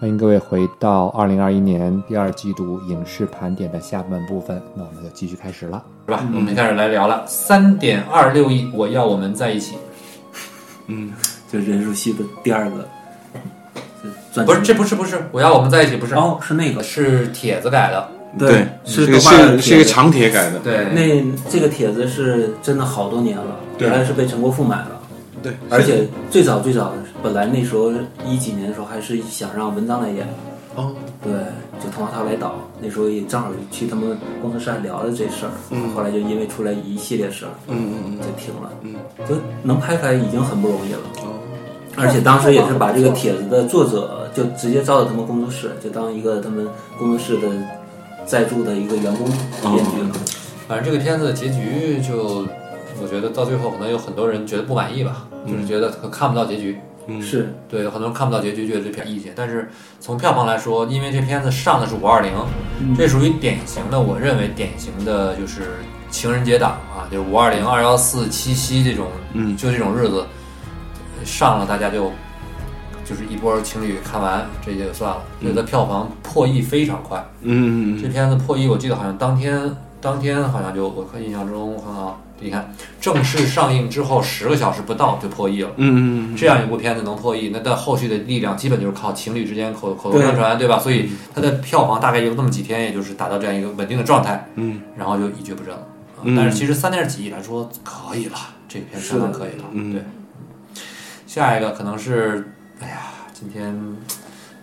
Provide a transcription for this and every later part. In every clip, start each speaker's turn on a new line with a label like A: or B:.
A: 欢迎各位回到二零二一年第二季度影视盘点的下半部分，那我们就继续开始了。
B: 是吧？我们开始来聊了，三点二六亿，我要我们在一起，
C: 嗯，就任素汐的第二个，这钻
B: 不是，
C: 进
B: 这不是不是，我要我们在一起不是，
C: 哦，是那个，
B: 是帖子改的，
D: 对，
C: 是
D: 这
C: 豆
D: 个
C: 瓣
D: 是
C: 的
D: 是一个
C: 帖子
D: 长帖改的，嗯
B: 对，
C: 那这个帖子是真的好多年了，
D: 对
C: 原来是被陈国富买了，
D: 对，
C: 而且最早最早本来那时候一几年的时候还是想让文章来演，
D: 哦，
C: 对，就他妈他来导，那时候也正好去他们工作室还聊了这事儿，
D: 嗯
C: 后来就因为出来一系列事儿
D: 嗯嗯
C: 就停了，
D: 嗯
C: 就能拍出来已经很不容易了。
D: 嗯，哦，
C: 而且当时也是把这个帖子的作者就直接招到他们工作室，就当一个他们工作室的在驻的一个员工编剧了。
B: 反正这个片子的结局就，我觉得到最后可能有很多人觉得不满意吧，就是觉得可看不到结局。
D: 嗯
C: 是，
B: 对，有很多人看不到结局，觉得这片意见。但是从票房来说，因为这片子上的是五二零，
D: 嗯
B: 这属于典型的，我认为典型的就是情人节档啊，就是五二零、二幺四、七夕这种，
D: 嗯
B: 就这种日子上了，大家就就是一波情侣看完这也就算了。所以它票房破亿非常快，
D: 嗯
B: 这
D: 嗯
B: 片子破亿，我记得好像当天当天好像就我看印象中好像你看正式上映之后十个小时不到就破亿了。
D: 嗯嗯
B: 这样一部片子能破亿，那但后续的力量基本就是靠情侣之间口口头相传，对吧？所
D: 嗯
B: 以它的票房大概有那么几天，也就是达到这样一个稳定的状态，
D: 嗯
B: 然后就一蹶不振了。啊
D: 嗯
B: 但是其实三点几亿来说可以了，这个片相当可以了。
D: 嗯
B: 对，下一个可能是，哎呀，今天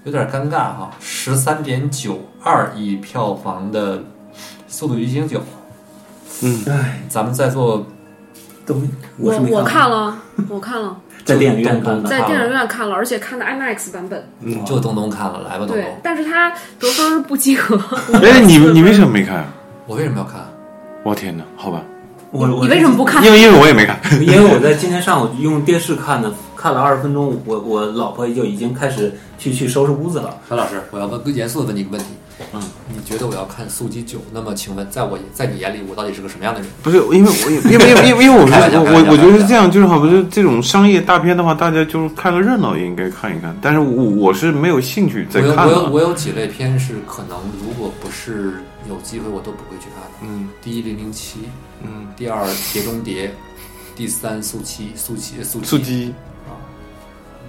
B: 有点尴尬哈、十三点九二亿票房的《速度与激情九》，
D: 嗯
C: 唉，
B: 咱们在座
C: 都没，
E: 我
C: 是没
E: 我
C: 看
E: 看 了，我看了，
C: 在电影院看的，
E: 在电影院看了，而且看的 IMAX 版本。
D: 嗯，
B: 就东东看了，来吧，东
E: 对
B: 东，，
E: 但是它得分不及格。
D: 哎，你你为什么没看？
B: 我为什么要看？啊
D: 我天哪，好吧，
C: 我我
E: 你为什么不看？
D: 因为因为我也没看，
C: 因为我在今天上午用电视看的，看了二十分钟，我我老婆就已经开始去去收拾屋子了。
B: 韩老师，我要问严肃的问你一个问题。
C: 嗯，
B: 你觉得我要看《速激九》，那么请问，在我在你眼里，我到底是个什么样的人？
D: 不是因为我也因为因为因为因为我
B: 开玩笑
D: 我
B: 开玩笑
D: 我我觉得是这样，就是好，不是这种商业大片的话，大家就是看个热闹也应该看一看，但是我我是没有兴趣
B: 我
D: 再
B: 有
D: 看
B: 我有
D: 的，
B: 我有几类片是可能，如果不是有机会，我都不会去看的。
D: 嗯
B: 第一《零零七
D: 嗯》，，
B: 第二《碟中谍》，第三《速七》速七速
D: 速
B: 七
D: 激，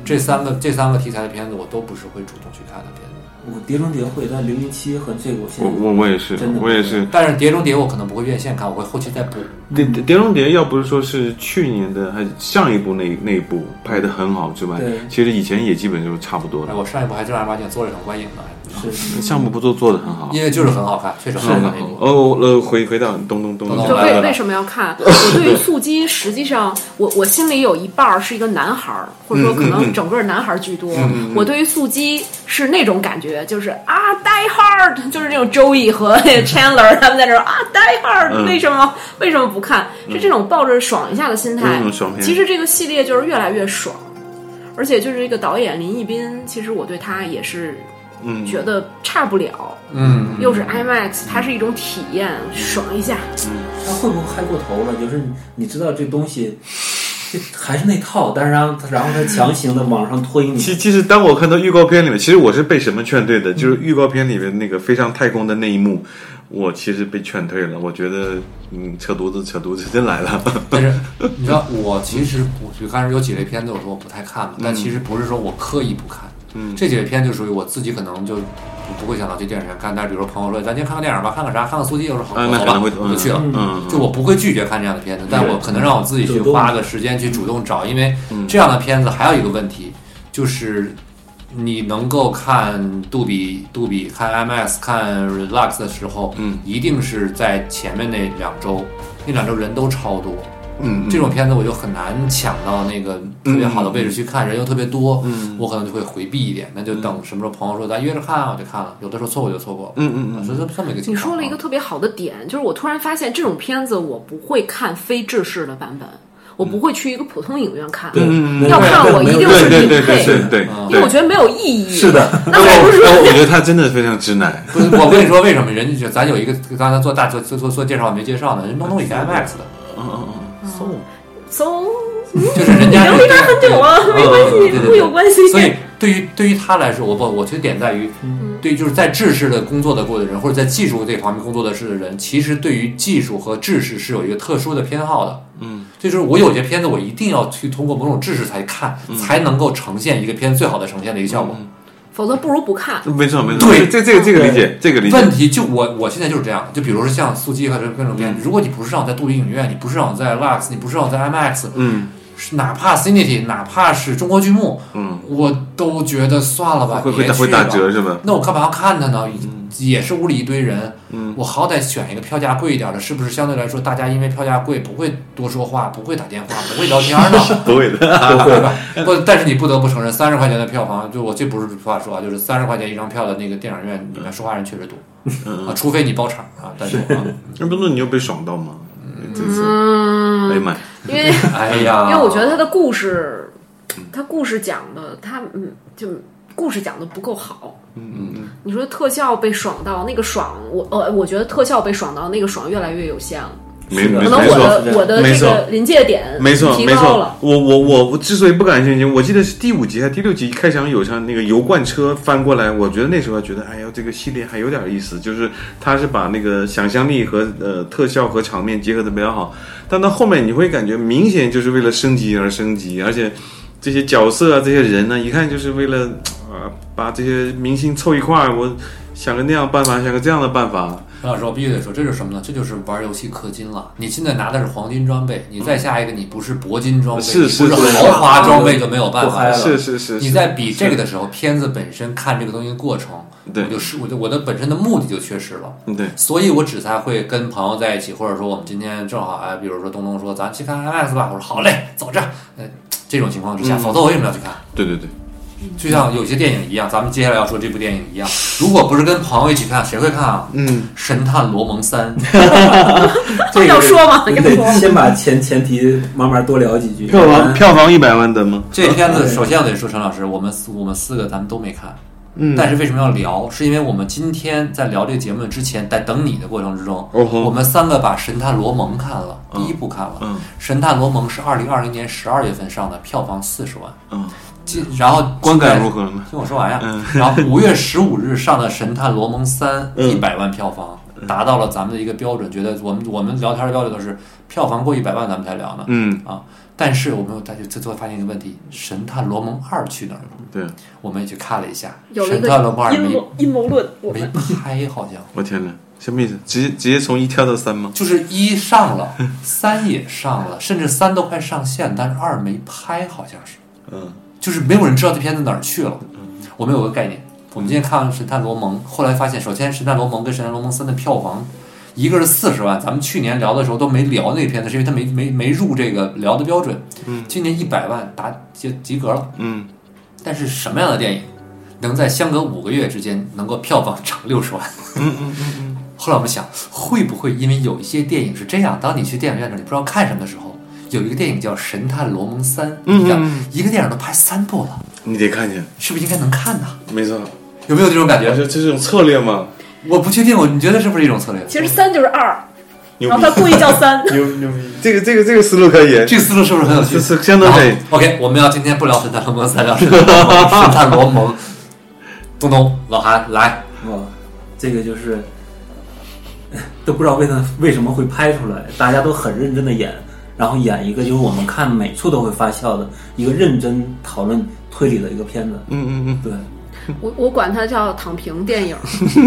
B: 这三个这三个题材的片子，我都不是会主动去看的片子。
C: 我《碟中谍》会，但《零零七》和这个我现
D: 我
C: 在
D: 我我也是
C: 真的
D: 我也是，
B: 但是《碟中谍》我可能不会院线看，我会后期再补。
D: 碟碟碟中谍要不是说是去年的，还上一部那那一部拍的很好之外
C: 对，
D: 其实以前也基本就是差不多
B: 哎，
D: 的。
B: 我上一部还正儿八经做了一场观影呢，
C: 是
D: 项目不做做的很好，
B: 因为就是很好看，确实很好看那一部。
D: 哦，呃，回回到东东东
B: 东
D: 东
E: 就
B: 东
D: 来
E: 为
D: 了
E: 为
D: 来，
E: 什么要看？我 对于素鸡，实际上我我心里有一半儿是一个男孩儿，或
D: 嗯
E: 者说可能整个男孩儿居多。我对于素鸡是那种感觉，就是啊，die hard，就是那种 Joey 和 Chandler 他们在那儿啊，die hard，、
D: 嗯
E: 为什么为什么不看？是这种抱着爽一下的心态。
D: 嗯爽片
E: 其实这个系列就是越来越爽，而且就是这个导演林奕斌，其实我对他也是
D: 嗯，
E: 觉得差不了。
B: 嗯，
E: 又是 IMAX，它是一种体验，爽一下。
C: 他会不会嗨过头了？就是你知道这东西，这还是那套，但是然后他然后他强行的往上推你，
D: 其其实当我看到预告片里面，其实我是被什么劝退的？就是预告片里面那个飞上太空的那一幕，我其实被劝退了。我觉得，嗯，扯犊子，扯犊子，真来了。
B: 但是你知道，我其实我就刚才有几类片子，我说我不太看嘛，但其实不是说我刻意不看。
D: 嗯
B: 这几类片就属于我自己可能就不会想到去电影院看，但是比如说朋友说哎咱今天看个电影吧，看个啥，看个《速激》，我说好，
D: 啊
B: 好
D: 那可
B: 吧，
D: 能会
B: 我就去了。
D: 嗯，
B: 就我不会拒绝看这样的片子，但我可能让我自己去
C: 主动
B: 花个时间去主动找，因为
D: 嗯
B: 这样的片子还有一个问题，就是你能够看杜比、杜比看 IMAX、看 Relax 的时候，
D: 嗯，
B: 一定是在前面那两周，那两周人都超多，
D: 嗯，
B: 这种片子我就很难抢到那个特别好的位置去看，人又特别多，
D: 嗯
B: 我可能就会回避一点，那就等什么时候朋友说咱约着看啊，我就看了，有的时候错过就错过了，
D: 嗯嗯嗯
B: 啊，所以这这么一个情况。
E: 你说了一个
B: 啊，
E: 特别好的点，就是我突然发现这种片子我不会看非制式的版本，我不会去一个普通影院看，
C: 对
D: 嗯嗯嗯
E: 要看我一定是
D: 对对
E: 顶
D: 对
E: 配
D: 对，对
E: 因为我
D: 对。
E: 觉得没有意义。
C: 是的，
E: 那还不是
D: 我我觉得他真的非常直男。
B: 不是，我跟你说为什么？人家就咱有一个刚才做大做做做做介绍没介绍呢，人东东以前 IMAX 的，
D: 嗯嗯
E: so
B: 就是人家
E: 聊离他很久啊，没关
B: 对对
E: 系，
B: 对
E: 不有关系。
B: 所以对于对于他来说，我不，我觉得点在于，
D: 嗯
B: 对，就是在制式的工作的过的人，或者在技术这方面工作的是的人，其实对于技术和制式是有一个特殊的偏好的。
D: 嗯，
B: 这就是我有些片子我一定要去通过某种制式才看，
D: 嗯
B: 才能够呈现一个片最好的呈现的一个效果。
E: 否则不如不看。嗯
D: 没错没错，
B: 对
D: 这这个这个理解，这个理解，
B: 问题就我我现在就是这样，就比如说像速激或者各种
D: 嗯
B: 片，如果你不是让我在杜比影院，你不是让我在 LUX，你不是让我在 IMAX，
D: 嗯
B: 是哪怕 Cinity，哪怕是中国剧目，
D: 嗯，
B: 我都觉得算了吧，
D: 会会
B: 别
D: 打
B: 去
D: 会打折
B: 了。
D: 是吧？
B: 那我干嘛要看它呢？也是屋里一堆人，
D: 嗯
B: 我好歹选一个票价贵一点的，是不是相对来说大家因为票价贵不会多说话，不会打电话，不会聊天呢？
D: 不会的，
B: 对吧？ 不，但是你不得不承认，三十块钱的票房，就我这不是话说啊，就是三十块钱一张票的那个电影院里面说话人确实多啊，除非你包场啊，但是啊，
D: 那嗯不是你又被爽到吗？这次，哎呀
E: 嗯，
D: 妈呀，
E: 因为
B: 哎呀，
E: 因
D: 嗯
E: 为我觉得他的故事，他故事讲的他嗯，就故事讲的不够好。
D: 嗯嗯
E: 你说特效被爽到那个爽，我呃，我觉得特效被爽到那个爽越来越有限了。
D: 嗯，没
C: 是的
D: 没
E: 可
D: 没
E: 能我
D: 错。
E: 的我的
D: 没
E: 这
D: 错
E: 个临界点
D: 没错，
E: 提
D: 没
E: 高
D: 错
E: 了。。
D: 我我我我之所以不感兴趣，我记得是第五集还是第六集开场有场那个油罐车翻过来，我觉得那时候还觉得，哎呦，这个系列还有点意思，就是它是把那个想象力和呃特效和场面结合的比较好。但到后面你会感觉明显就是为了升级而升级，而且这些角色啊、这些人呢、一看就是为了啊、把这些明星凑一块儿，我想个那样办法，想个这样的办法。
B: 陈老师，我必须得说，这就是什么呢？这就是玩游戏氪金了。你现在拿的是黄金装备，你再下一个你不是铂金装备，
D: 嗯是是嗯
B: 你不是
C: 是
B: 豪华装备就没有办
C: 不
B: 法
C: 嗨
B: 了。
C: 了
D: 是是是，
B: 你
D: 是
B: 在比这个的时候，片子本身看这个东西的过程，
D: 对
B: 我就是我的我的本身的目的就缺失了。
D: 对
B: 所以我只才会跟朋友在一起，或者说我们今天正好哎，比如说东东说咱去看 IMAX 吧，我说好嘞，走着。呃，这种情况
D: 嗯
B: 之下，否则我为什么要去看？
D: 对对对，
B: 就像有些电影一样，咱们接下来要说这部电影一样，如果不是跟朋友一起看，谁会看啊？
D: 嗯，
B: 《神探罗蒙三》
E: 这要说吗？
C: 你
E: 要
C: 得
E: 说吗？
C: 先把前前提慢慢多聊几句。嗯
D: 票
C: 不
D: 房
C: 然
D: 票房一百万的吗？
B: 这片 子，首先我得说，陈老师，我们四我们四个咱们都没看，
D: 嗯，
B: 但是为什么要聊？是因为我们今天在聊这个节目之前，在等你的过程之中，
D: 哦吼
B: 我们三个把《神探罗蒙》看了，第一部看了，
D: 嗯
B: 神探罗蒙》是二零二零年十二月份上的，票房四十万。
D: 嗯，
B: 进然后
D: 观感如嗯何呢？
B: 听我说完呀。 然后五月十五日上的《神探罗蒙三》
D: 嗯
B: 一百万票房，达到了咱们的一个标准，觉得我们我们聊天的标准都是票房过一百万咱们才聊呢。
D: 嗯
B: 啊，但是我们有大家最后发现一个问题，《神探罗蒙二》去哪儿了？
D: 对，
B: 我们也去看了一下，
E: 有
B: 《
E: 了一
B: 神探罗蒙
E: 个
B: 二》
E: 阴
B: 没
E: 谋阴谋论，我
B: 没
E: 们
B: 拍，好像
D: 我天哪，什么意思？直接直接从一跳到三吗？
B: 就是一上了， 三也上了，甚至三都快上线，但是二没拍，好像是。
D: 嗯，
B: 就是没有人知道这片子哪儿去了。我们有个概念，我们今天看完《神探罗蒙》，后来发现，首先《神探罗蒙》跟《神探罗蒙三》的票房，一个是四十万，咱们去年聊的时候都没聊那片子，是因为它没没没入这个聊的标准。今年一百万达及及格了。
D: 嗯，
B: 但是什么样的电影能在相隔五个月之间能够票房涨六十万？后来我们想，会不会因为有一些电影是这样？当你去电影院那里不知道看什么的时候，有一个电影叫《神探罗蒙三》，
D: 嗯
B: 一样
D: 嗯
B: 一个电影都拍三部了，
D: 你得看见，
B: 是不是应该能看呢？
D: 没错，
B: 有没有这种感
D: 你要
B: 觉？
D: 说这是种策略嘛，
B: 我不确定，我你觉得是不是一种策略？
E: 其实三就是二，
D: 牛。
E: 然后他故意叫三
D: 牛牛逼，这个这个这个思路可以，
B: 这个思路是不是很有趣？
D: 这是相当
B: 好
D: 可以
B: OK，我们要今天不聊神探罗蒙三，聊神探罗蒙神探罗蒙。东东、老韩来，
C: 哇，这个就是 都不知道为他为什么会拍出来，大家都很认真的演，然后演一个就是我们看每处都会发笑的一个认真讨论推理的一个片子。
D: 嗯嗯嗯，
C: 对，
E: 我我管它叫躺平电 影，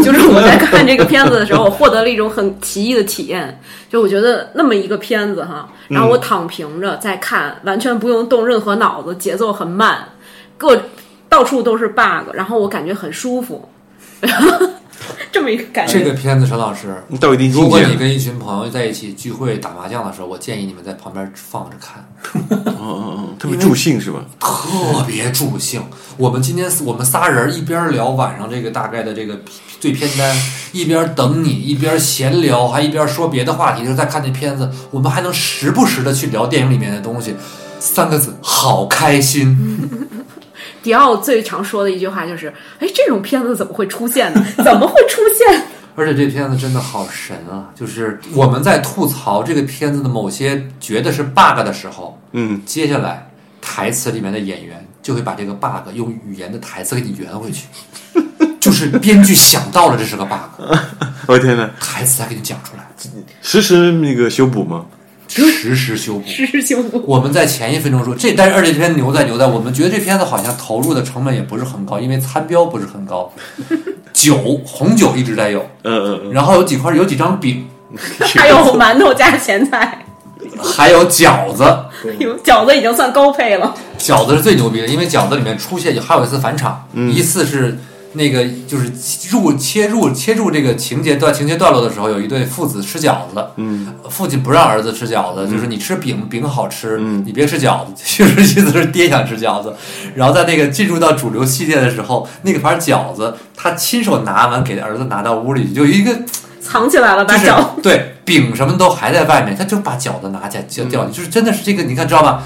E: 就是我在看这个片子的时候，我获得了一种很奇异的体验。就我觉得那么一个片子哈，然
D: 嗯
E: 后我躺平着在看，完全不用动任何脑子，节奏很慢，各到处都是 bug，然后我感觉很舒服， 这么一个感
B: 这
E: 觉。
B: 个片子，陈老师，
D: 你到一定
B: 如
D: 境
B: 果
D: 界
B: 你
D: 了，
B: 跟一群朋友在一起聚会打麻将的时候，我建议你们在旁边放着看，
D: 嗯嗯嗯，特别助兴是吧？
B: 特别助兴。我们今天我们仨人一边聊晚上这个大概的这个最片单，一边等你，一边闲聊，还一边说别的话题，就是在看这片子。我们还能时不时的去聊电影里面的东西，三个字，好开心。
E: 迪奥最常说的一句话就是：“哎，这种片子怎么会出现呢？ 怎么会出现？”
B: 而且这片子真的好神啊！就是我们在吐槽这个片子的某些觉得是 bug 的时候，
D: 嗯，
B: 接下来。台词里面的演员就会把这个 bug 用语言的台词给你圆回去， 就是编剧想到了这是个 bug，
D: 我、天哪，
B: 台词才给你讲出来，
D: 实时那个修补吗？
B: 实时修补。
E: 师兄不
B: 我们在前一分钟说这，但是而且这片牛在牛在，我们觉得这片子好像投入的成本也不是很高，因为参标不是很高。酒红酒一直在有，
D: 嗯嗯
B: 然后有几块有几张饼，
D: 嗯，
E: 还有馒头加咸菜，
B: 还有饺子，
E: 有饺子已经算高配了。
B: 饺子是最牛逼的，因为饺子里面出现还有一次返场，一次是那个就是入切入切入这个情节段情节段落的时候，有一对父子吃饺子，
D: 嗯，
B: 父亲不让儿子吃饺子，就是你吃饼饼好吃，你别吃饺子， 就是意思是爹想吃饺子。然后在那个进入到主流系列的时候，那个盘饺子他亲手拿完给儿子拿到屋里，就有一个
E: 藏起来了吧
B: 就是
E: 饺，
B: 对饼什么都还在外面，他就把饺子拿起来就掉进
C: 嗯
B: 去，就是真的是这个，你看知道吧？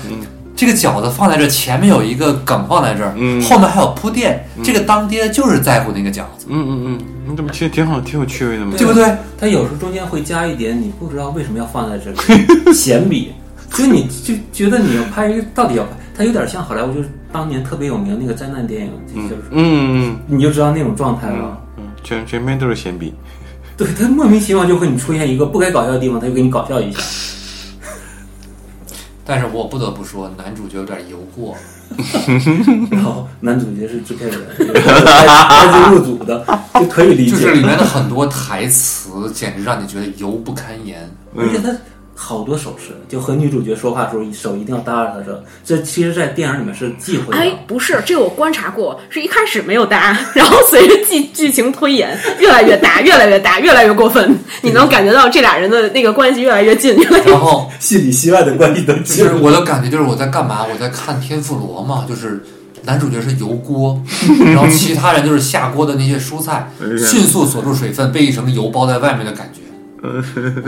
B: 这个饺子放在这儿，前面有一个梗放在这儿，
D: 嗯
B: 后面还有铺垫。
C: 嗯
B: 这个当爹就是在乎那个饺子，
D: 嗯嗯嗯，你怎么其实挺好，挺有趣味的嘛。
B: 对不对？
C: 它有时候中间会加一点，你不知道为什么要放在这里，闲笔， 就你就觉得你要拍一个，到底要拍，它有点像好莱坞，就是当年特别有名那个灾难电影，就是
D: 嗯嗯
C: 你就知道那种状态了
D: 嗯。嗯，全全篇都是闲笔。
C: 对，它莫名其妙就会你出现一个不该搞笑的地方，它就给你搞笑一下。
B: 但是我不得不说，男主角有点油过了。
C: 然后男主角是制片人， 他是入组的，就可以理解。
B: 就是里面的很多台词，简直让你觉得油不堪言。
C: 而且他好多手势，就和女主角说话的时候手一定要搭着她这，这其实，在电影里面是忌讳
E: 哎
C: 的。，
B: 啊
E: 不是，这个我观察过，是一开始没有搭，然后随着剧剧情推演，越来越搭，越来越搭，越来越过分。你能感觉到这俩人的那个关系越来越近，越来越
B: 然后
C: 戏里戏外的关系都
B: 就
C: 忌
B: 是
C: 讳。
B: 我的感觉就是我在干嘛？我在看《天妇罗》嘛，就是男主角是油锅，然后其他人就是下锅的那些蔬菜，
D: 哎呀
B: 迅速锁住水分，被一层油包在外面的感觉。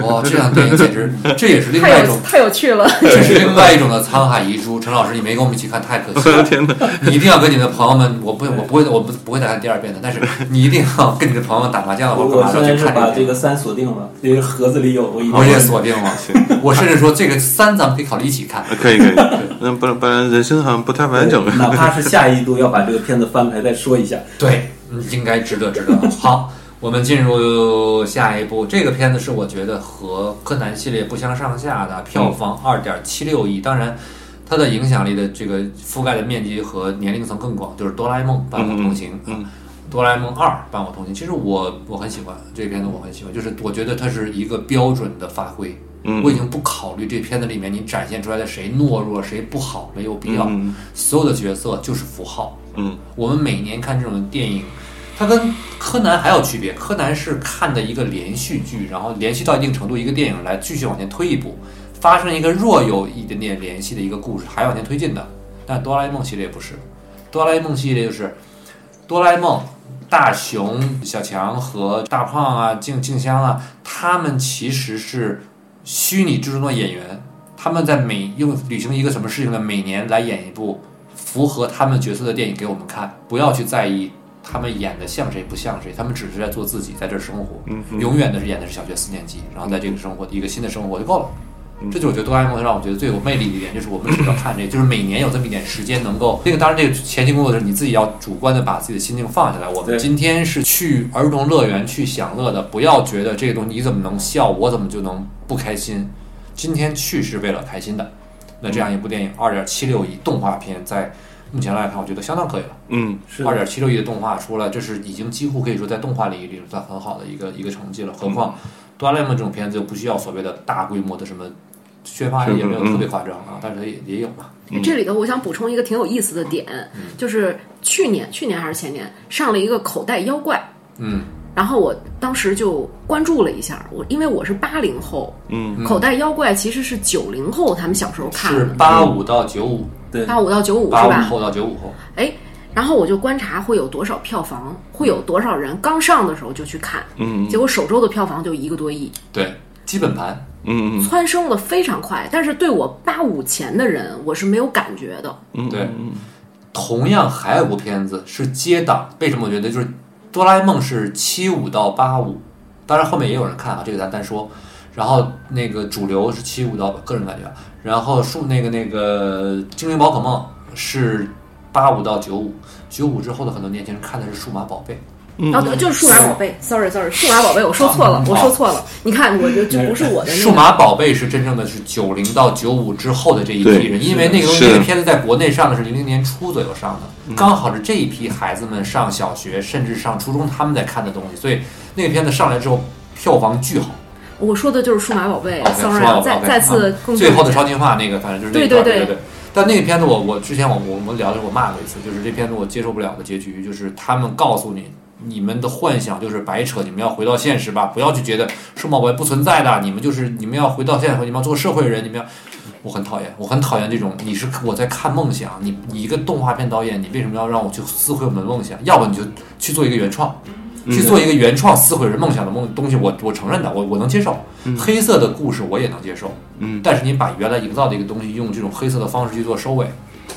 B: 哇，这样电影简直，这也是另
E: 太
B: 外一
E: 有
B: 种，
E: 太有趣了。
B: 这是另外一种的沧海遗珠。陈老师，你没跟我们一起看，太可惜了。
D: 天哪，
B: 你一定要跟你的朋友们，我不，我不会，我不不会再看第二遍的。但是你一定要跟你的朋友们打麻将或
C: 我
B: 者干
C: 我
B: 嘛
C: 现
B: 的
C: 在
B: 去
C: 是
B: 看
C: 把
B: 个
C: 这个三锁定了，这个盒子里有，我一定
B: 我也锁定了。我甚至说这个三咱们可以考虑一起看。
D: 可以可以， 那不然不然人生好像不太完整。
C: 哪怕是下一度要把这个片子翻开再说一下。
B: 对，嗯应该值得值 得。好，我们进入下一部，这个片子是我觉得和柯南系列不相上下的，票房
D: 嗯
B: 二点七六亿，当然。它的影响力的这个覆盖的面积和年龄层更广，就是《哆啦 A 梦伴我同行》
D: 嗯嗯嗯
B: 哆啦 A 梦二》伴我同行。其实我我很喜欢这片子，我很喜欢，就是我觉得它是一个标准的发挥。
D: 嗯
B: 我已经不考虑这片子里面你展现出来的谁懦弱谁不好，没有必要。
D: 嗯
B: 所有的角色就是符号。
D: 嗯
B: 我们每年看这种电影，它跟柯南还有区别。柯南是看的一个连续剧，然后连续到一定程度，一个电影来继续往前推一步，发生一个若有一点点联系的一个故事，还往前推进的。但哆啦 A 梦系列不是，哆啦 A 梦系列就是哆啦 A 梦。大雄、小强和大胖啊、静静香啊，他们其实是虚拟制作的演员，他们在每用履行一个什么事情呢？每年来演一部符合他们角色的电影给我们看，不要去在意他们演的像谁不像谁，他们只是在做自己，在这儿生活，永远的是演的是小学四年级，然后在这个生活一个新的生活就够了。嗯这就是我觉得哆啦 A 梦让我觉得最有魅力的一点，就是我们只要看这个，就是每年有这么一点时间能够，这个当然这个前期工作是你自己要主观的把自己的心境放下来。我们
C: 对
B: 今天是去儿童乐园去享乐的，不要觉得这个东西你怎么能笑，我怎么就能不开心。今天去是为了开心的。那这样一部电影，二点七六亿动画片，在目前来看，我觉得相当可以了。
D: 嗯
C: 是
B: 二点七六亿的动画出来，这是已经几乎可以说在动画领域里算很好的一个一个成绩了。何况哆啦 A 梦这种片子又不需要所谓的大规模的什么宣发，
D: 是
B: 也没有
D: 嗯
B: 特别夸张啊，但是也也有嘛。
E: 这里头我想补充一个挺有意思的点，
B: 嗯
E: 就是去年去年还是前年上了一个口袋妖怪，
B: 嗯，
E: 然后我当时就关注了一下，我因为我是八零后，
D: 嗯，
E: 口袋妖怪其实是九零后他们小时候看
B: 是
E: 的，
B: 八五到九五，
C: 对，
E: 八五到九五
B: 八
E: 是
B: 五
E: 吧？
B: 后到九五后，
E: 哎，然后我就观察会有多少票房，会有多少人刚上的时候就去看，
D: 嗯
E: 结果首周的票房就一个多亿，
B: 对，基本盘。
D: 嗯嗯
E: 蹿升的非常快。但是对我八五前的人，我是没有感觉的。
D: 嗯，
B: 对，同样还有部片子是接档，为什么我觉得就是《哆啦 A 梦》是七五到八五，当然后面也有人看啊，这个咱单说。然后那个主流是七五到八，个人感觉啊，然后数那个那个精灵宝可梦是八五到九五，九五之后的很多年轻人看的是数码宝贝，
E: 然
B: 嗯
E: 后就是数码宝贝，sorry sorry，数码宝贝，我说错了，我说错了。你看，我就就不是我的那
B: 数
E: 个。
B: 码宝贝是真正的是九零到九五之后的这一批
D: 对
B: 人，因为那个东西
D: 是
B: 那个片子在国内上的是零零年初左右上的，刚好是这一批孩子们上小学甚至上初中他们在看的东西，所以那个片子上来之后票房巨好。
E: 我说的就是数码宝贝
B: 哦对
E: ，sorry，啊
B: 数码宝贝
E: 再再次
B: 嗯
E: 更
B: 最后的超进化那个，反正就是那
E: 对
B: 一段
E: 对
B: 对
E: 对
B: 对。但那个片子我我之前我我们聊的时候我骂过一次，就是这片子我接受不了的结局，就是他们告诉你你们的幻想就是白扯，你们要回到现实吧，不要去觉得数码宝贝不存在的，你们就是你们要回到现实，你们要做社会人，你们要。我很讨厌，我很讨厌这种，你是我在看梦想，你你一个动画片导演，你为什么要让我去撕毁我们的梦想？要不你就去做一个原创，
D: 嗯
B: 去做一个原创撕毁人梦想的梦东西，我我承认的，我我能接受。黑色的故事我也能接受，
D: 嗯，
B: 但是你把原来营造的一个东西用这种黑色的方式去做收尾，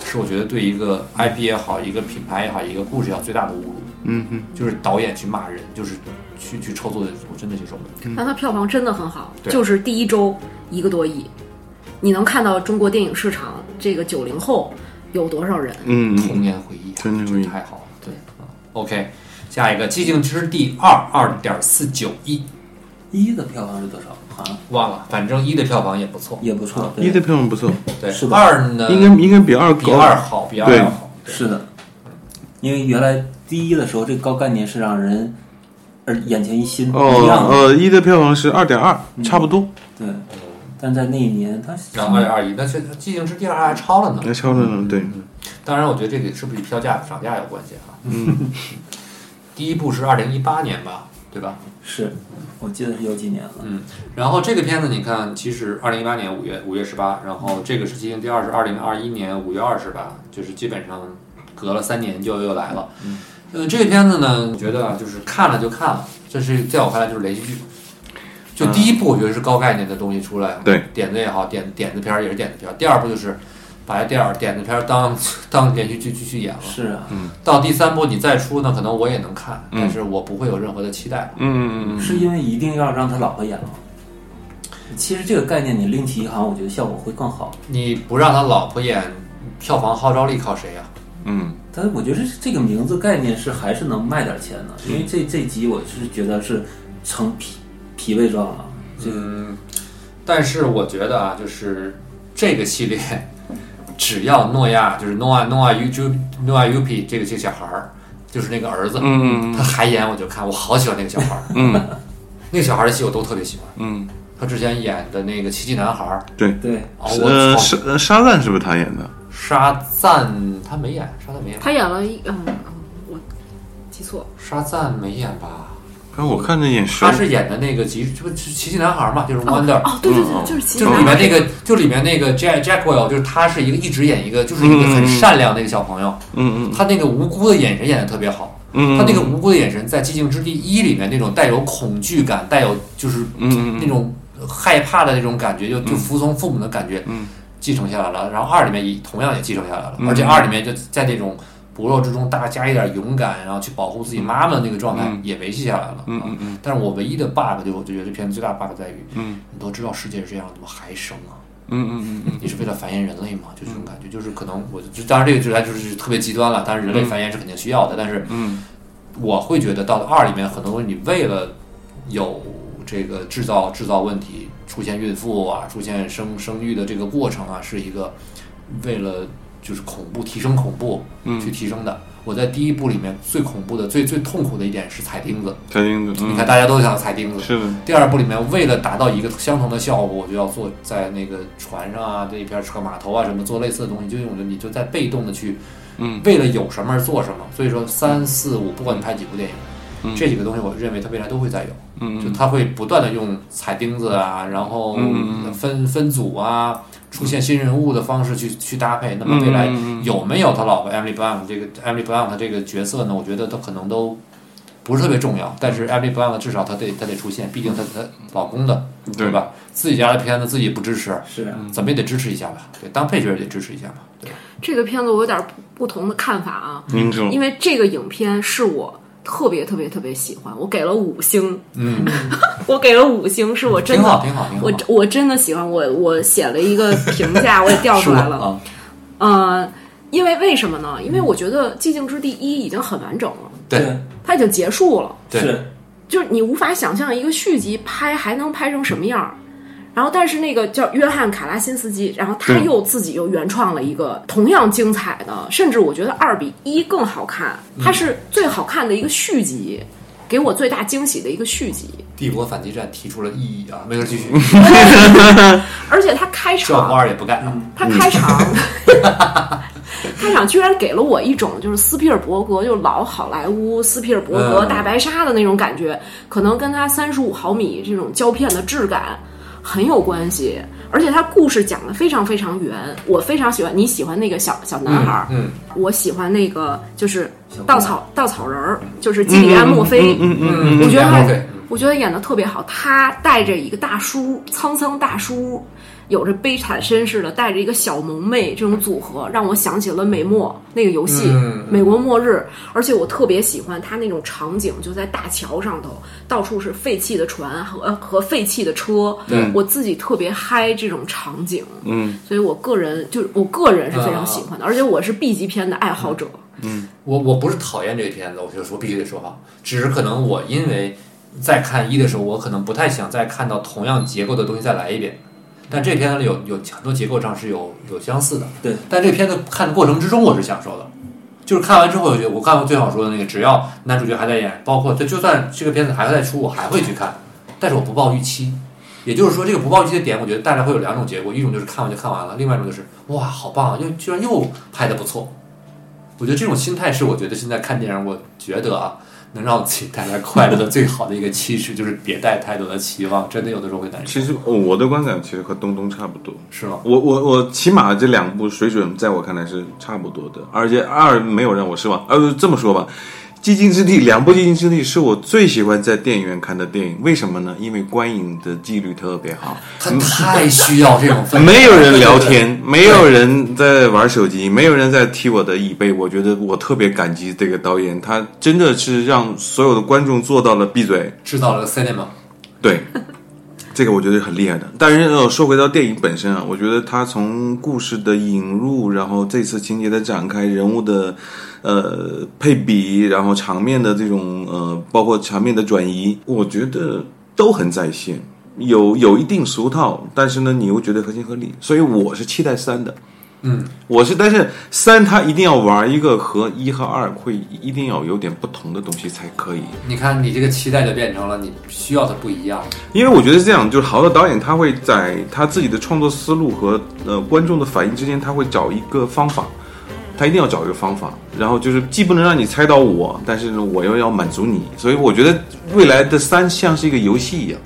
B: 是我觉得对一个 IP 也好，一个品牌也好，一个故事也好，最大的侮辱。
D: 嗯嗯，
B: 就是导演去骂人，就是去去抽作的，我真的接受不
D: 嗯
B: 了。
E: 但它票房真的很好，
B: 对
E: 就是第一周一个多亿，你能看到中国电影市场这个九零后有多少人？
D: 嗯
B: 童年回忆啊，
D: 童年回忆
B: 太好了。对啊，OK，下一个《寂静之地二》二点四九亿，
C: 一的票房是多少？好像
B: 忘了，反正一的票房也不错。
C: 也不错。对
D: 一的票房不错，
B: 对，
C: 是的
B: 二呢，
D: 应该应该呃比二
B: 比
D: 高。
B: 二好，比二
D: 对
B: 要好。对
C: 是的，因为原来第一的时候，这高概念是让人而眼前一新，一
D: 哦
C: 样的。
D: 呃，一嗯的票房是二点二，差不多，
C: 对，但在那一年，它
B: 嗯然后二点二亿，但是寂静之地二还超了呢。
D: 那超了呢。对，
B: 当然，我觉得这个是不是与票价涨价有关系啊？嗯，第一部是二零一八年吧，对吧？
C: 是我记得是有几年了。
B: 嗯，然后这个片子你看，其实二零一八年五月五月十八，然后这个是进行第二是二零二一年五月二十八，就是基本上隔了三年就又来了。嗯，呃，这个片子呢，我觉得啊就是看了就看了，这是在我看来就是连续剧。就第一部我觉得是高概念的东西出来，
D: 对
B: 点子也好，点点子片儿也是点子片儿。第二部就是把这第二点子片儿当 当连续剧继续演了。
C: 是啊，
B: 到第三部你再出呢，可能我也能看，但是我不会有任何的期待。
D: 嗯嗯
C: 是因为一定要让他老婆演吗？其实这个概念你另起一行，我觉得效果会更好。
B: 你不让他老婆演，票房号召力靠谁呀、啊
D: 嗯
C: 但是我觉得这个名字概念是还是能卖点钱的，因
B: 嗯
C: 为这这集我是觉得是成脾脾胃状了。这个
B: 嗯，但是我觉得啊，就是这个系列，只要诺亚就是诺亚诺亚 U 就诺亚 U P 这个这个小孩儿，就是那个儿子，
D: 嗯嗯
B: 他还演我就看，我好喜欢那个小孩儿，
D: 嗯
B: 那个小孩儿的戏我都特别喜欢。
D: 嗯，
B: 他之前演的那个奇迹男孩儿，
D: 对。
C: 对，
B: 哦，
D: 呃，
B: 我操
D: 沙，呃沙赞是不是他演的？
B: 沙赞他没演，沙赞没演，
E: 他演了一嗯，嗯我记错了。
B: 沙赞没演吧？
D: 哎，我看着眼熟
B: 他。是演的那个极就奇迹男孩嘛，就是 Wonder，、
E: 哦，对对对，就是其实
B: 嗯就是里面那个就里面那个 Jack Jackwell，就是他是一个一直演一个就是一个很善良的一个小朋友，
D: 嗯嗯
B: 他那个无辜的眼神演的特别好，
D: 嗯，
B: 他那个无辜的眼神在《寂静之地一》里面那种带有恐惧感，带有就是
D: 嗯嗯
B: 那种害怕的那种感觉，就就服从父母的感觉，
D: 嗯
B: 继承下来了。然后二里面也同样也继承下来了，
D: 嗯
B: 而且二里面就在那种薄弱之中，大家加一点勇敢，然后去保护自己妈妈的那个状态
D: 嗯
B: 也维系下来了。
D: 嗯
B: 啊
D: 嗯嗯
B: 但是我唯一的 bug 就我就觉得这片子最大 bug 在于，
D: 嗯
B: 你都知道世界是这样，怎么还生啊？
D: 嗯嗯嗯
B: 你是为了繁衍人类吗？就这种感觉，就是可能我就当然这个就来就是特别极端了，当然人类繁衍是肯定需要的，但是
D: 嗯
B: 我会觉得到了二里面很多你为了有这个制造制造问题，出现孕妇啊，出现生生育的这个过程啊，是一个为了就是恐怖提升恐怖
D: 嗯
B: 去提升的。我在第一部里面最恐怖的、最最痛苦的一点是踩钉子，
D: 嗯，小英子，
B: 你看
D: 嗯，
B: 大家都想踩钉子，
D: 是的，
B: 第二部里面，为了达到一个相同的效果，我就要做在那个船上啊，这一边车码头啊什么做类似的东西，就用的你就在被动的去，
D: 嗯，
B: 为了有什么而做什么。所以说三四五，不管你拍几部电影，这几个东西我认为它未来都会再有，
D: 嗯
B: 就它会不断的用踩钉子啊，然后
D: 嗯
B: 分分组啊，出现新人物的方式去去搭配。那么未来
D: 嗯嗯嗯
B: 有没有他老婆 Emily Blunt 这个 Emily Blunt 这个角色呢？我觉得他可能都不是特别重要，但
D: 嗯
B: 是 Emily Blunt 至少她得她得出现，毕竟她她老公的
D: 对嗯
B: 对吧？自己家的片子自己不支持，
C: 是啊，
B: 怎么也得支持一下吧？对，当配角也得支持一下吧？对吧，
D: 嗯
B: 嗯
E: 这个片子我有点不同的看法啊，
D: 您说
E: 因为这个影片是我特别特别特别喜欢，我给了五星，嗯，我给了五星，是我真
B: 挺
E: 的
B: 好，挺好，挺好
E: 我。我真的喜欢我，我写了一个评价，我也调 出来了。
B: 啊，
E: 呃，因为为什么呢？因为我觉得《寂静之地一》已经很完整了，
B: 对
E: 它已经结束了，
B: 对
C: 是
E: 就是你无法想象一个续集拍还能拍成什么样儿。然后，但是那个叫约翰·卡拉辛斯基，然后他
D: 对
E: 又自己又原创了一个同样精彩的，甚至我觉得二比一更好看，它是最好看的一个续集，给我最大惊喜的一个续集。
B: 帝国反击战提出了异议啊，没事继续，
E: 而且它开
B: 这
E: 场
B: 不二也不干。
E: 他开场，
D: 嗯
E: 开场居然给了我一种就是斯皮尔伯格，就老好莱坞斯皮尔伯格
B: 嗯
E: 大白鲨的那种感觉，可能跟他三十五毫米这种胶片的质感很有关系。而且他故事讲的非常非常圆，我非常喜欢。你喜欢那个小小男孩儿，
B: 嗯，
E: 我喜欢那个就是
C: 小
E: 稻草稻草人儿，就是基里安墨菲。
D: 嗯嗯嗯，
E: 我觉得
B: 演
E: 他
B: 墨菲，
E: 我觉得演的特别好。他带着一个大叔，沧桑大叔，有着悲惨身世的，带着一个小萌妹，这种组合让我想起了美墨那个游戏《
B: 嗯
E: 美国末日》，而且我特别喜欢他那种场景，就在大桥上头，到处是废弃的船和呃和废弃的车，我自己特别嗨这种场景，
D: 嗯，
E: 所以我个人就是我个人是非常喜欢的，而且我是 B 级片的爱好者。
B: 我我不是讨厌这个片子，我就说必须得说好，只是可能我因为在看一的时候，我可能不太想再看到同样结构的东西再来一遍。但这片子里有有很多结构上是有有相似的，
C: 对。
B: 但这片子看的过程之中，我是享受的，就是看完之后，我觉得我看过最好说的那个，只要男主角还在演，包括他就算这个片子还会再出，我还会去看，但是我不抱预期。也就是说，这个不抱预期的点，我觉得带来会有两种结果，一种就是看完就看完了，另外一种就是哇，好棒啊，又居然又拍的不错。我觉得这种心态是我觉得现在看电影，我觉得啊，能让自己带来快乐的最好的一个期许，就是别带太多的期望，真的有的时候会难受
D: 其，实哦我的观感其实和东东差不多。
B: 是吗？
D: 我我我起码这两部水准在我看来是差不多的，而且二没有让我失望。呃，这么说吧，《寂静之地》两部《寂静之地》是我最喜欢在电影院看的电影，为什么呢？因为观影的纪律特别好，
B: 他太需要这种氛围
D: 没有人聊天，没有人在玩手机，没有人在踢我的椅背。我觉得我特别感激这个导演，他真的是让所有的观众做到了闭嘴。
B: 制造了 cinema，
D: 对，这个我觉得很厉害的。但是呃，说回到电影本身啊，我觉得它从故事的引入，然后这次情节的展开，人物的呃配比，然后场面的这种呃，包括场面的转移，我觉得都很在线。有有一定俗套，但是呢，你又觉得合情合理，所以我是期待三的。
B: 嗯，
D: 我是，但是三它一定要玩一个和一和二会一定要有点不同的东西才可以。
B: 你看你这个期待就变成了你需要的不一样，
D: 因为我觉得是这样，就是好的导演他会在他自己的创作思路和呃观众的反应之间，他会找一个方法，他一定要找一个方法，然后就是既不能让你猜到我，但是呢我又要满足你，所以我觉得未来的三像是一个游戏一样，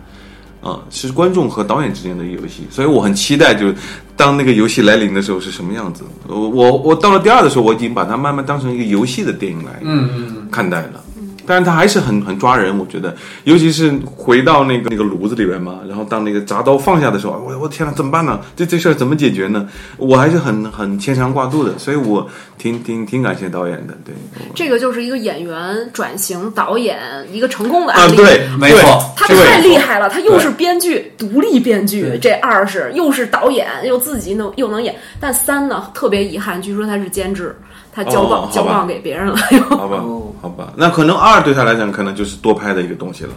D: 啊、是观众和导演之间的一个游戏，所以我很期待就是当那个游戏来临的时候是什么样子。我我我到了第二的时候，我已经把它慢慢当成一个游戏的电影来
B: 嗯嗯
D: 看待了。但是他还是很很抓人，我觉得，尤其是回到那个那个炉子里边嘛，然后当那个铡刀放下的时候，我我天呐，怎么办呢？这这事儿怎么解决呢？我还是很很牵肠挂肚的，所以我挺挺挺感谢导演的，对，
E: 这个就是一个演员转型导演一个成功的
D: 啊
E: 案例。
D: 对，
B: 没错
E: 他
D: 对
E: 太厉害了，他又是编剧，独立编剧，这二是又是导演，又自己能又能演。但三呢，特别遗憾，据说他是监制，他交棒、
D: 哦好吧
E: 交棒给别人了。
D: 好吧
C: 哦，
D: 好吧，那可能二对他来讲，可能就是多拍的一个东西了，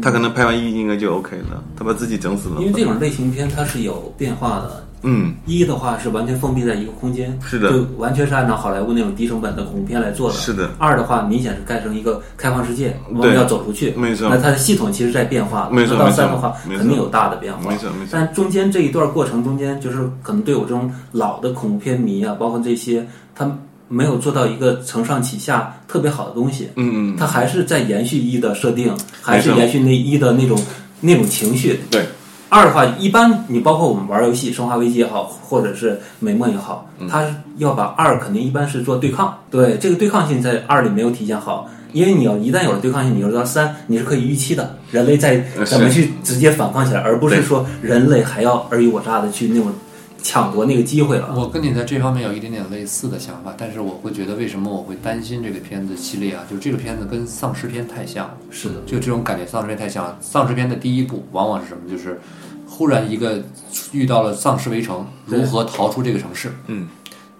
D: 他可能拍完一应该就 OK 了，他把自己整死了
C: 嗯因，为这种类型片它是有变化的。
D: 嗯，
C: 一的话是完全封闭在一个空间，
D: 是的
C: 就完全是按照好莱坞那种低成本的恐怖片来做的。
D: 是的
C: 二的话明显是盖成一个开放世界，我们
D: 对
C: 要走出去，
D: 没错
C: 那它的系统其实在变化的，
D: 没错
C: 那到
D: 没错
C: 三的话
D: 没错
C: 肯定有大的变化，
D: 没错没错
C: 但中间这一段过程中间，就是可能对我这种老的恐怖片迷啊，包括这些，他没有做到一个承上启下特别好的东西。
D: 嗯嗯
C: 他还是在延续一的设定，还是
D: 没错
C: 延续那一的那种那种情绪。
D: 对，
C: 二的话，一般你包括我们玩游戏《生化危机》也好，或者是《美梦》也好，他要把二肯定一般是做对抗，嗯对这个对抗性在二里没有体现好，因为你要一旦有了对抗性，你就知道三你是可以预期的，人类在
D: 呃是
C: 怎么去直接反抗起来，而不是
D: 对
C: 说人类还要尔虞我诈的去那种抢夺那个机会了。
B: 我跟你在这方面有一点点类似的想法，但是我会觉得为什么我会担心这个片子系列啊？就这个片子跟丧尸片太像了，
C: 是的，
B: 就这种感觉，丧尸片太像了。丧尸片的第一部往往是什么？就是忽然一个遇到了丧尸围城，如何逃出这个城市？
D: 嗯。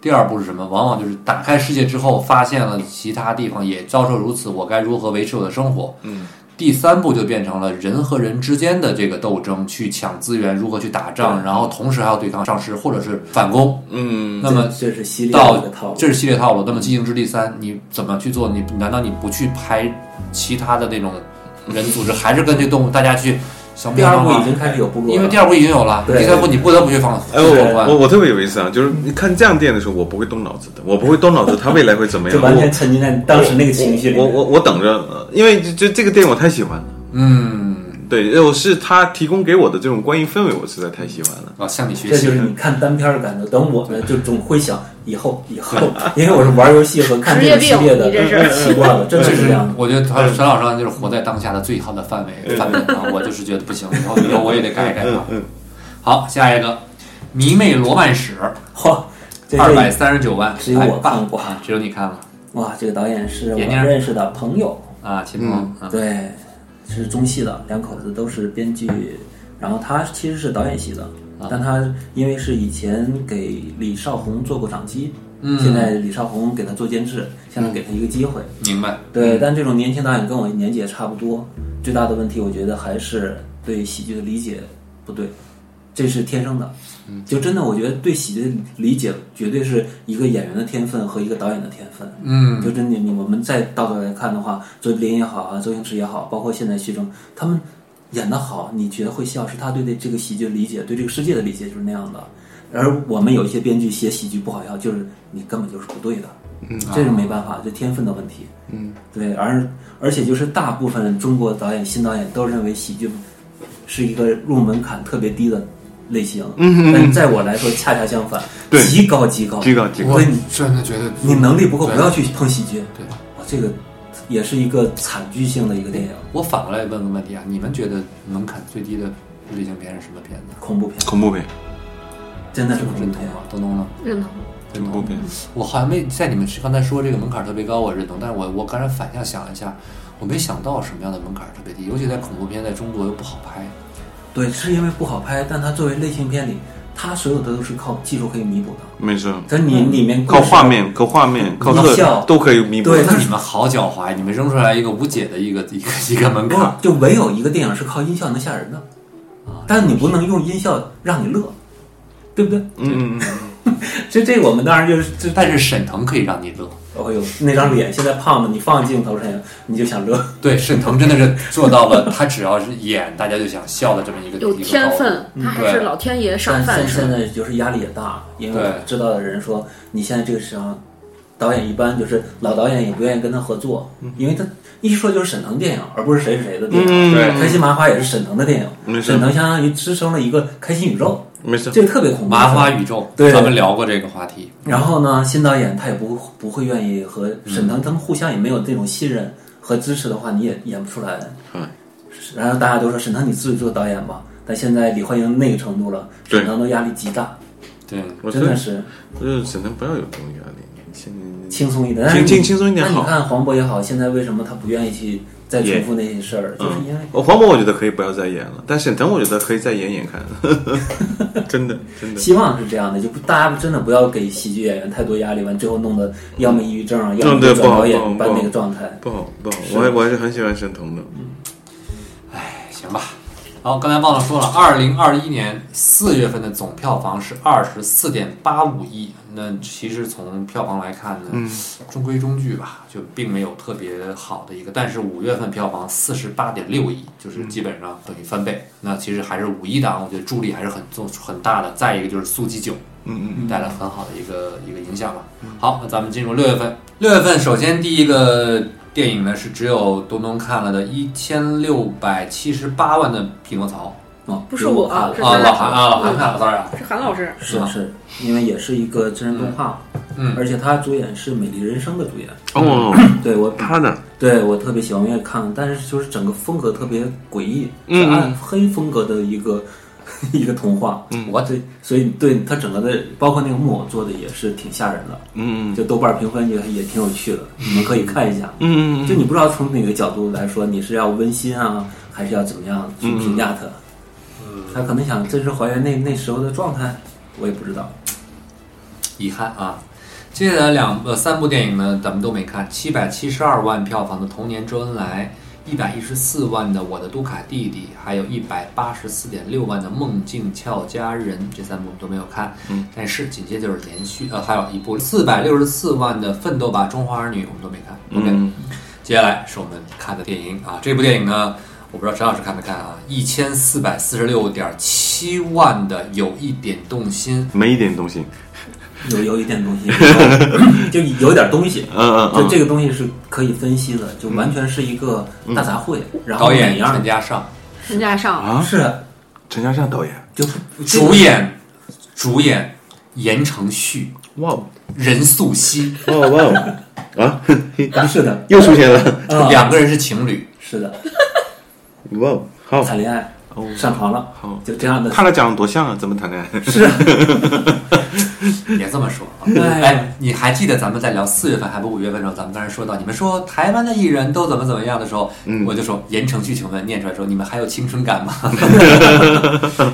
B: 第二步是什么？往往就是打开世界之后，发现了其他地方也遭受如此，我该如何维持我的生活？
D: 嗯。
B: 第三步就变成了人和人之间的这个斗争，去抢资源，如何去打仗，然后同时还要对抗丧尸或者是反攻。
D: 嗯
B: 那么
C: 这这是系列
B: 到
C: 的套路，
B: 这是系列套路。那么《寂静之地三》，你怎么去做？你难道你不去拍其他的那种人组织，还是跟这动物大家去想
C: 第
B: 办
C: 二
B: 法
C: 部
B: 吗
C: 已经开始有部落了，
B: 因为第二部已经有了，
C: 对
B: 第三部你不得不去放。
D: 哎，
B: 去放
D: 我
B: 宽
D: 我我特别有意思啊，就是你看这样电影的时候，我不会动脑子的，我不会动脑子，它未来会怎么样
C: 嗯 就？完
D: 我
C: 全沉浸在当时那个情绪里
D: 我
C: 面。
D: 我我等着，呃因为这这这个电影我太喜欢了。
B: 嗯，
D: 对，呃我是他提供给我的这种观影氛围，我实在太喜欢了。
B: 啊，向你学
C: 这
B: 习
C: 就。是你看单片儿的感觉。等我们就总会想 以后以后，因为我是玩游戏和看
E: 职
C: 这
E: 业
C: 个系
E: 病
C: 列，
E: 你这
C: 的
E: 是。
C: 习惯了，真
B: 就
C: 的是这
B: 是
C: 样。
B: 我觉得他沈老师就是活在当下的最好的范围范本啊，我就是觉得不 行，以后以后我也得改一改啊。
C: 嗯
B: 好，下一个《迷妹罗曼史
C: 嚯，》这
B: 二百
C: 这
B: 三十九万，
C: 只有
B: 哎
C: 我看过
B: 啊，只有你看了
C: 哇，这个导演是我
B: 闫妮儿
C: 认识的朋友，
B: 啊，秦鹏啊，
C: 对，是中戏的，两口子都是编剧，然后他其实是导演系的，
B: 嗯
C: 但他因为是以前给李少红做过掌机，
B: 嗯
C: 现在李少红给他做监制，现在给他一个机会，
B: 明白，
C: 对，但这种年轻导演跟我年纪也差不多，最大的问题我觉得还是对喜剧的理解不对，这是天生的。就真的我觉得对喜剧的理解绝对是一个演员的天分和一个导演的天分。
B: 嗯
C: 就真的你我们再倒过来看的话，卓别林也好啊，周星驰也好，包括现在徐峥，他们演得好，你觉得会笑，是他对这个喜剧的理解，对这个世界的理解就是那样的。而我们有一些编剧写喜剧不好笑，就是你根本就是不对的，嗯，这
D: 啊
C: 是没办法，这天分的问题，嗯，对，而而且就是大部分中国导演、新导演都认为喜剧是一个入门槛特别低的类型，嗯，但在我来说恰恰相反，
D: 对
C: 极高极高
D: 极高极高
C: 所以你
B: 真的觉得
C: 你能力不够，不要去碰喜剧。
B: 对。
C: 哇，这个也是一个惨剧性的一个电影，
B: 我反过来问个问题啊，你们觉得门槛最低的类型片是什么片子？
C: 恐怖片，
D: 恐怖片，
C: 真的是恐怖
B: 认
C: 片
B: 同。吗？东东呢？
E: 认同，
B: 认
D: 恐
B: 同
D: 怖。片，
B: 我好像没在你们刚才说这个门槛特别高，我认同，但是我我刚才反向想了一下，我没想到什么样的门槛特别低，尤其在恐怖片在中国又不好拍。
C: 对，是因为不好拍，但它作为类型片里，它所有的都是靠技术可以弥补的。
D: 没事，
C: 但你里面
D: 嗯
C: 故
D: 靠
C: 事
D: 画，面，靠画面，靠
C: 特效
D: 特都可以弥补。
C: 对
B: 那你们好狡猾，你们扔出来一个无解的一个 一个一个门
C: 不
B: 槛。
C: 就唯有一个电影是靠音效能吓人的，啊但你不能用音效让你乐，对不对？
D: 嗯嗯
C: 这这我们当然就是这，
B: 但是沈腾可以让你乐，
C: 哦呦，那张脸现在胖了，你放镜头上你就想乐。
B: 对，沈腾真的是做到了，他只要是演，大家就想笑的这么一个
E: 有
B: 一个
E: 天
B: 高度
E: 分，
C: 嗯
E: 他还是老天爷赏
C: 但
E: 饭
C: 现
E: 吃
C: 现。在就是压力也大，因为
B: 对
C: 我知道的人说，你现在这个时候，导演一般就是老导演也不愿意跟他合作，因为他一说就是沈腾电影，而不是谁是谁的电影。
D: 嗯
B: 对
C: 开心麻花也是沈腾的电
D: 没
C: 影，
D: 事
C: 沈腾相当于支撑了一个开心宇宙，
D: 没事，
C: 这个特别恐怖。
B: 麻花宇宙，
C: 对
B: 咱们聊过这个话题。
C: 然后呢，新导演他也不不会愿意和沈腾他们互相也没有这种信任和支持的话，你也演不出来。
D: 嗯
C: 然后大家都说沈腾你自己做导演吧，但现在李焕英那个程度了，
D: 对
C: 沈腾都压力极大，
B: 对，
D: 我
C: 真的是。
D: 就是沈腾不要有这种压力，现在
C: 轻松一
D: 轻
C: 点，但是
D: 轻
C: 你
D: 轻松一点
C: 那
D: 好
C: 你看黄渤也好，现在为什么他不愿意去再重
D: 演
C: 复那些事儿？就是因为
D: 我黄渤我觉得可以不要再演了，但沈腾我觉得可以再演演看，真的真的。
C: 希望是这样的，就不大家真的不要给喜剧演员太多压力，完最后弄得要么抑郁症啊，要么
D: 对不
C: 就转
D: 好
C: 导演
D: 不好
C: 般
D: 不好
C: 那个状态。
D: 不好不好，我还我还是很喜欢沈腾的。
B: 行吧。好，刚才忘了说了，二零二一年四月份的总票房是二十四点八五亿。那其实从票房来看呢，中规中矩吧，就并没有特别好的一个。但是五月份票房四十八点六亿，就是基本上等于翻倍。那其实还是五一档，我觉得助力还是很重很大的。再一个就是《速激九》，
D: 嗯嗯，
B: 带来很好的一个一个影响吧。好，那咱们进入六月份。六月份首先第一个电影呢是只有东东看了的一千六百七十八万的《匹诺曹
C: 哦，
E: 不是
C: 如果
E: 我
C: 怕》
E: 啊是
B: 啊，
E: 他
B: 老韩啊，老韩看了，sorry 啊，
E: 是韩老师，
C: 是是，因为也是一个真人动画，
B: 嗯
C: 而且他主演是《美丽人生》的主演，
D: 哦，
C: 对我
D: 他呢？
C: 对我特别喜欢，我也看，但是就是整个风格特别诡异，
D: 嗯
C: 是暗黑风格的一个 一个童话。嗯，
B: 我
C: 对，所以对它整个的，包括那个木偶做的也是挺吓人的。
D: 嗯
C: 就豆瓣评分也也挺有趣的，你们可以看一下。
D: 嗯
C: 就你不知道从哪个角度来说，你是要温馨啊，还是要怎么样去评价它？他可能想真实还原那那时候的状态，我也不知道。
B: 遗憾啊。接下来两呃三部电影呢，咱们都没看，七百七十二万票房的《童年周恩来》，一百一十四万的《我的杜卡弟弟》，还有一百八十四点六万的《梦境俏佳人》，这三部我们都没有看。嗯，但是紧接着就是连续呃，还有一部四百六十四万的《奋斗吧，中华儿女》，我们都没看。OK，、
D: 嗯
B: 接下来是我们看的电影啊，这部电影呢，我不知道陈老师看没看啊，一千四百四十六点七万的《有一点动心》。
D: 没一点东西。
C: 有有一点东 西，就有点东西。
D: 嗯嗯
C: 就
D: 嗯，
C: 这个东西是可以分析的，就完全是一个大杂烩。然
B: 嗯
C: 后
B: 导演
C: 每样
B: 陈嘉上，
E: 陈嘉上，
D: 啊，
C: 是
D: 陈嘉上导演，
C: 就
B: 主演主演言承旭、
D: 哇哦
B: 任素汐，
D: 哇哦哇哦啊，
C: 不是的
D: 又出现了，
C: 啊，
B: 两个人是情侣。
C: 是的，
D: 哇哦，好，
C: 谈恋爱
D: 哦
C: 上床了
D: 好，
C: 就这样的。
D: 他俩长得多像啊，怎么谈恋爱？
B: 别这么说啊！
C: 哎
B: 哎，你还记得咱们在聊四月份还不五月份的时候，咱们当时说到你们说台湾的艺人都怎么怎么样的时候，我就说言承旭，请问念出来说你们还有青春感吗？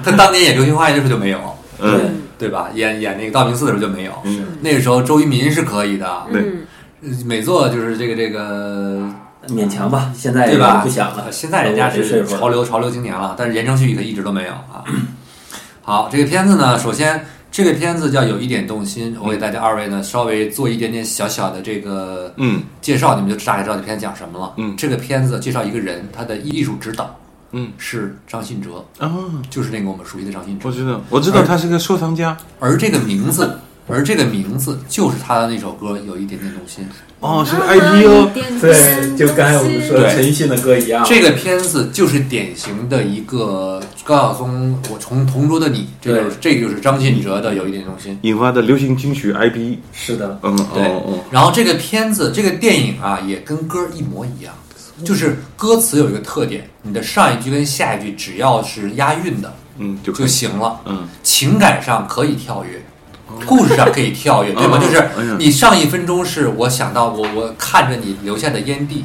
B: 他当年演《流星花园》的时候就没有，
C: 对
D: 嗯，
B: 对吧？演演那个道明寺的时候就没有，那个时候周渝民是可以的，
D: 对
E: 嗯，
B: 美作就是这个这个
C: 勉强吧，现在
B: 对吧？
C: 哎
B: 呃
C: 也不想了。
B: 现在人家
C: 我这岁
B: 是
C: 数了
B: 潮流潮流青年了，但是言承旭可一直都没有啊。 好，这个片子呢，首先这个片子叫有一点动心，我给大家二位呢稍微做一点点小小的这个
D: 嗯
B: 介绍，你们就大概知道这片讲什么了。
D: 嗯
B: 这个片子介绍一个人，他的艺术指导，
D: 嗯，
B: 是张信哲，
D: 啊，
B: 就是那个我们熟悉的张信哲
D: 我。知道，我知道他是个收藏家。
B: 而这个名字，而这个名字就是他的那首歌《有一点点动心》。
D: 哦，是个 IP 哦。
C: 对，就刚才我们说
B: 对
C: 陈奕迅的歌一
D: 啊
C: 样，
B: 这个片子就是典型的一个高晓松，我从《同桌的你》，这
C: 对
B: 就是这个就是张信哲的有一点用心。
D: 引发的流行金曲 IP，
C: 是的，
D: 嗯，
B: 对
D: 哦，
B: 然后这个片子这个电影啊，也跟歌一模一样，就是歌词有一个特点，你的上一句跟下一句只要是押韵的
D: 哦，嗯，就
B: 就行了，
D: 嗯，
B: 情感上可以跳跃。故事上可以跳跃，对吗？
D: 哦
B: 就是
D: 哎呀
B: 你上一分钟是我想到我我看着你留下的烟蒂，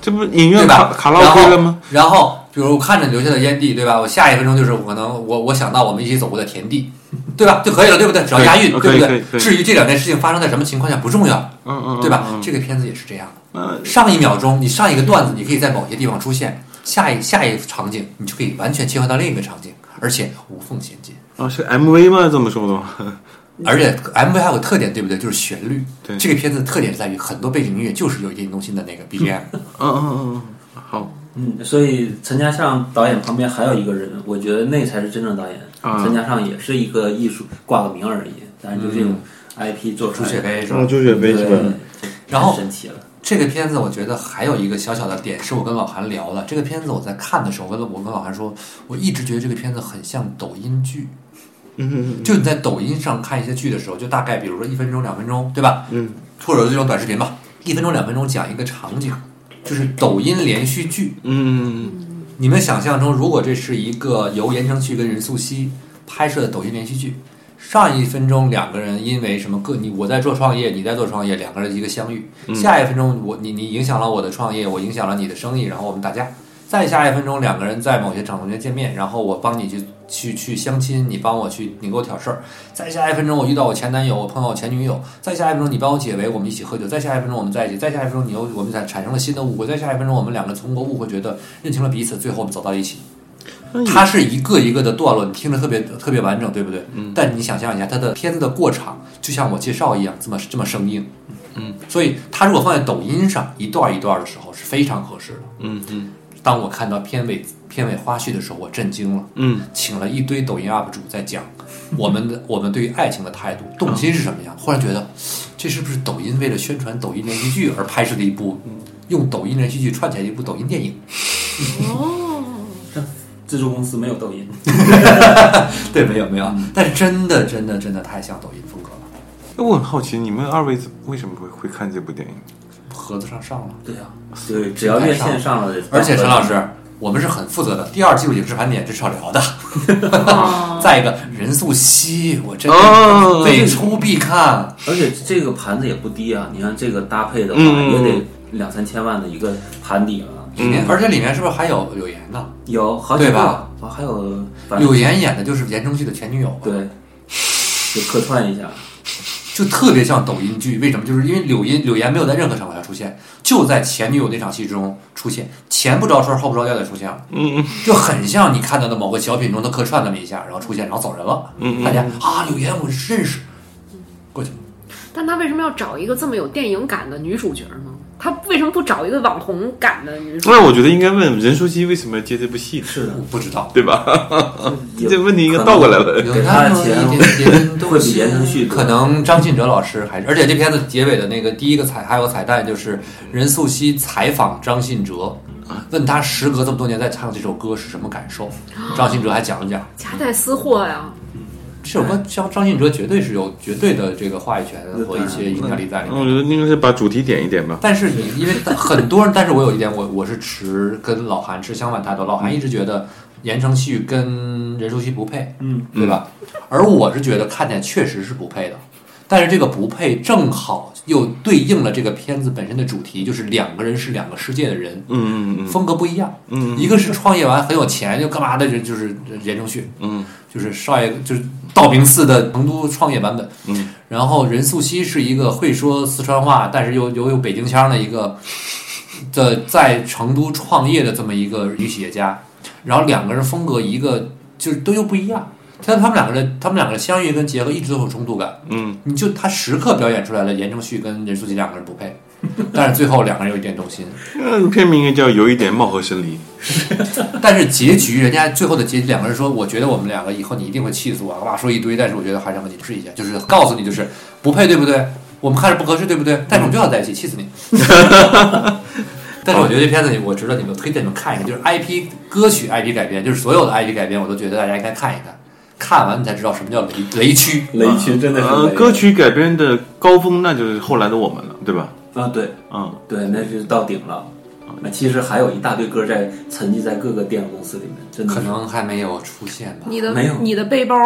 D: 这不是影
B: 对
D: 院卡
B: 吧？
D: 卡拉 OK 了吗？
B: 然后？然后，比如我看着留下的烟蒂，对吧？我下一分钟就是我可能我我想到我们一起走过的田地，对吧？就可以了，对不对？只要押韵，
D: 可
B: 对
D: 以
B: 不
D: 可以
B: 对
D: 可？以
B: 至于这两件事情发生在什么情况下不重要，
D: 嗯嗯，
B: 对吧？
D: 嗯
B: 这个片子也是这样的，
D: 嗯
B: 上一秒钟你上一个段子，你可以在某些地方出现，下一下一场景你就可以完全切换到另一个场景，而且无缝衔接。
D: 啊，是 MV 吗？这么说的 吗？
B: 而且 MV 还有个特点，对不对？就是旋律。
D: 对
B: 这个片子的特点在于很多背景音乐就是有一点动心的那个 BGM。
D: 嗯嗯嗯嗯，好，
C: 嗯，所以陈嘉上导演旁边还有一个人，我觉得那才是真正导演。
D: 啊
C: 陈嘉上也是一个艺术挂个名而已，但是就这
D: 嗯
C: 种 IP 做出
B: 朱
C: 来，
B: 雪飞是吧？
D: 啊朱雪
C: 对，
D: 飞是吧？
B: 然后
C: 太神奇了，
B: 这个片子我觉得还有一个小小的点，是我跟老韩聊的。这个片子我在看的时候，我跟我跟老韩说，我一直觉得这个片子很像抖音剧。
D: 嗯嗯
B: 就你在抖音上看一些剧的时候，就大概比如说一分钟、两分钟，对吧？嗯，或者是这种短视频吧，一分钟、两分钟讲一个场景，就是抖音连续剧。
D: 嗯嗯
B: 你们想象中，如果这是一个由言承旭跟任素汐拍摄的抖音连续剧，上一分钟两个人因为什么各你我在做创业，你在做创业，两个人一个相遇，下一分钟我你你影响了我的创业，我影响了你的生意，然后我们打架，再下一分钟两个人在某些场合见面，然后我帮你去去去相亲，你帮我去你给我挑事儿，再下一分钟我遇到我前男友，我碰到我前女友，再下一分钟你帮我解围，我们一起喝酒，再下一分钟我们在一起，再下一分钟你又我们才产生了新的误会，再下一分钟我们两个通过误会觉得认清了彼此，最后我们走到了一起。它是一个一个的段落，你听着特别特别完整，对不对？嗯。但你想象一下，它的片子的过场就像我介绍一样，这么这么生硬。嗯。所以它如果放在抖音上一段一段的时候是非常合适的。
D: 嗯嗯
B: 当我看到片尾片尾花絮的时候，我震惊了。
D: 嗯
B: 请了一堆抖音 UP 主在讲我们的我们对于爱情的态度、动心是什么样。忽然觉得，这是不是抖音为了宣传抖音连续剧而拍摄的一部
D: 嗯
B: 用抖音连续剧串起来的一部抖音电影？
E: 哦，
C: 制作公司没有抖音，
B: 对，没有没有，
D: 嗯
B: 但是真的真的真的太像抖音风格了。
D: 哎，我很好奇，你们二位为什么会会看这部电影？嗯
B: 盒子上上了，
D: 啊
C: 对呀、对，只要院线上了，
B: 而且陈老师，我们是很负责的。第二季度影视盘点这是要聊的。
E: 哦
B: 再一个，任素汐，我真的
D: 哦
B: 每出必看。
C: 而且这个盘子也不低啊，你看这个搭配的话，
D: 嗯
C: 也得两三千万的一个盘底了。
B: 里面，而且里面是不是还有柳岩呢？
C: 有好几个
B: 对吧？
C: 啊，还有反正
B: 柳岩演的就是言承旭的前女友，
C: 对，就客串一下。
B: 就特别像抖音剧。为什么？就是因为柳岩柳岩没有在任何场合下出现，就在前女友那场戏中出现，前不着村后不着店的出现了。
D: 嗯嗯
B: 就很像你看到的某个小品中的客串那么一下，然后出现，然后走人了。
D: 嗯嗯
B: 大家啊，柳岩我认识，过去
E: 但他为什么要找一个这么有电影感的女主角呢？他为什么不找一个网红感的女主角？
D: 那我觉得应该问任书记为什么要接这部戏，
C: 是的，
B: 我不知道。
D: 对吧？
C: 也
D: 这问题应该倒过来 问。
B: 有
C: 给
B: 那
C: 他
B: 么
C: 的钱
B: 一点 点东
C: 会比
B: 西
C: 言承旭多
B: 可能张信哲老师还是，而且这片子结尾的那个第一个彩还有个彩蛋，就是任素汐采访张信哲，
C: 啊
B: 问他时隔这么多年再唱这首歌是什么感 受，张信哲还讲了讲。
E: 夹带私货呀！
B: 这首
C: 哎
B: 歌张张信哲绝对是有绝对的这个话语权和一些影响力在里面
D: 我。觉得应该是把主题点一点吧。
B: 但是你因为很多人，但是我有一点，我我是持跟老韩持相反态度。老韩一直觉得言承旭跟任素汐不配，
C: 嗯，
B: 对吧？而我是觉得看起来确实是不配的，但是这个不配正好又对应了这个片子本身的主题，就是两个人是两个世界的人，
D: 嗯嗯嗯
B: 风格不一样。
D: 嗯
B: 一个是创业完很有钱就干嘛的，就就是言承旭，
D: 嗯，
B: 就是少爷就是道明寺的成都创业版本，
D: 嗯，
B: 然后任素汐是一个会说四川话，但是又又有北京腔的一个的在成都创业的这么一个女企业家，然后两个人风格一个就是都又不一样，但他们两个人他们两个人相遇跟结合一直都有冲突感，
D: 嗯
B: 你就他时刻表演出来了言承旭跟任素汐两个人不配，但是最后两个人有一点动心。
D: 嗯，那片名应该叫有一点貌合神离。
B: 但是结局，人家最后的结局，两个人说：“我觉得我们两个以后你一定会气死我。”哇，说一堆，但是我觉得还想跟你试一下，就是告诉你，就是不配，对不对？我们看着不合适，对不对？但是我们就要在一起，气死你！但是我觉得这片子，我值得你们推荐你们看一看，就是 IP 歌曲 IP 改编，就是所有的 IP 改编，我都觉得大家应该看一看，看完你才知道什么叫雷雷区。
C: 雷区真的是啊
D: 呃
C: 雷，
D: 歌曲改编的高峰那就是后来的我们了，对吧？
C: 啊，对
D: 嗯，
C: 对，那是到顶了。啊那其实还有一大堆歌在沉寂在各个电影公司里面，真的
B: 可能还没有出现吧。
E: 你的
C: 没有
E: 你的背包，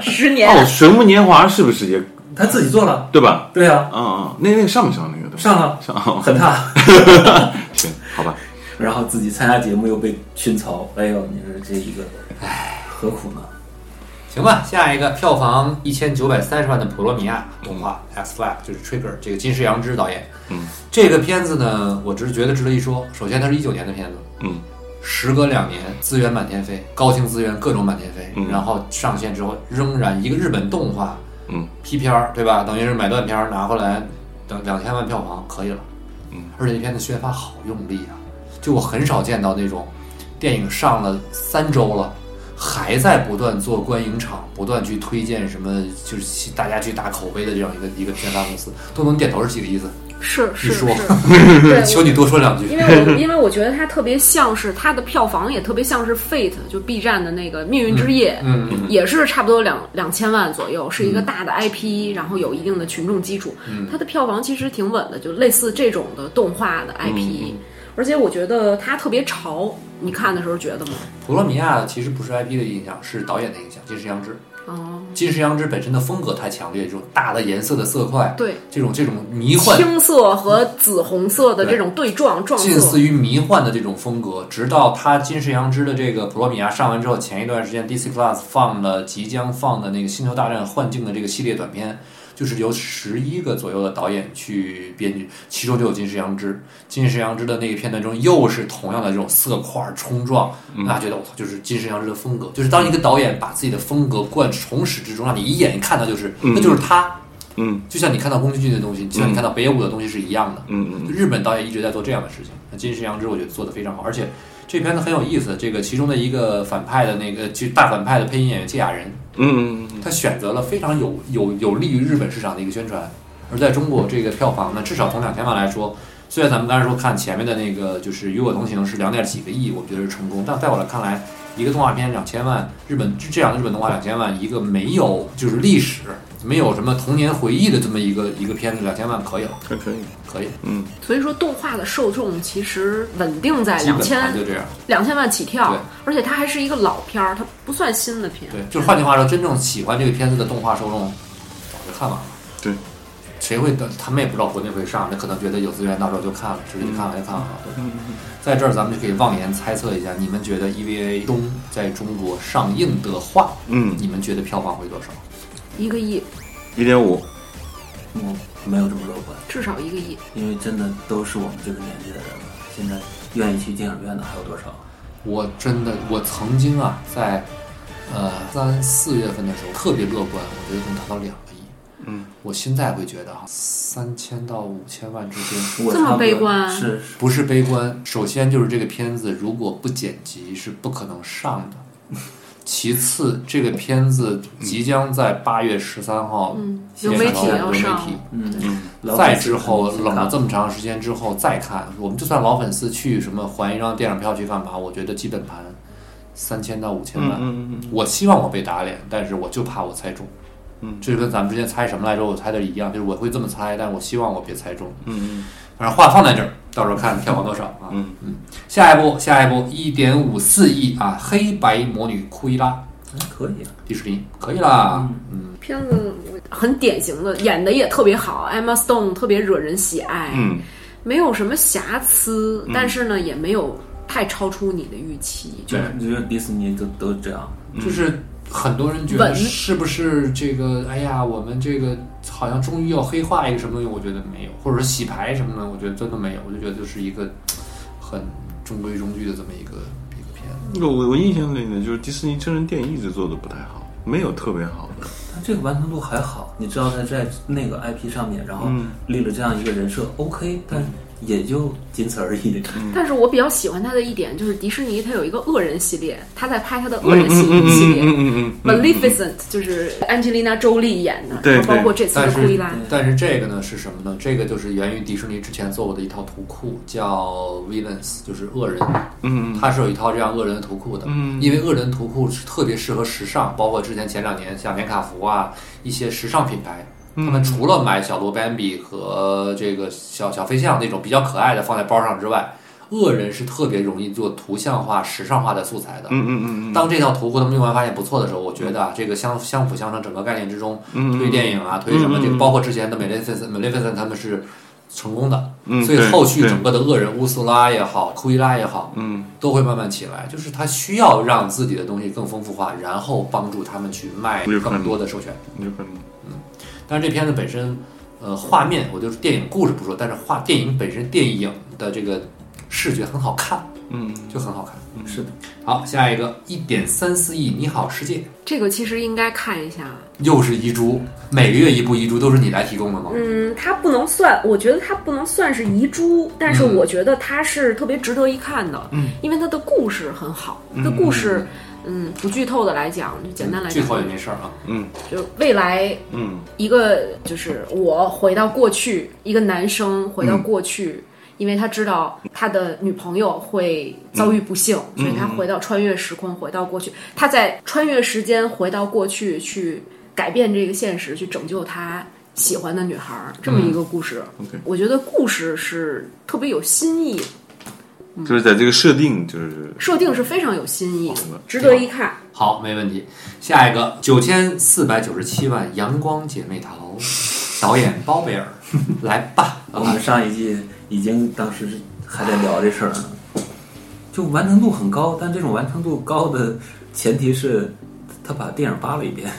E: 十年
D: 哦，《水木年华》是不是也
C: 他自己做了，
D: 对吧？
C: 对啊，
D: 嗯嗯，那那个上没上那个？对吧
C: 上了
D: 上哦
C: 很大，
D: 行，好吧。
C: 然后自己参加节目又被群嘲，哎呦，你说这一个，唉，何苦呢？
B: 行吧，下一个票房一千九百三十万的《普罗米亚》动画《X Five》就是 Trigger 这个金世阳之导演。
D: 嗯，
B: 这个片子呢，我只是觉得值得一说。首先，它是一九年的片子，
D: 嗯
B: 时隔两年，资源满天飞，高清资源各种满天飞，
D: 嗯
B: 然后上线之后仍然一个日本动画
D: 嗯
B: P 片儿，对吧？等于是买断片儿拿回来，等两千万票房可以了。
D: 嗯，
B: 而且这片子宣发好用力啊，就我很少见到那种电影上了三周了，还在不断做观影场，不断去推荐什么，就是大家去打口碑的这样一个一个宣发公司，都能点头是几个意思？
E: 是是
B: 你
E: 是
B: 说，
E: 对
B: 求你多说两句。
E: 因为我因为我觉得它特别像是它的票房也特别像是 Fate，就 B 站的那个《命运之夜》
B: 嗯嗯
E: 也是差不多两两千万左右，是一个大的 IP，、然后有一定的群众基础，
B: 嗯
E: 它的票房其实挺稳的，就类似这种的动画
B: 嗯
E: 的 IP，、而且我觉得它特别潮，你看的时候觉得吗？
B: 普罗米亚其实不是 IP 的影响，是导演的影响，金石阳之。
E: 哦，
B: 金石阳之本身的风格太强烈，这种大的颜色的色块，
E: 对，
B: 这种这种迷幻
E: 青色和紫红色的这种对撞撞
B: 近似
E: 色，
B: 于迷幻的这种风格，直到他金世阳之的这个《普罗米亚》上完之后，前一段时间 DC Plus 放了即将放的那个《星球大战：幻境》的这个系列短片，就是由十一个左右的导演去编剧，其中就有金世阳之。金世阳之的那个片段中，又是同样的这种色块冲撞，那觉得我操，就是金世阳之的风格，就是当一个导演把自己的风格贯从始至终，让你一眼看到就是，那就是他。
D: 嗯
B: 就像你看到宫崎骏的东西，就像你看到北野武的东西是一样的。
D: 嗯嗯
B: 就日本导演一直在做这样的事情。那金石阳之我觉得做得非常好，而且这片子很有意思。这个其中的一个反派的那个，就大反派的配音演员芥雅人，
D: 嗯嗯
B: 他选择了非常有有有利于日本市场的一个宣传。而在中国这个票房呢，至少从两千万来说，虽然咱们刚才说看前面的那个就是《与我同行》是两点几个亿，我觉得是成功，但在我来看来，一个动画片两千万，日本这样的日本动画两千万，一个没有就是历史没有什么童年回忆的这么一个一个片子，两千万可以了，
D: 还可以，
B: 可以，
D: 嗯，
E: 所以说动画的受众其实稳定在
B: 基
E: 两
B: 本盘
E: 千
B: 就这样。
E: 两千万起跳
B: 对，
E: 而且它还是一个老片儿，它不算新的片。
B: 对，就是换句话说，真正喜欢这个片子的动画受众早就看完了。
D: 对，
B: 谁会等？他们也不知道国内会上，那可能觉得有资源，到时候就看了，直接就看完就看完了，啊对吧？在这儿，咱们就可以妄言猜测一下，你们觉得 EVA 中在中国上映的话，
D: 嗯，
B: 你们觉得票房会多少？
E: 一个亿，
D: 一点五，
C: 我嗯没有这么乐观，
E: 至少一个亿。
C: 因为真的都是我们这个年纪的人了，现在愿意去电影院的还有多少？
B: 我真的，我曾经啊，在呃三四月份的时候特别乐观，我觉得能达到两个亿。
D: 嗯，
B: 我现在会觉得哈，三千到五千万之间，
C: 我
E: 这么
C: 差不多
E: 悲观
C: 是是，
B: 不是悲观，首先就是这个片子如果不剪辑是不可能上的。其次，这个片子即将在八月十三号
E: 嗯，
B: 线
E: 流
B: 上
E: 媒体
B: 流
E: 要
B: 媒
E: 上
B: 体，
C: 嗯，老
B: 再
C: 百姓
B: 之后
C: 肯定
B: 冷了
C: 看
B: 这么长时间之后再看，我们就算老粉丝去什么还一张电影票去干嘛，我觉得基本盘三千到五千万。
D: 嗯嗯
B: 我希望我被打脸，但是我就怕我猜中。
D: 嗯
B: 这就跟咱们之前猜什么来着，我猜的一样，就是我会这么猜，但我希望我别猜中。
D: 嗯
B: 反正话放在这儿，到时候看票房多少啊。
D: 嗯
B: 嗯，下一步，下一步一点五四亿啊，黑白魔女库伊拉，
C: 嗯可以啊，
B: 迪士尼可以啦。嗯，
E: 片子很典型的，演的也特别好，Emma Stone 特别惹人喜爱，
D: 嗯
E: 没有什么瑕疵，但是呢，也没有太超出你的预期。
B: 对，
C: 你觉得迪士尼都都这样，
B: 就是很多人觉得
E: 稳
B: 是不是这个？哎呀，我们这个好像终于要黑化一个什么东西，我觉得没有，或者说洗牌什么的，我觉得真的没有。我就觉得就是一个很中规中矩的这么一个一个片子。
D: 嗯，我我我印象里呢，就是迪士尼真人电影一直做的不太好，没有特别好的，
C: 但这个完成度还好。你知道他在那个 IP 上面，然后立了这样一个人设，OK，但也就仅此而已。
E: 但是我比较喜欢它的一点就是迪士尼它有一个恶人系列，它在拍它的恶人系系列。
D: 嗯
E: Maleficent 就是 Angelina Jolie 演的，
D: 对
E: 然后包括这次
B: 但
E: 的库伊
B: 是
E: 拉，
B: 但是这个呢是什么呢？这个就是源于迪士尼之前做过的一套图库，叫 Villains，就是恶人。
D: 嗯
B: 它是有一套这样恶人的图库的，
D: 嗯
B: 因为恶人图库是特别适合时尚，包括之前前两年像连卡佛啊一些时尚品牌，他
D: 嗯
B: 们除了买小罗班比和这个小小飞象那种比较可爱的放在包上之外，恶人是特别容易做图像化、时尚化的素材的。
D: 嗯嗯嗯，
B: 当这套图库他们用完发现不错的时候，我觉得啊，这个相相辅相成，整个概念之中，
D: 嗯
B: 推电影啊，推什么，这个包括之前的 Maleficent Maleficent 他们是成功的，
D: 嗯
B: 所以
D: 对
B: 后续
D: 对
B: 整个的恶人乌苏拉也好，库伊拉也好，
D: 嗯，
B: 都会慢慢起来，就是他需要让自己的东西更丰富化，然后帮助他们去卖
D: 有可能
B: 更多的授权。
D: 有可能，
B: 但是这片子本身，呃，画面我就是电影故事不说，但是画电影本身电影的这个视觉很好看，
D: 嗯
B: 就很好看。
C: 是的，
B: 好，下一个一点三四亿，你好世界。
E: 这个其实应该看一下。
B: 又是遗珠，每个月一部遗珠都是你来提供的吗？
E: 嗯，它不能算，我觉得它不能算是遗珠，但是
B: 嗯
E: 我觉得它是特别值得一看的，嗯，因为它的故事很好，它故事，嗯，不剧透的来讲，就简单来
B: 嗯剧
E: 讲，
B: 透也没事儿啊。
D: 嗯
E: 就未来
D: 嗯
E: 一个就是我回到过去，一个男生回到过
C: 嗯
E: 去，因为他知道他的女朋友会遭遇不幸，所以他回到穿越时空，回到过去，他在穿越时间回到过去去改变这个现实，去拯救他。喜欢的女孩儿，这么一个故事，
C: 嗯
D: ，OK，
E: 我觉得故事是特别有新意，
D: 就是在这个设定就是
E: 设定是非常有新意
D: 好
C: 嗯
D: 的，
E: 值得一看。
B: 好，没问题。下一个九千四百九十七万，《阳光姐妹淘》，导演包贝尔，来吧。
C: 我们上一季已经当时是还在聊这事儿呢，就完成度很高，但这种完成度高的前提是他把电影扒了一遍，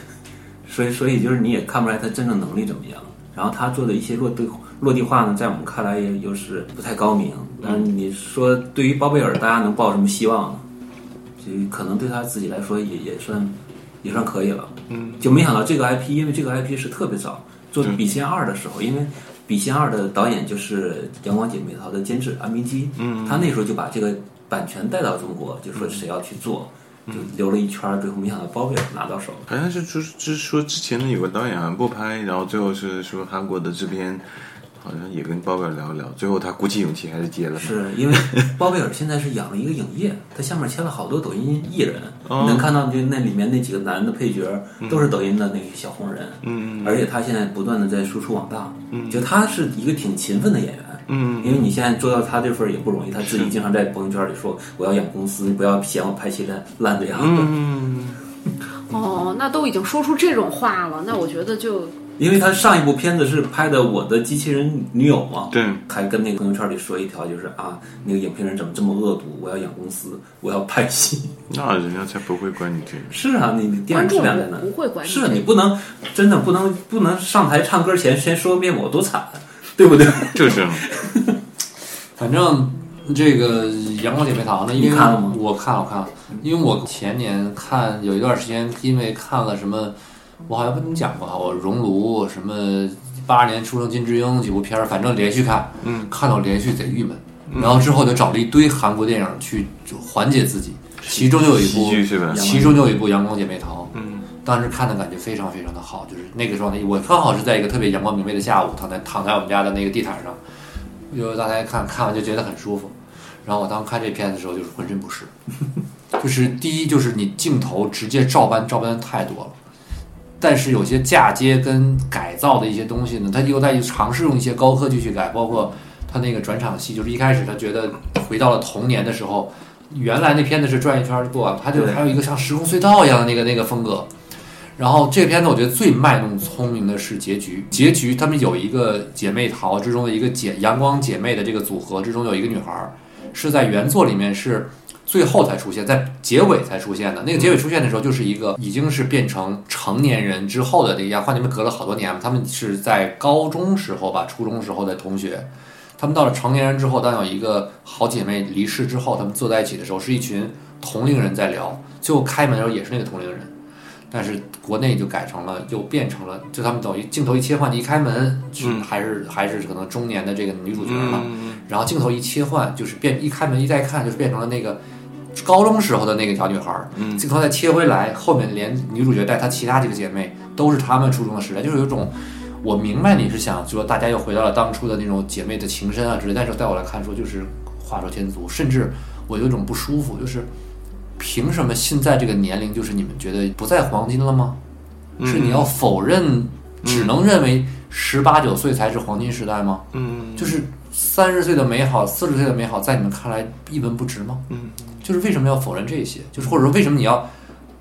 C: 所以所以就是你也看不出来他真正能力怎么样。然后他做的一些落地落地化呢，在我们看来也又是不太高明。嗯，你说对于包贝尔，大家能抱什么希望呢？就可能对他自己来说也也算也算可以了。嗯，就没想到这个 IP，因为这个 IP 是特别早做《笔仙二》的时候，因为《笔仙二》的导演就是《阳光姐妹淘》的监制安明基，嗯，他那时候就把这个版权带到中国，就说谁要去做，就留了一圈儿，最后没想到包贝尔拿到手了。
D: 好像是就是就是说之前呢有个导演韩国拍，然后最后是说韩国的制片好像也跟包贝尔聊了聊，最后他鼓起勇气还是接了。
C: 是因为包贝尔现在是养了一个影业，他下面签了好多抖音艺人，
D: 哦
C: 你能看到就那里面那几个男的配角都是抖音的那个小红人，
D: 嗯
C: 而且他现在不断的在输出往大，就他是一个挺勤奋的演员。
D: 嗯，
C: 因为你现在做到他这份儿也不容易，他自己经常在朋友圈里说我要养公司，不要嫌我拍戏烂烂这样。
D: 嗯，
E: 哦，那都已经说出这种话了，那我觉得就
C: 因为他上一部片子是拍的《我的机器人女友》嘛，
D: 对，
C: 还跟那个朋友圈里说一条，就是啊，那个影评人怎么这么恶毒？我要养公司，我要拍戏。
D: 那人家才不会管你这个。
C: 是啊，你你电
E: 观
C: 影质
E: 众
C: 量在哪？
E: 不会管你
C: 是啊，你不能真的不能不能上台唱歌前先说一遍我多惨， 对不对？
D: 就是，
B: 反正这个《阳光姐妹堂》呢，因为
C: 你看了吗
B: 我看我看了，因为我前年看有一段时间，因为看了什么，我好像跟你们讲过哈，我《熔炉》什么八二年出生金智英几部片儿，反正连续看，
D: 嗯，
B: 看到连续贼郁闷。
C: 嗯
B: 然后之后就找了一堆韩国电影去就缓解自己，其中就有一部
D: 喜剧是吧？
B: 其中就有一部《阳光姐妹淘》，
D: 嗯，
B: 当时看的感觉非常非常的好，就是那个状态，我刚好是在一个特别阳光明媚的下午，躺在躺在我们家的那个地毯上，就大家看看完就觉得很舒服。然后我当看这片子的时候，就是浑身不适， 就是第一就是你镜头直接照搬照搬的太多了，但是有些嫁接跟改造的一些东西呢，他又在尝试用一些高科技去改，包括他那个转场戏，就是一开始他觉得回到了童年的时候，原来那片子是转一圈儿就过完了，他就
C: 对
B: 还有一个像时空隧道一样的那个那个风格。然后这个片子我觉得最卖弄聪明的是结局，结局他们有一个姐妹淘之中的一个姐阳光姐妹的这个组合之中有一个女孩儿是在原作里面是最后才出现，在结尾才出现的。那个结尾出现的时候，就是一个已经是变成成年人之后的这个样。换你们隔了好多年嘛，他们是在高中时候吧，初中时候的同学。他们到了成年人之后，当有一个好姐妹离世之后，他们坐在一起的时候，是一群同龄人在聊。最后开门的时候也是那个同龄人，但是国内就改成了，又变成了，就他们等于镜头一切换，你一开门，是
D: 嗯
B: 还是还是可能中年的这个女主角了。
D: 嗯，
B: 然后镜头一切换，就是变一开门一再看，就是变成了那个高中时候的那个小女孩儿。
D: 嗯
B: 镜头再切回来，后面连女主角带她其他几个姐妹都是她们初中的时代，就是有一种我明白你是想说大家又回到了当初的那种姐妹的情深啊之类，但是在我来看说就是嗯画蛇添足，甚至我有一种不舒服，就是凭什么现在这个年龄就是你们觉得不再黄金了吗？
D: 嗯
B: 是你要否认，只能认为十八九岁才是黄金时代吗？
D: 嗯
B: 就是三十岁的美好，四十岁的美好，在你们看来一文不值吗？
D: 嗯，
B: 就是为什么要否认这些？就是或者说为什么你要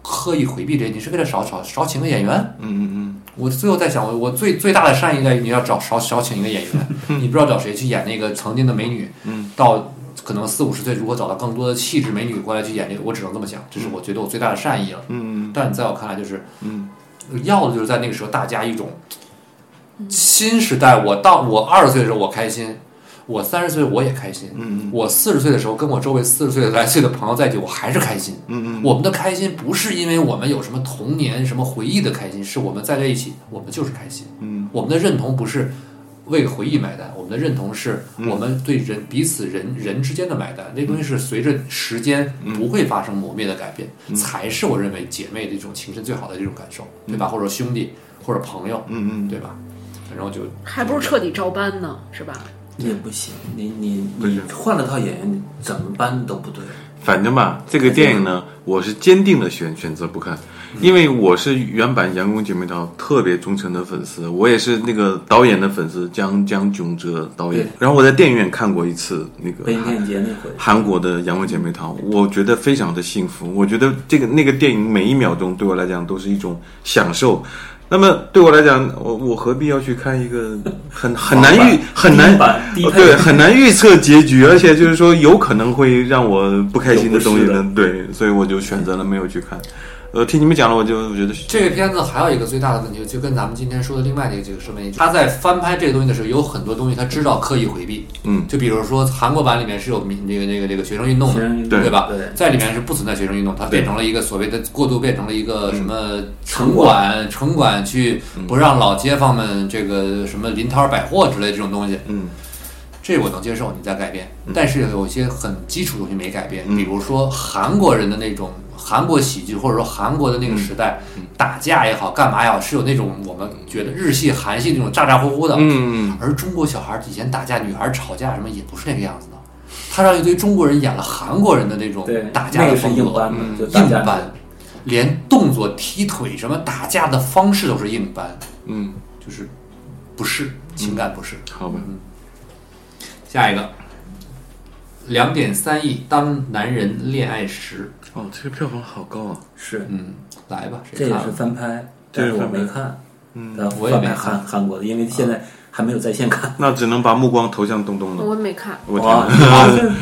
B: 刻意回避这些？你是为了少少少请个演员？
D: 嗯嗯
B: 我最后在想，我我最最大的善意在于你要找少少请一个演 员，你不知道找谁去演那个曾经的美女，
D: 嗯，
B: 到可能四五十岁如何找到更多的气质美女过来去演这个，我只能这么想，这是我觉得我最大的善意了。
D: 嗯
B: 但在我看来，就是
D: 嗯
B: 要的就是在那个时候大家一种新时代。我到我二十岁的时候我开心，我三十岁我也开心，
D: 嗯
B: 我四十岁的时候跟我周围四十岁来岁的朋友在一起，我还是开心。
D: 嗯
B: 我们的开心不是因为我们有什么童年什么回忆的开心，是我们在在一起，我们就是开心。
D: 嗯
B: 我们的认同不是为回忆买单，我们的认同是我们对人、彼此人人之间的买单。那东西是随着时间不会发生磨灭的改变，才是我认为姐妹的一种情深最好的这种感受，对吧？或者说兄弟，或者朋友，
D: 嗯嗯，
B: 对吧？反正我就
E: 还不是彻底照搬呢，是吧？
C: 也不行，你你
D: 不是
C: 你换了套演员，你怎么搬都不对。
D: 反正吧，这个电影呢，我是坚定的选选择不看，因为我是原版《阳光姐妹淘》特别忠诚的粉丝，我也是那个导演的粉丝，江江炯哲导演
C: 对。
D: 然后我在电影院看过一次那个
C: 北影电影节那回，
D: 韩国的《阳光姐妹淘》，我觉得非常的幸福。我觉得这个那个电影每一秒钟对我来讲都是一种享受。那么对我来讲，我我何必要去看一个 很很难预很难
C: 低版低配
D: 对很难预测结局，而且就是说有可能会让我不开心的东西
C: 有
D: 呢？对，所以我就选择了没有去看。呃，听你们讲了，我就我觉得
B: 这个片子还有一个最大的问题，就跟咱们今天说的另外那个这个什么，他在翻拍这个东西的时候，有很多东西他知道刻意回避，
D: 嗯
B: 就比如说韩国版里面是有民这个这个这个学生运动
C: 学
B: 的
C: 生运，
D: 动
B: 对吧？
C: 对
B: 在里面是不存在学生运动，它
D: 对
B: 变成了一个所谓的过度变成了一个什么城管，城管
D: 嗯
B: 去不让老街坊们这个什么临摊儿百货之类这种东西，
D: 嗯
B: 这我能接受，你再改变。
C: 嗯
B: 但是有一些很基础的东西没改变，比如说韩国人的那种韩国喜剧，或者说韩国的
C: 嗯
B: 那个时代，打架也好，干嘛也好，是有那种我们觉得日系、韩系那种咋咋呼呼的。
D: 嗯，
B: 而中国小孩以前打架，女孩吵架什么也不是那个样子的。他让一堆中国人演了韩国人的那种
C: 对，
B: 打架
C: 那
B: 的
C: 个是
B: 风格，嗯
C: 硬搬的，就大
B: 硬
C: 家
B: 搬，连动作、踢腿什么打架的方式都是硬搬，
D: 嗯，
B: 就是不是情感不是。
D: 好吧，
B: 下一个，两点三亿，当男人恋爱时，
D: 哦，这个票房好高啊，
C: 是，
B: 嗯，来吧，
C: 这
B: 谁
C: 也
B: 看
C: 是
B: 了？
C: 翻拍，但啊是我没看，嗯，啊
B: 我也
C: 翻
B: 没
C: 拍
B: 看
C: 韩韩国的，因为现在还没有在线看。
D: 那只能把目光投向东东了。
E: 我没看。
D: 我天
C: 哇
D: 哪，，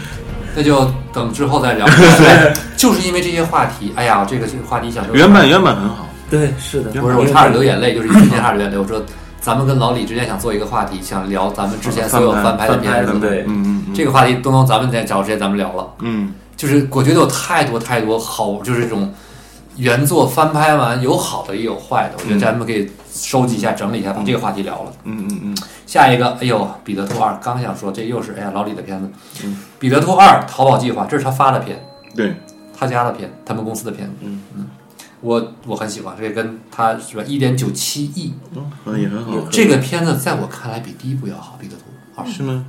B: 那就等之后再 聊。哎就是因为这些话题，哎呀，这个这个话题想说
D: 原版原版很好，
C: 对，是的，
B: 不是我差点流眼泪，就是一瞬间差点流眼泪。我说，咱们跟老李之前想做一个话题，想聊咱们之
D: 啊
B: 前所有翻拍的
C: 翻
B: 片
C: 拍
B: 子
C: 的，
B: 的。
C: 对，
D: 嗯嗯
B: 这个话题，东东，咱们再找时间咱们聊了。
D: 嗯
B: 就是我觉得有太多太多好，就是这种原作翻拍完有好的也有坏的，我觉得咱们可以收集一下、整理一下，把这个话题聊了。
D: 嗯嗯嗯
B: 下一个，哎呦，《彼得兔二》刚想说，这又是哎呀老李的片子，彼得兔二》淘宝计划》，这是他发的片，
D: 嗯，对，
B: 他家的片，他们公司的片子。
D: 嗯
B: 我我很喜欢这个，跟他是吧？一点九七亿，
D: 哦，好像也很好，
B: 这个片子在我看来比第一部要好，《彼得兔二》
D: 是吗？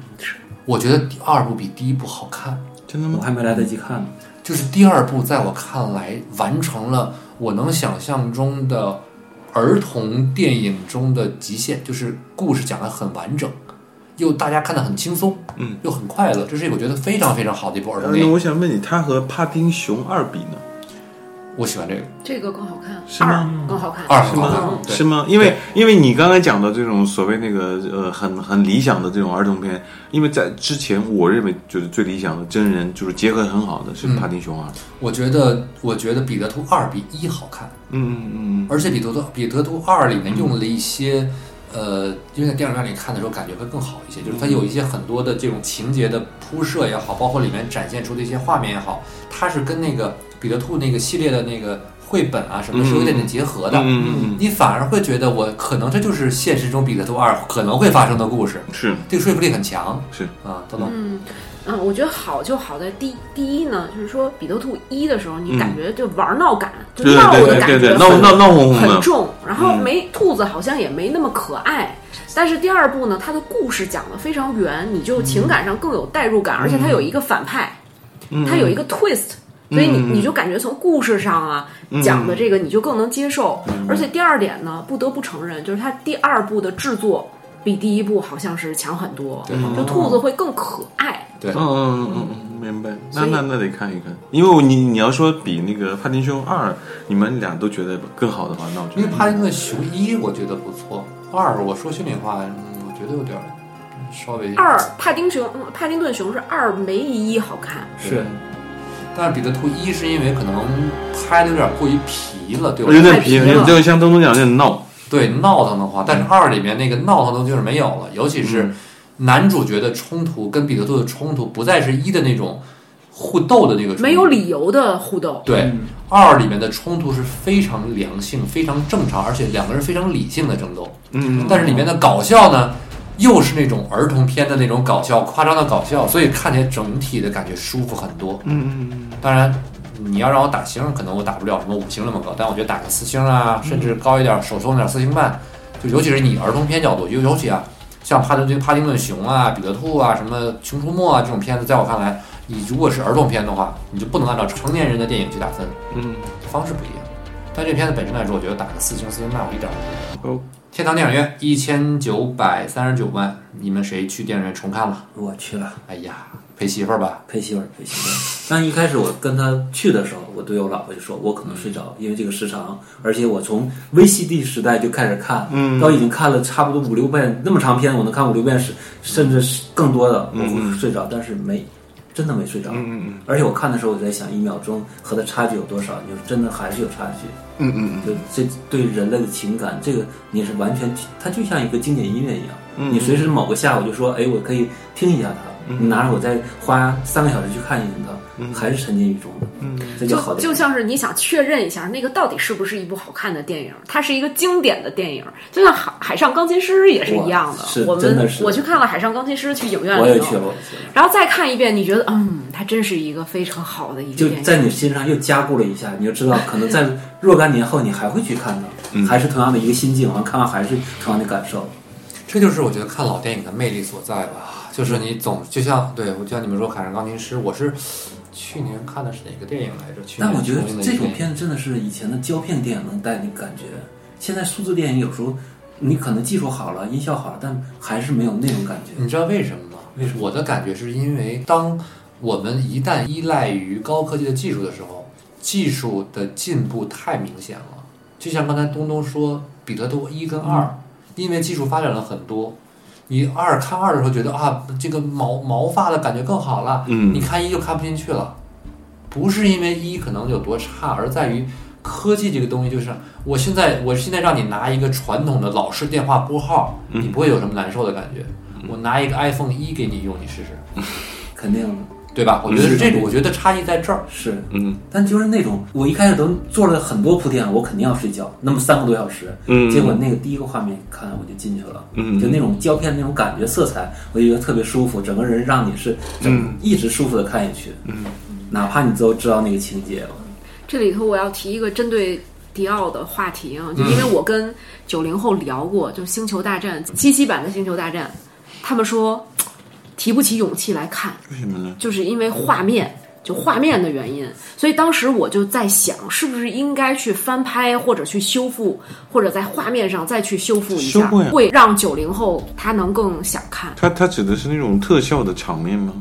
B: 我觉得第二部比第一部好看。
D: 真的
C: 我
D: 吗？
C: 还没来得及看呢。
B: 就是第二部在我看来完成了我能想象中的儿童电影中的极限，就是故事讲得很完整，又大家看得很轻松，
D: 嗯，
B: 又很快乐，这是一个我觉得非常非常好的一部儿
D: 呃
B: 童电
D: 那
B: 影。
D: 我想问你，他和帕丁熊二比呢？
B: 我喜欢这个
E: 这个更好看，
D: 是
E: 二
D: 吗
E: 更好看，嗯
B: 二很
D: 是
B: 好
D: 吗
B: 看，？对
D: 是吗？因为因为你刚才讲的这种所谓那个呃很很理想的这种儿童片，因为在之前我认为就是最理想的真人就是结合很好的是
B: 嗯
D: 帕丁熊二，
B: 我觉得我觉得《彼得兔二》比一好看，
D: 嗯嗯嗯
B: 而且《彼得兔彼得兔二》里
D: 嗯
B: 面用了一些。呃，因为在电影院里看的时候感觉会更好一些，就是它有一些很多的这种情节的铺设也好，包括里面展现出的一些画面也好，它是跟那个彼得兔那个系列的那个绘本啊什么的是有一点点结合的。
D: 嗯嗯
B: 你反而会觉得我可能这就是现实中彼得兔二可能会发生的故事，
D: 嗯，是
B: 这个说服力很强
D: 是，
B: 啊，等等。
E: 嗯。嗯，我觉得好就好在第第一呢，就是说《彼得兔一》的时候，你感觉就玩闹感，就
D: 嗯对
E: 闹
D: 对
E: 的
D: 对
E: 感
D: 对
E: 觉
D: 对，
E: 很
D: 闹闹闹哄哄
E: 很
D: 的，
E: 重，然后
D: 嗯
E: 没兔子好像也没那么可爱。但是第二部呢，它的故事讲的非常圆，你就情感上更有代入感，而且它有一个反派，它有一个 twist，、所以你你就感觉从故事上啊、讲的这个你就更能接受。而且第二点呢，不得不承认，就是它第二部的制作比第一部好像是强很多，
B: 对
E: 就兔子会更可爱。
B: 对
D: 嗯，嗯嗯嗯嗯，明白。那
E: 所以
D: 那那得看一看，因为我你你要说比那个帕丁熊二，你们俩都觉得更好的话，那我觉
B: 因
D: 得
B: 为帕丁顿熊一我觉得不错，二我说心里话，嗯我觉得有点儿嗯稍微
E: 二帕丁熊，嗯帕丁顿熊是二没一好看，
C: 是，
B: 但是彼得兔一是因为可能拍的有点过于皮了，对
D: 我
B: 吧？
D: 有
E: 觉得
D: 点皮，
E: 太皮了
D: 就像东东讲有点闹，
B: 对闹腾的话，但是二里面那个闹腾的就是没有了，尤其
D: 嗯
B: 是男主角的冲突跟彼得兔的冲突，不再是一的那种互斗的那个冲突
E: 没有。理由的互动。
B: 对，
C: 嗯
B: 二里面的冲突是非常良性、非常正常，而且两个人非常理性的争斗。
D: 嗯，
B: 但是里面的搞笑呢，又是那种儿童片的那种搞笑，夸张的搞笑，所以看起来整体的感觉舒服很多。嗯嗯嗯。当然，你要让我打星，可能我打不了什么五星那么高，但我觉得打个四星啊，甚至高一点，手松点四星半，就尤其是你儿童片角度，尤尤其啊，像帕丁顿帕丁顿熊啊、彼得兔啊、什么熊出没啊这种片子，在我看来，你如果是儿童片的话，你就不能按照成年人的电影去打分，
D: 嗯
B: 方式不一样。但这片子本身来说，我觉得打个四星、四星半，我一点儿都不觉得。
D: 哦
B: 天堂电影院一千九百三十九万，你们谁去电影院重看了？
C: 我去了。
B: 哎呀，陪媳妇儿吧。
C: 陪媳妇儿，陪媳妇儿。但一开始我跟他去的时候，我对我老婆就说，我可能睡着，因为这个时长，而且我从 VCD 时代就开始看，嗯，到已经看了差不多五六遍，那么长篇我能看五六遍是，甚至是更多的，我会睡着，但是没，真的没睡着，嗯嗯，而且我看的时候我在想，一秒钟和它差距有多少，就是真的还是有差距，
D: 嗯嗯
C: 就这对人类的情感，这个你是完全，它就像一个经典音乐一样，你随时某个下午就说，哎，我可以听一下它，你拿着我再花三个小时去看一整套，还是沉浸于中的，这就好
E: 就
C: 点
E: 就。像是你想确认一下那个到底是不是一部好看的电影，它是一个经典的电影，就像海《海上钢琴师》也是一样
C: 哇是
E: 我
C: 真的
E: 们
C: 是
E: 我去看了《海上钢琴师》，去影院
C: 我
E: 里
C: 也
E: 头
C: 去了，
E: 然后再看一遍，你觉得嗯，它真是一个非常好的一个
C: 就
E: 电影。
C: 在你心上又加固了一下，你就知道可能在若干年后你还会去看到，还是同样的一个心境，好像看完还是同样的感受。
B: 这就是我觉得看老电影的魅力所在吧，就是你总就像对我就像你们说《海上钢琴师》，我是去年看的是哪个电影来着？去
C: 但
B: 年
C: 我觉得
B: 重映的一
C: 这
B: 个
C: 种
B: 电影
C: 片子真的是以前的胶片电影能带你感觉，现在数字电影有时候你可能技术好了，音效好了，但还是没有那种感觉。
B: 你知道为什么吗？为什么？我的感觉是因为，当我们一旦依赖于高科技的技术的时候，技术的进步太明显了。就像刚才东东说，彼得多一跟二、因为技术发展了很多。你二看二的时候觉得啊，这个毛毛发的感觉更好了，
D: 嗯
B: 你看一就看不进去了，不是因为一可能有多差，而在于科技这个东西，就是我现在我现在让你拿一个传统的老式电话拨号，你不会有什么难受的感觉。我拿一个 iPhone 一给你用，你试试，
C: 肯定
B: 对吧？我觉得嗯是这个，我觉得差异在这儿。
C: 是，
D: 嗯，
C: 但就是那种我一开始都做了很多铺垫，我肯定要睡觉，那么三个多小时，
D: 嗯
C: 结果那个第一个画面看我就进去了，
D: 嗯
C: 就那种胶片那种感觉色彩，我就觉得特别舒服，整个人让你是整一直舒服的看下去，嗯，哪怕你都知道那个情节了，
E: 这里头我要提一个针对迪奥的话题啊，
C: 嗯
E: 就因为我跟九零后聊过，就《星球大战》七七版的《星球大战》，他们说嘖提不起勇气来看，
D: 为什么呢？
E: 就是因为画面。就画面的原因，所以当时我就在想，是不是应该去翻拍或者去修复，或者在画面上再去修复一
D: 修
E: 下，
D: 复呀
E: 会让九零后他能更想看
D: 它它指的是那种特效的场面吗？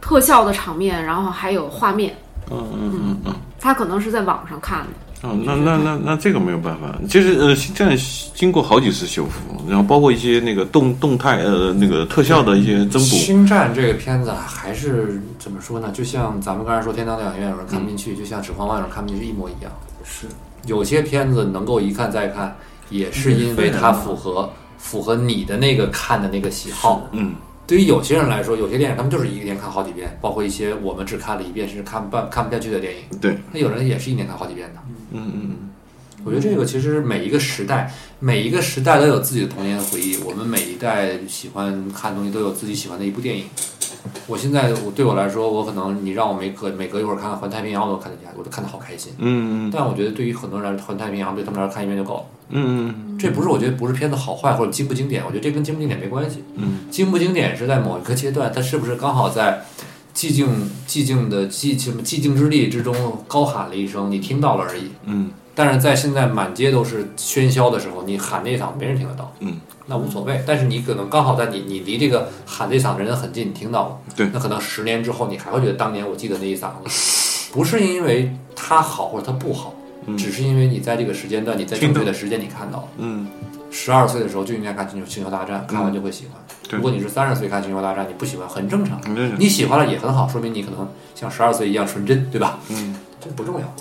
E: 特效的场面，然后还有画面，
D: 嗯嗯嗯嗯。
E: 他可能是在网上看的。
D: 哦，那那那那这个没有办法，就是呃，星战经过好几次修复，然后包括一些那个动动态呃那个特效的一些增补，
B: 星战这个片子啊还是怎么说呢？就像咱们刚才说，天堂电影院有人看不进
D: 嗯
B: 去，就像指环王有人看不进去一模一样。
C: 是
B: 有些片子能够一看再看，也是因
D: 嗯
B: 为它符合符合你的那个看的那个喜好。
D: 嗯，
B: 对于有些人来说，有些电影他们就是一天看好几遍，包括一些我们只看了一遍甚至看半看不下去的电影，
D: 对，
B: 那有人也是一年看好几遍的。
D: 嗯嗯
B: 我觉得这个其实每一个时代，每一个时代都有自己的童年回忆。我们每一代喜欢看东西都有自己喜欢的一部电影。我现在我对我来说，我可能你让我每隔每隔一会儿看看《环太平洋》，我都看得下，我都看得好开心。
D: 嗯嗯
B: 但我觉得对于很多人来说，《环太平洋》对他们来说看一遍就够了。
D: 嗯嗯
B: 这不是我觉得不是片子好坏或者经不经典，我觉得这跟经不经典没关系。
D: 嗯，
B: 经不经典是在某一个阶段，它是不是刚好在寂静寂静的寂什么寂静之地之中高喊了一声，你听到了而已。
D: 嗯
B: 但是在现在满街都是喧嚣的时候，你喊这一嗓没人听得到，
D: 嗯，
B: 那无所谓。但是你可能刚好在你你离这个喊这一嗓的人很近，你听到了，
D: 对
B: 那可能十年之后你还会觉得当年我记得那一嗓子， 不是因为它好或者它不好，只是因为你在这个时间段，你在正确的时间你看到了。
D: 嗯
B: 十二岁的时候就应该看《星球星球大战》，看完就会喜欢。
D: 对嗯
B: 如果你是三十岁看《星球大战》，你不喜欢很正常，
D: 很正常
B: 你喜欢了也很好，说明你可能像十二岁一样纯真，对吧？
D: 嗯，
B: 这不重要。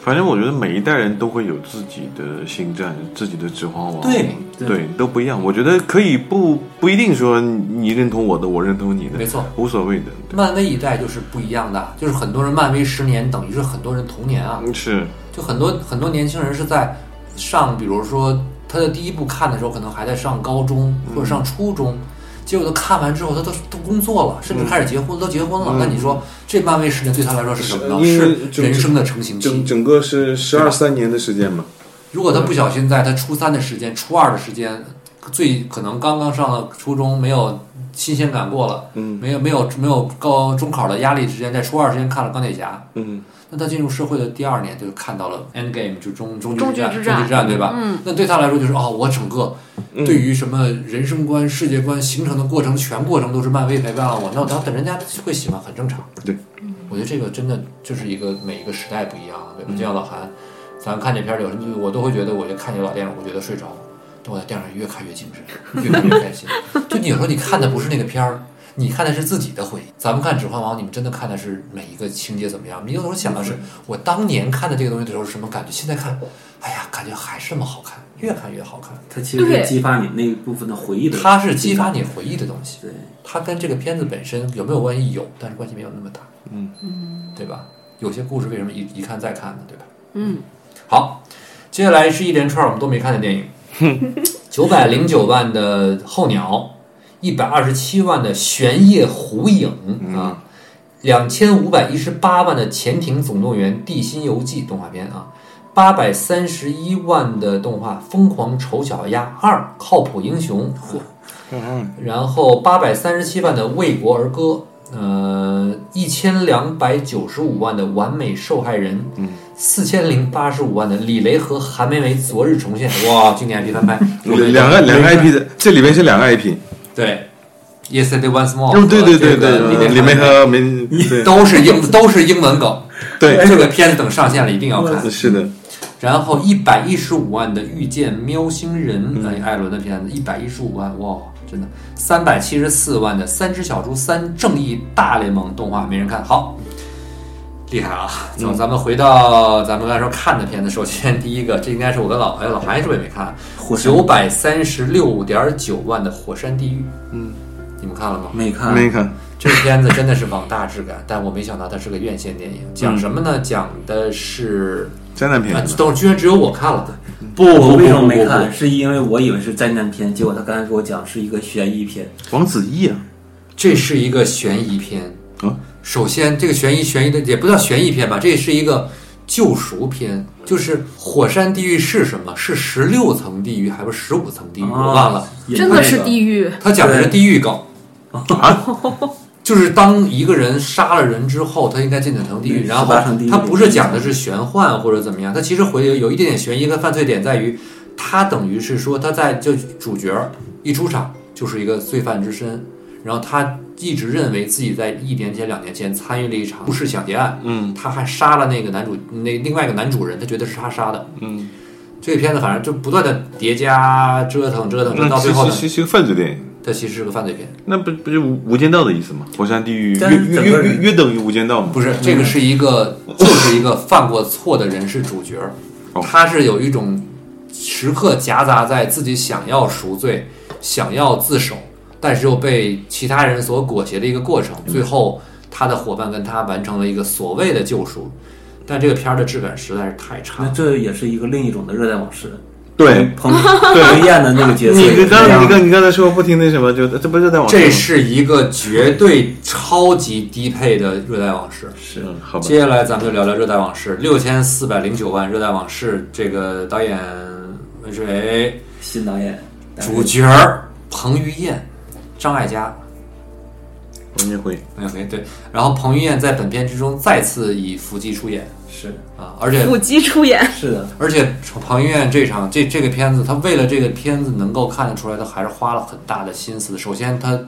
D: 反正我觉得每一代人都会有自己的星战，自己的指环王，
C: 对对
D: 对，都不一样。我觉得可以不不一定说你认同我的，我认同你的，
B: 没错，
D: 无所谓的。
B: 漫威一代就是不一样的，就是很多人漫威十年等于是很多人童年啊，
D: 对是，
B: 就很多很多年轻人是在上，比如说他的第一部看的时候，可能还在上高中
D: 嗯
B: 或者上初中，结果都看完之后，他都都工作
D: 嗯
B: 了，甚至开始结婚，都结婚了。那你说这漫威十年对他来说是什么呢？
D: 因为
B: 是人生的成型期。
D: 整个是十二三年的时间嘛。
B: 如果他不小心在他初三的时间、初二的时间，最可能刚刚上了初中，没有新鲜感过了，
D: 嗯
B: 没有没有没有高中考的压力之间，在初二时间看了钢铁侠，
D: 嗯
B: 那他进入社会的第二年就看到了 End Game，就终终局
E: 终
B: 之
E: 局
B: 战，
E: 之
B: 终
E: 战
B: 局之战，对吧？嗯，那对他来说就是哦，我整个对于什么人生观、世界观形成的过程，全过程都是漫威陪伴了我，那他人家会喜欢，很正常。
D: 对，
B: 我觉得这个真的就是一个每一个时代不一样，啊对
D: 嗯
B: 吧？就像老韩，咱们看这片儿有什么，我都会觉得，我就看这老电影，我觉得睡着了，但我在电影院越看越精神，越看越开心。就你有时候你看的不是那个片儿，你看的是自己的回忆，咱们看《指环王》，你们真的看的是每一个情节怎么样？你有时候想的是，我当年看的这个东西的时候是什么感觉，现在看，哎呀，感觉还是那么好看，越看越好看。
C: 它其实
E: 对
C: 是激发你那一部分的回忆的，
B: 它是激发你回忆的东西，
C: 对，
B: 它跟这个片子本身有没有关系？有，但是关系没有那么大，
D: 嗯
B: 嗯，对吧？有些故事为什么一一看再看呢？对吧？
E: 嗯，
B: 好，接下来是一连串我们都没看的电影，九百零九万的《候鸟》，一百二十七万的《玄夜狐影》
D: 嗯
B: 啊，两千五百一十八万的《潜艇总动员：地心游记》动画片啊，八百三十一万的动画《疯狂丑小鸭二：靠谱英雄》嚯然后八百三十七万的《为国而歌》，呃，一千两百九十五万的《完美受害人》，嗯，四千零八十五万的李雷和韩梅梅《昨日重现》，哇，经典 IP 翻拍，
D: 两个两个 IP 的，这里面是两个 IP，
B: 对，Yesterday Once More，
D: 哦，对对对
B: 和这个
D: 对，
B: 李
D: 里
B: 梅
D: 面
B: 和
D: 和没对
B: 都是英都是英文梗，
D: 对，
B: 这个片子等上线了一定要看。
D: 是的，
B: 然后一百一十五万的《遇见喵星人》，
D: 嗯
B: 哎，艾伦的片子，一百一十五万，哇，真的，三百七十四万的《三只小猪三：正义大联盟》动画没人看好，厉害啊！
D: 嗯
B: 走，咱们回到咱们刚才说看的片子，首先第一个，这应该是我跟老哎老韩是不是也没看？
C: 火山
B: 九百三十六点九万的《火山地狱》，嗯，你们看了吗？
C: 没看
D: 没看，
B: 这个片子真的是网大质感，但我没想到它是个院线电影，讲
C: 嗯
B: 什么呢？讲的是
D: 灾难
B: 啊
D: 片，是吧
B: 都居然只有我看了。不，
C: 嗯我为什么没
B: 不
C: 看？？是因为我以为是灾难片，结果他刚才给我讲是一个悬疑片。
D: 王子异啊，
B: 这是一个悬疑片。
C: 哦
D: 啊
B: 首先，这个悬疑悬疑的也不叫悬疑片吧，这是一个救赎片，就是火山地狱是什么？是十六层地狱还是十五层地狱？
C: 哦
B: 我忘了。
E: 真的是地
C: 狱。
E: 狱，
B: 他讲的是地狱梗，
D: 啊
B: 就是当一个人杀了人之后，他应该进哪层地狱？
C: 嗯
B: 然后
C: 18层地狱
B: 他不是讲的是玄幻或者怎么样，他其实回有一点点悬疑跟犯罪点在于，他等于是说他在就主角一出场就是一个罪犯之身，然后他一直认为自己在一年前、两年前参与了一场不是抢劫案，
D: 嗯
B: 他还杀了那个男主那另外一个男主人，他觉得是他杀的。
D: 嗯，
B: 这个片子反正就不断的叠加折腾折腾，折腾嗯到
D: 那
B: 最
D: 嗯其
B: 后呢
D: 实，其实是个犯罪电影。
B: 它其实是个犯罪片。
D: 那不不就无无间道的意思吗？火山地狱
C: 但
D: 约
C: 是整
D: 约
C: 个
D: 约
C: 人
D: 约约等于无间道吗？
B: 不是，这个是一个，就是一个犯过错的人是主角儿，
D: 哦
B: 他是有一种时刻夹杂在自己想要赎罪、想要自首，但是又被其他人所裹挟的一个过程。最后，他的伙伴跟他完成了一个所谓的救赎，但这个片儿的质感实在是太差
C: 那
B: 了。
C: 这也是一个另一种的热带往 事。
D: 对，
C: 彭彭于晏的那个角色也
D: 你
C: 是这
D: 刚
C: 样，
D: 你刚你刚才说不听那什么，就这不是在网上
B: 这是一个绝对超级低配的《热带往事》。
C: 是
D: 嗯好吧？
B: 接下来咱们就聊聊《热带往事》，六千四百零九万，《热带往事》这个导演温水伟，
C: 新导演，但是
B: 主角儿彭于晏、张艾嘉。
D: 王建辉
B: 哎，对，然后彭于晏在本片之中再次以伏击出演
C: 是
B: 啊，而且
E: 腹肌出演，
C: 是的，
B: 而且彭于晏这场这这个片子，他为了这个片子能够看得出来，他还是花了很大的心思的。首先，他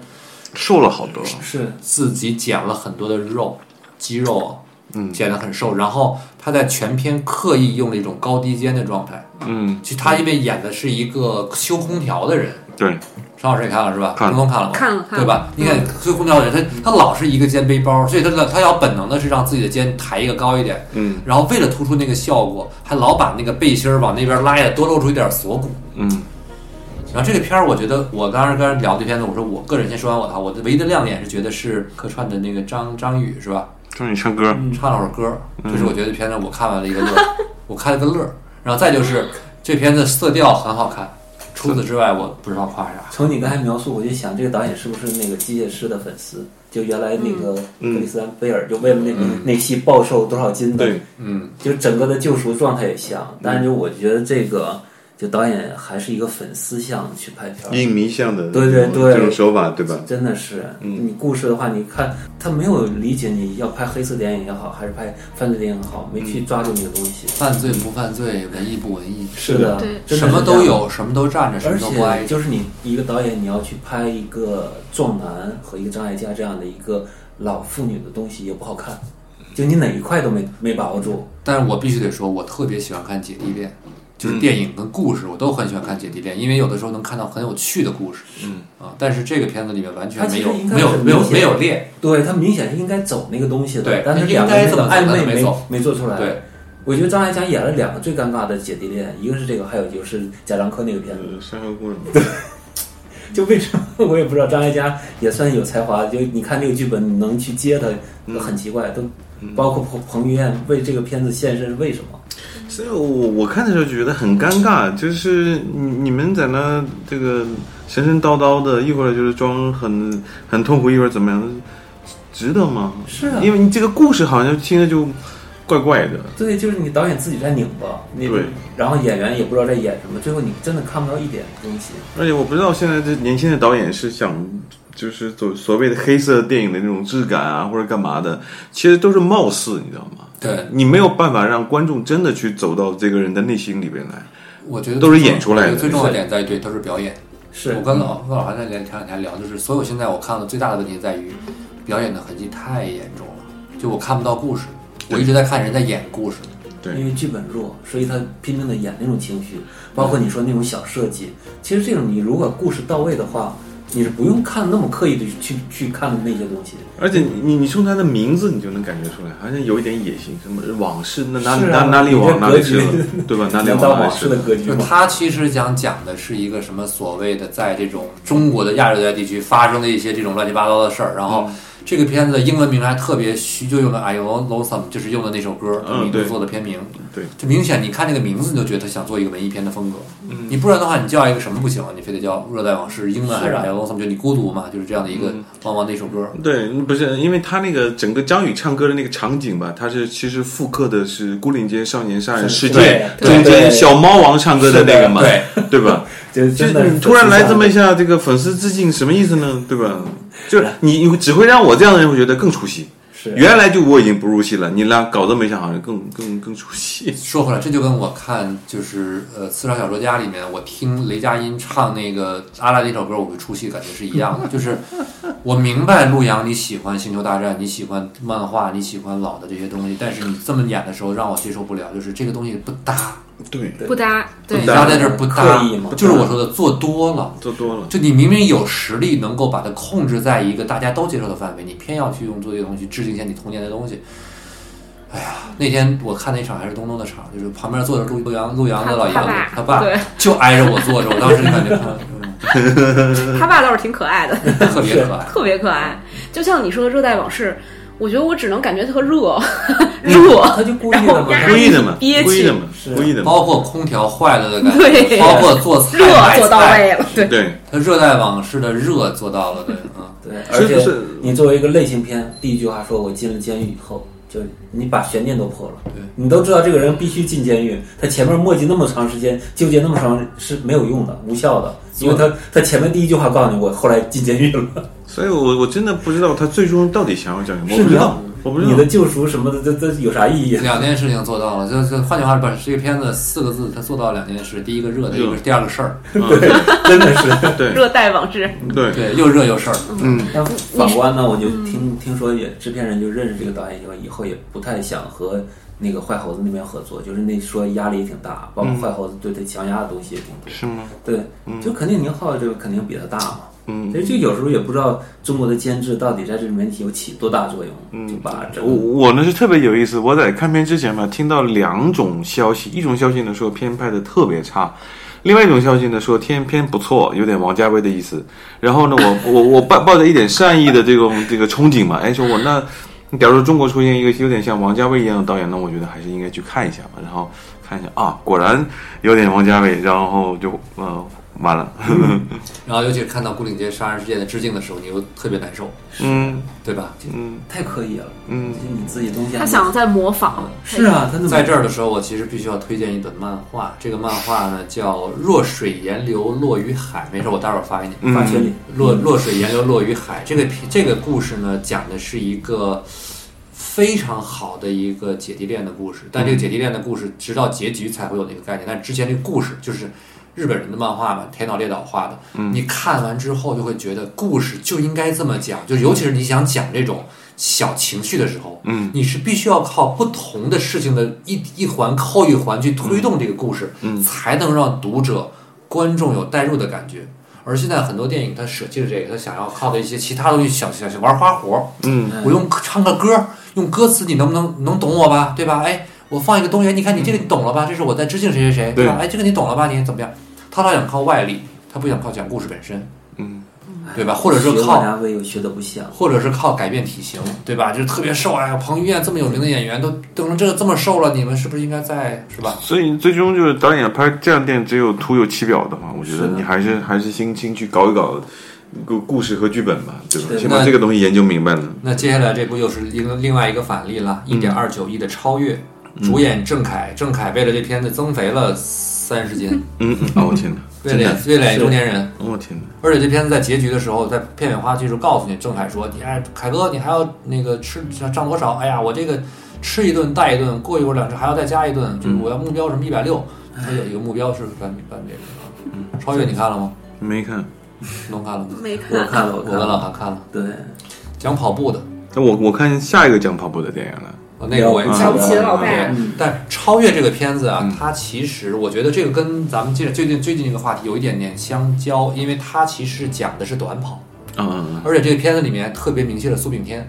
D: 瘦了好多，
C: 是
B: 自己减了很多的肉，肌肉，嗯，减得很瘦。然后他在全片刻意用了一种高低肩的状态，
D: 嗯，
B: 其实他因为演的是一个修空调的人，
D: 对，
B: 张老师也看了是吧？
D: 看了
B: 成龙看了吗？
E: 看了看
B: 对
E: 了
B: 吧？你看
E: 嗯
B: 修空调的人，他他老是一个肩背包，所以他的他要本能的是让自己的肩抬一个高一点，
D: 嗯，
B: 然后为了突出那个效果，还老把那个背心儿往那边拉一下，多露出一点锁骨。
D: 嗯，
B: 然后这个片儿，我觉得我当时跟人聊这片子，我说我个人先说完我的哈，我的唯一的亮点是觉得是客串的那个张张宇是吧？
D: 终于唱歌，
C: 嗯
B: 唱了会儿歌，这是我觉得片子我看完了一个乐 儿，我看了个乐儿。然后再就是这片子色调很好看，除此之外我不知道夸啥。
C: 从你刚才描述，我就想这个导演是不是那个机械师的粉丝？就原来那个
B: 嗯
C: 克里斯丹贝尔，就为了那、那期暴瘦多少斤的，
D: 对，
B: 嗯，
C: 就整个的救赎状态也像。但是就我觉得这个，就导演还是一个粉丝向去拍片儿，
D: 影迷向的
C: 对对对
D: 这种手法对吧？
C: 真的是，
B: 嗯
C: 你故事的话，你看他没有理解你要拍黑色电影也好，还是拍犯罪电影也好，
B: 嗯
C: 没去抓住那个东西。
B: 犯罪不犯罪，文艺不文艺，
C: 是的，
E: 对
B: 什
C: 真的是
B: 么
C: 这
B: 都
C: 样。
B: 有，什么都站着，什
C: 而
B: 么都不挨
C: 且
B: 着。
C: 就是你一个导演，你要去拍一个壮男和一个张艾嘉这样的一个老妇女的东西也不好看，就你哪一块都没没把握住。
B: 但是我必须得说，我特别喜欢看姐弟恋，
C: 嗯
B: 就是电影跟故事，我都很喜欢看姐弟恋，因为有的时候能看到很有趣的故事。
D: 嗯
B: 啊，但是这个片子里面完全
C: 它
B: 没
C: 其实
B: 有
C: 应该
B: 没有
C: 很
B: 没有
C: 明显
B: 没有恋，
C: 对他明显是应该走那个东西的，
B: 对
C: 但是
B: 应
C: 两个
B: 该
C: 人那
B: 这么
C: 种
B: 走
C: 暧
B: 但
C: 昧
B: 是没
C: 没
B: 走
C: 没做出来。
B: 对，
C: 我觉得张艾嘉演了两个最尴尬的姐弟恋，一个是这个，还有就是贾樟柯那个片
B: 嗯
C: 子。
D: 呃，山河故人嘛，
C: 就为什么我也不知道，张艾嘉也算有才华，就你看这个剧本，你能去接他，
D: 嗯
C: 很奇怪。都
B: 嗯
C: 包括彭彭于晏为这个片子献身是为什么？
D: 所以我我看的时候就觉得很尴尬，就是你你们在那这个神神叨叨的，一会儿就是装很很痛苦，一会儿怎么样，值得吗？
C: 是啊
D: 因为你这个故事好像听着就怪怪的，
C: 对，就是你导演自己在拧巴，你
D: 对
C: 然后演员也不知道在演什么，最后你真的看不到一点东西。
D: 而且我不知道现在这年轻的导演是想就是所所谓的黑色电影的那种质感啊，或者干嘛的，其实都是貌似，你知道吗？
B: 对，
D: 你没有办法让观众真的去走到这个人的内心里边来。
B: 我觉得
D: 都是演出来的
B: 我觉得最重要的点在于对都是表演。
C: 是
B: 我跟老跟老韩在聊前两天聊，就是所有现在我看到最大的问题在于表演的痕迹太严重了，就我看不到故事，我一直在看人在演故事。
D: 对
C: 因为剧本弱，所以他拼命的演那种情绪，包括你说那种小设计。其实这种你如果故事到位的话，你是不用看那么刻意的去去看那些东西。
D: 而且你你从他的名字你就能感觉出来，好像有一点野心，什么往事那哪、
C: 是啊
D: 哪哪里
C: 你这
D: 往哪里
C: 格
D: 去
C: 局
D: 了，对吧？哪里
C: 能
D: 往
C: 到
D: 哪
C: 往
D: 里去
C: 事的
D: 了？
C: 格局
B: 就
C: 吗？
B: 他其实想讲的是一个什么所谓的在这种中国的亚热带地区发生的一些这种乱七八糟的事儿，然后这个片子的英文名还特别虚，就用了 I Will Lonesome，就是用的那首歌
D: 嗯
B: 名
D: 对
B: 字做的片名。
D: 对，
B: 就明显你看这个名字，你就觉得他想做一个文艺片的风格。
D: 嗯
B: 你不然的话，你叫一个什么不行？啊你非得叫《热带往事》英文还是
C: 是啊
B: I Will Lonesome？就你孤独嘛，就是这样的一个
D: 嗯
B: 汪汪的一首歌。
D: 对，不是因为他那个整个张宇唱歌的那个场景吧，他是其实复刻的是《牯岭街少年杀人事件》
C: 对
D: 中
C: 对
D: 间小猫王唱歌的那个嘛，
B: 对，
D: 对吧？
C: 就
D: 就
C: 真的
D: 是
C: 是
D: 你突然来这么一
C: 想
D: 下，这个粉丝致敬什么意思呢？对吧？就是你你只会让我这样的人会觉得更出戏。
C: 是
D: 原来就我已经不入戏了，你俩搞这么一下，好像更更更出戏。
B: 说回来，这就跟我看就是呃《刺杀小说家》里面，我听雷佳音唱那个阿拉丁那首歌，我会出戏，感觉是一样的。就是我明白陆阳你喜欢《星球大战》，你喜欢漫画，你喜欢老的这些东西，但是你这么演的时候让我接受不了，就是这个东西不搭，
D: 对，
E: 不搭，对
B: 你搭在这儿不搭
C: 刻意嘛，
B: 就是我说的做多了。
D: 做多了。
B: 就你明明有实力能够把它控制在一个大家都接受的范围，你偏要去用做这些东西致敬一些你童年的东西。哎呀，那天我看那场还是东东的场，就是旁边坐着陆陆阳陆阳的老爷
E: 他
B: 子，他
E: 他
B: 爸
E: 对
B: 就挨着我坐着，我当时就感觉他
E: 他爸倒是挺可 爱的，
B: 嗯特别 可爱。
E: 特别可爱。就像你说的《热带往事》，我觉得我只能感觉特 热，
D: 嗯
E: 热。
C: 他就故意
E: 然后
C: 的嘛，
E: 压
D: 故意的嘛，
E: 憋气
D: 故意的嘛，
C: 是
D: 故意的嘛。
B: 包括空调坏了的感觉，
E: 对
B: 包括做菜
E: 热
B: 买
E: 做到
B: 菜，
E: 位了，对，
D: 对，
B: 他热带往事的热做到 了，对，嗯，
C: 对，而
D: 是不是
C: 且你作为一个类型片，第一句话说我进了监狱以后，就你把悬念都破了。
B: 对
C: 你都知道这个人必须进监狱，他前面磨叽那么长时间，纠结那么长是没有用的，无效的，因为他他前面第一句话告诉你我后来进监狱了，
D: 所以我我真的不知道他最终到底想要讲什么，我
C: 是
D: 不知
C: 的
D: 道，我不知
C: 你的
D: 道。
C: 救赎什么的，这这这有啥意义？啊
B: 两件事情做到了，就就换句话说，这个片子四个字，他做到了两件事，第一个热，第一个
D: 热
B: 第二个事儿，
D: 嗯
C: 真的是。
D: 对对
E: 热带往事。
D: 对，
B: 对，又热又事儿，
D: 嗯，
C: 但反观呢，我就听听说也制片人就认识这个导演以后，以后也不太想和那个坏猴子那边合作，就是那说压力也挺大，包括
D: 嗯
C: 坏猴子对他强压的东西也挺多。
D: 是吗？
C: 对，就肯定宁浩就肯定比他大嘛。
D: 嗯
C: 其实就有时候也不知道中国的监制到底在这里面有起多大作用，就把整
D: 我
C: 个
D: 我呢是特别有意思，我在看片之前吧，听到两种消息，一种消息呢说片拍的特别差，另外一种消息呢说天片不错，有点王家卫的意思。然后呢，我 我我抱抱着一点善意的这种这个憧憬嘛，哎，说我那假如中国出现一个有点像王家卫一样的导演，那我觉得还是应该去看一下嘛。然后看一下啊，果然有点王家卫，然后就呃完了，
B: 然后尤其是看到牯岭街杀人事件的致敬的时候，你又特别难受，
D: 嗯
B: 对吧？
D: 嗯
C: 太刻意了。
D: 嗯，
C: 就你自己东西还
E: 他想在模仿，
C: 是啊，他怎么
B: 在这儿的时候，我其实必须要推荐一本漫画，这个漫画呢叫《若水沿流落于海》，没事，我待会儿发给你。
D: 嗯
C: 发群里？
B: 落落水沿流落于海，这个片这个故事呢，讲的是一个非常好的一个
D: 嗯
B: 姐弟恋的故事，但这个姐弟恋的故事直到结局才会有那个概念，但之前这个故事就是日本人的漫画嘛，田岛列岛画的，
D: 嗯
B: 你看完之后就会觉得故事就应该这么讲，就尤其是你想讲这种小情绪的时候，
D: 嗯，
B: 你是必须要靠不同的事情的一一环扣一环去推动这个故事，
D: 嗯
B: 才能让读者观众有代入的感觉。而现在很多电影它舍弃了这个，它想要靠的一些其他东西，想想想玩花活，
D: 嗯
B: 我用唱个歌，用歌词，你能不能能懂我吧？对吧？哎，我放一个东西，哎你看你这个你懂了吧？这是我在致敬谁谁谁，
D: 嗯对
B: 吧？哎，这个你懂了吧？你怎么样？他老想靠外力，他不想靠讲故事本身，
D: 嗯
B: 对吧？或者是
C: 学
B: 靠
C: 王家卫又学的不像，
B: 或者是靠改变体型，对吧？就是特别瘦，哎呀，彭于晏这么有名的演员都都成这个这么瘦了，你们是不是应该在是吧？
D: 所以最终就是导演拍这样电影只有徒有其表的嘛，我觉
C: 是
D: 得
C: 的
D: 你还是还是先先去搞一搞故故事和剧本吧，对吧？
C: 对
D: 先把
B: 那
D: 这个东西研究明白了。
B: 那接下来这部又是另另外一个反例了，
D: 嗯
B: 一点二九亿的超越，主演郑恺，郑恺为了这片子增肥了三十 斤，
D: 嗯，嗯啊，我天哪，
B: 为了演为了演
C: 是
B: 中年人。
D: 我天哪，
B: 而且这片子在结局的时候，在片尾花絮就告诉你，郑恺说：“你哎，凯哥，你还要那个吃涨多少？哎呀，我这个吃一顿带一顿，过一会儿两天还要再加一顿，就是我要目标什么一百六。”他有一个目标是咱咱这个啊超越，你看了吗？
D: 没看，
B: 龙看了吗？
E: 没
C: 我
E: 看。
C: 看了，
B: 我
C: 看
B: 跟老
C: 了，
B: 韩看了，
C: 对，
B: 讲跑步的。
D: 那我我看下一个讲跑步的电影了。
B: 呃那个我也
D: 了
B: 看
D: 不
B: 了
D: 起
E: 老戴
B: 对
C: 嗯
B: 但超越这个片子啊，
D: 嗯
B: 它其实我觉得这个跟咱们近最近最近这个话题有一点点相交，因为它其实讲的是短跑。
D: 啊啊
B: 而且这个片子里面特别明确了苏炳添。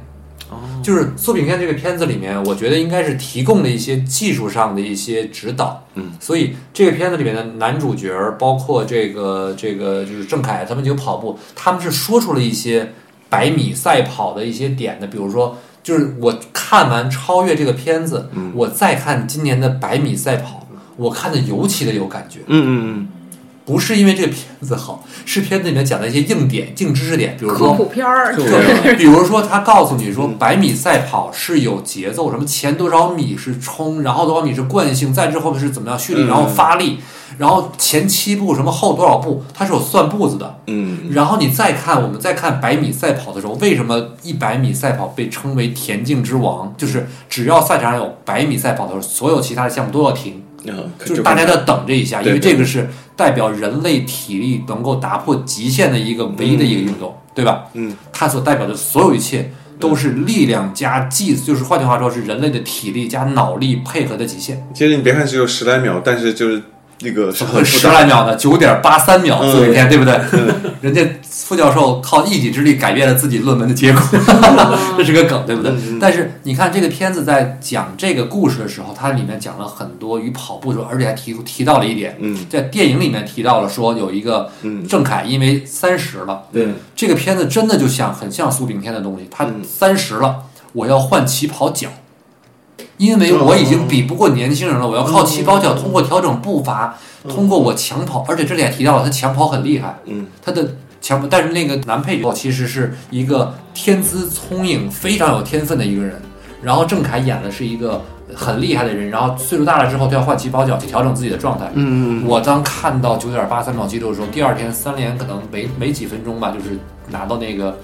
B: 就是苏炳添这个片子里面，我觉得应该是提供了一些技术上的一些指导，
D: 嗯，
B: 所以这个片子里面的男主角，包括这个这个就是郑恺他们就跑步，他们是说出了一些百米赛跑的一些点的，比如说，就是我看完《超越》这个片子，我再看今年的百米赛跑，我看的尤其的有感觉，
D: 嗯嗯
B: 不是因为这个片子好，是片子里面讲的一些硬点、硬知识点，比如说
E: 科普片儿，
D: 对
B: 对，比如说他告诉你说百米赛跑是有节奏，什么前多少米是冲，然后多少米是惯性，再之后是怎么样蓄力，
D: 嗯
B: 然后发力，然后前七步什么后多少步，它是有算步子的。
D: 嗯嗯，
B: 然后你再看我们再看百米赛跑的时候，为什么一百米赛跑被称为田径之王？就是只要赛场上有百米赛跑的时候，所有其他的项目都要停。
D: 啊
B: 就是大家都要等这一下，因
D: 对
B: 为
D: 对
B: 这个是代表人类体力能够打破极限的一个唯一的一个运动，对吧？
D: 嗯，
B: 它所代表的所有一切都是力量加技，就是换句话说是人类的体力加脑力配合的极限。
D: 其实你别看只有十来秒，但是就是那个是很复
B: 十
D: 杂
B: 来秒呢，九点八三秒，
D: 嗯
B: 昨天对不对？人家副教授靠一己之力改变了自己论文的 结果，这是个梗，对不
D: 嗯
B: 对？但是你看这个片子在讲这个故事的时候，它里面讲了很多与跑步的时候，而且还提出提到了一点，
D: 嗯
B: 在电影里面提到了说有一个
D: 嗯
B: 郑恺因为三十了，
C: 对，
B: 这个片子真的就像很像苏炳添的东西，他三十了，我要换起跑脚。因为我已经比不过年轻人了，我要靠起跑脚，通过调整步伐，通过我抢跑，而且这里也提到了他抢跑很厉害，
D: 嗯，
B: 他的抢跑，但是那个男配角其实是一个天资聪颖、非常有天分的一个人，然后郑恺演的是一个很厉害的人，然后岁数大了之后他要换起跑脚去调整自己的状态，
D: 嗯嗯
B: 我当看到九点八三秒记录的时候，第二天三连可能没没几分钟吧，就是拿到那个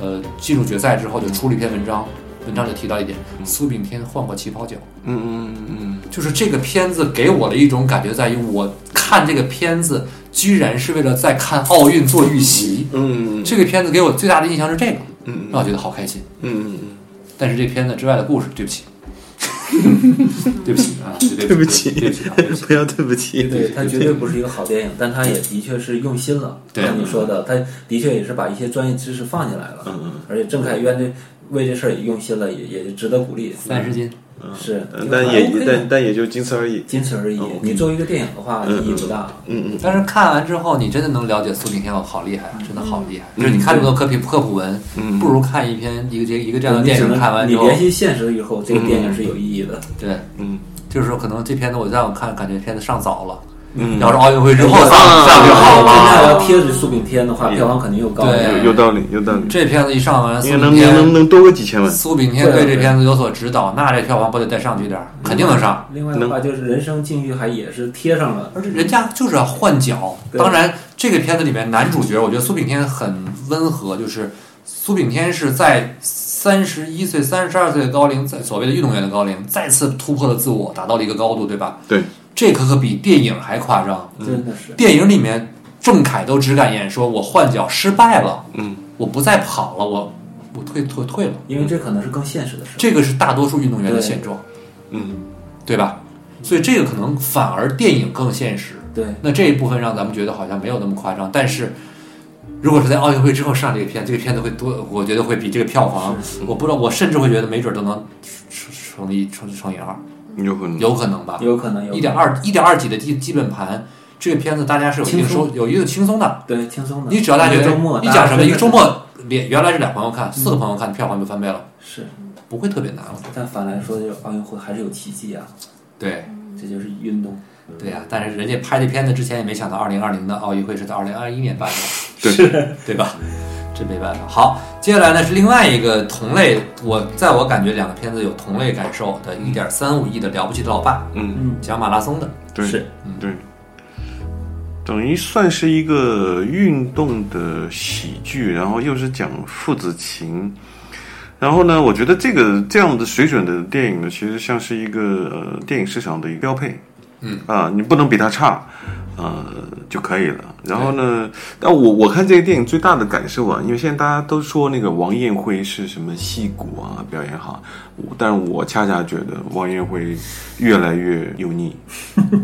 B: 呃进入决赛之后，就出了一篇文章，文章就提到一点，苏炳添换过起跑脚，
D: 嗯嗯嗯
B: 就是这个片子给我的一种感觉在于，我看这个片子居然是为了在看奥运做预习。
D: 嗯嗯
B: 这个片子给我最大的印象是这个，
D: 嗯
B: 让我觉得好开心。
D: 嗯嗯，
B: 但是这片子之外的故事，对不 起，对不起啊，对
D: 对不
B: 不
D: 起
B: 起，对不起，啊对不起。
D: 不要对不起，
C: 对，它绝对不是一个好电影，但它也的确是用心了。
B: 对
C: 像你说的，它的确也是把一些专业知识放进来了。
D: 嗯嗯
C: 而且郑恺渊这为这事儿也用心了，也也值得鼓励。
B: 三十斤，
C: 是
D: 嗯，但也但但也就仅此而已。
C: 仅此而
B: 哦
C: 已。
B: 嗯
C: 你作为一个电影的话，意义不大。
D: 嗯嗯
B: 但是看完之后，你真的能了解苏炳添有好厉害啊，真的好厉害。就是你看这么多科普科普文，
D: 嗯，
B: 不如看一篇一个这一个这样的
C: 你
B: 电
C: 只
B: 影，
C: 能
B: 看完
C: 你
B: 之后，
C: 联系现实以后，这个电影是有意义的。
B: 对，
D: 嗯
B: 就是说可能这片子我让我看，感觉片子上早了。
D: 嗯，
B: 要是奥运会之后上
D: 嗯
B: 上就好
C: 现在
B: 了。
C: 要贴着苏炳添的话，票房肯定又高一点。
B: 对
D: 嗯有道理有道理，
B: 这片子一上完，苏
D: 因为
B: 炳
D: 能能能
B: 添
D: 能多个几千万。
B: 苏炳添对这片子有所指导，那这票房不得再上去点
D: 嗯
B: 儿？肯定能上。
C: 另外的话，就是人生境遇还也是贴上了。
B: 而且人家就是要换角。
C: 对
B: 当然，这个片子里面男主角，我觉得苏炳添很温和，就是苏炳添是在三十一岁、三十二岁的高龄，在所谓的运动员的高龄，再次突破了自我，达到了一个高度，对吧？
D: 对，
B: 这可可比电影还夸张。
C: 真的是
B: 电影里面郑恺都只敢演说我换脚失败了，
D: 嗯，
B: 我不再跑了，我我退退退了。
C: 因为这可能是更现实的事。
B: 这个是大多数运动员的现状，
D: 嗯，
B: 对吧？所以这个可能反而电影更现实。
C: 对，
B: 那这一部分让咱们觉得好像没有那么夸张，但是如果是在奥运会之后上这个片，这个片子会多，我觉得会比这个票房，我不知道，我甚至会觉得没准都能乘以乘乘以二，
D: 有可能
B: 有可能吧？
C: 有可能有
B: 一点二一点二几的基基本盘，这个片子大家是有一定
C: 轻松
B: 收有一定轻松的，
C: 对轻松的。
B: 你只要大家觉
C: 一个
B: 得
C: 周末，
B: 你讲什么一个周
C: 大
B: 末，连原来是俩朋友看，四个朋友看，票房就翻倍了，
C: 家真的是，
B: 不会特别难了。
C: 但反来说，就是奥运会还是有奇迹啊，
B: 对
C: 这就是运动。
B: 对呀、但是人家拍这片子之前也没想到，二零二零的奥运会是在二零二一年办的。
D: 对，
B: 对吧？这没办法。好，接下来呢是另外一个同类，我在我感觉两个片子有同类感受的，一点三五亿的《了不起的老爸
D: 嗯，
C: 嗯》，，
B: 讲马拉松的，
D: 对，
C: 是
D: 对，等于算是一个运动的喜剧，然后又是讲父子情。然后呢，我觉得这个这样的水准的电影呢，其实像是一个呃电影市场的一个标配，
B: 嗯
D: 啊，你不能比它差，呃就可以了。然后呢，但我我看这个电影最大的感受啊，因为现在大家都说那个王艳辉是什么戏骨啊，表演好，我但我恰恰觉得王艳辉越来越油 腻，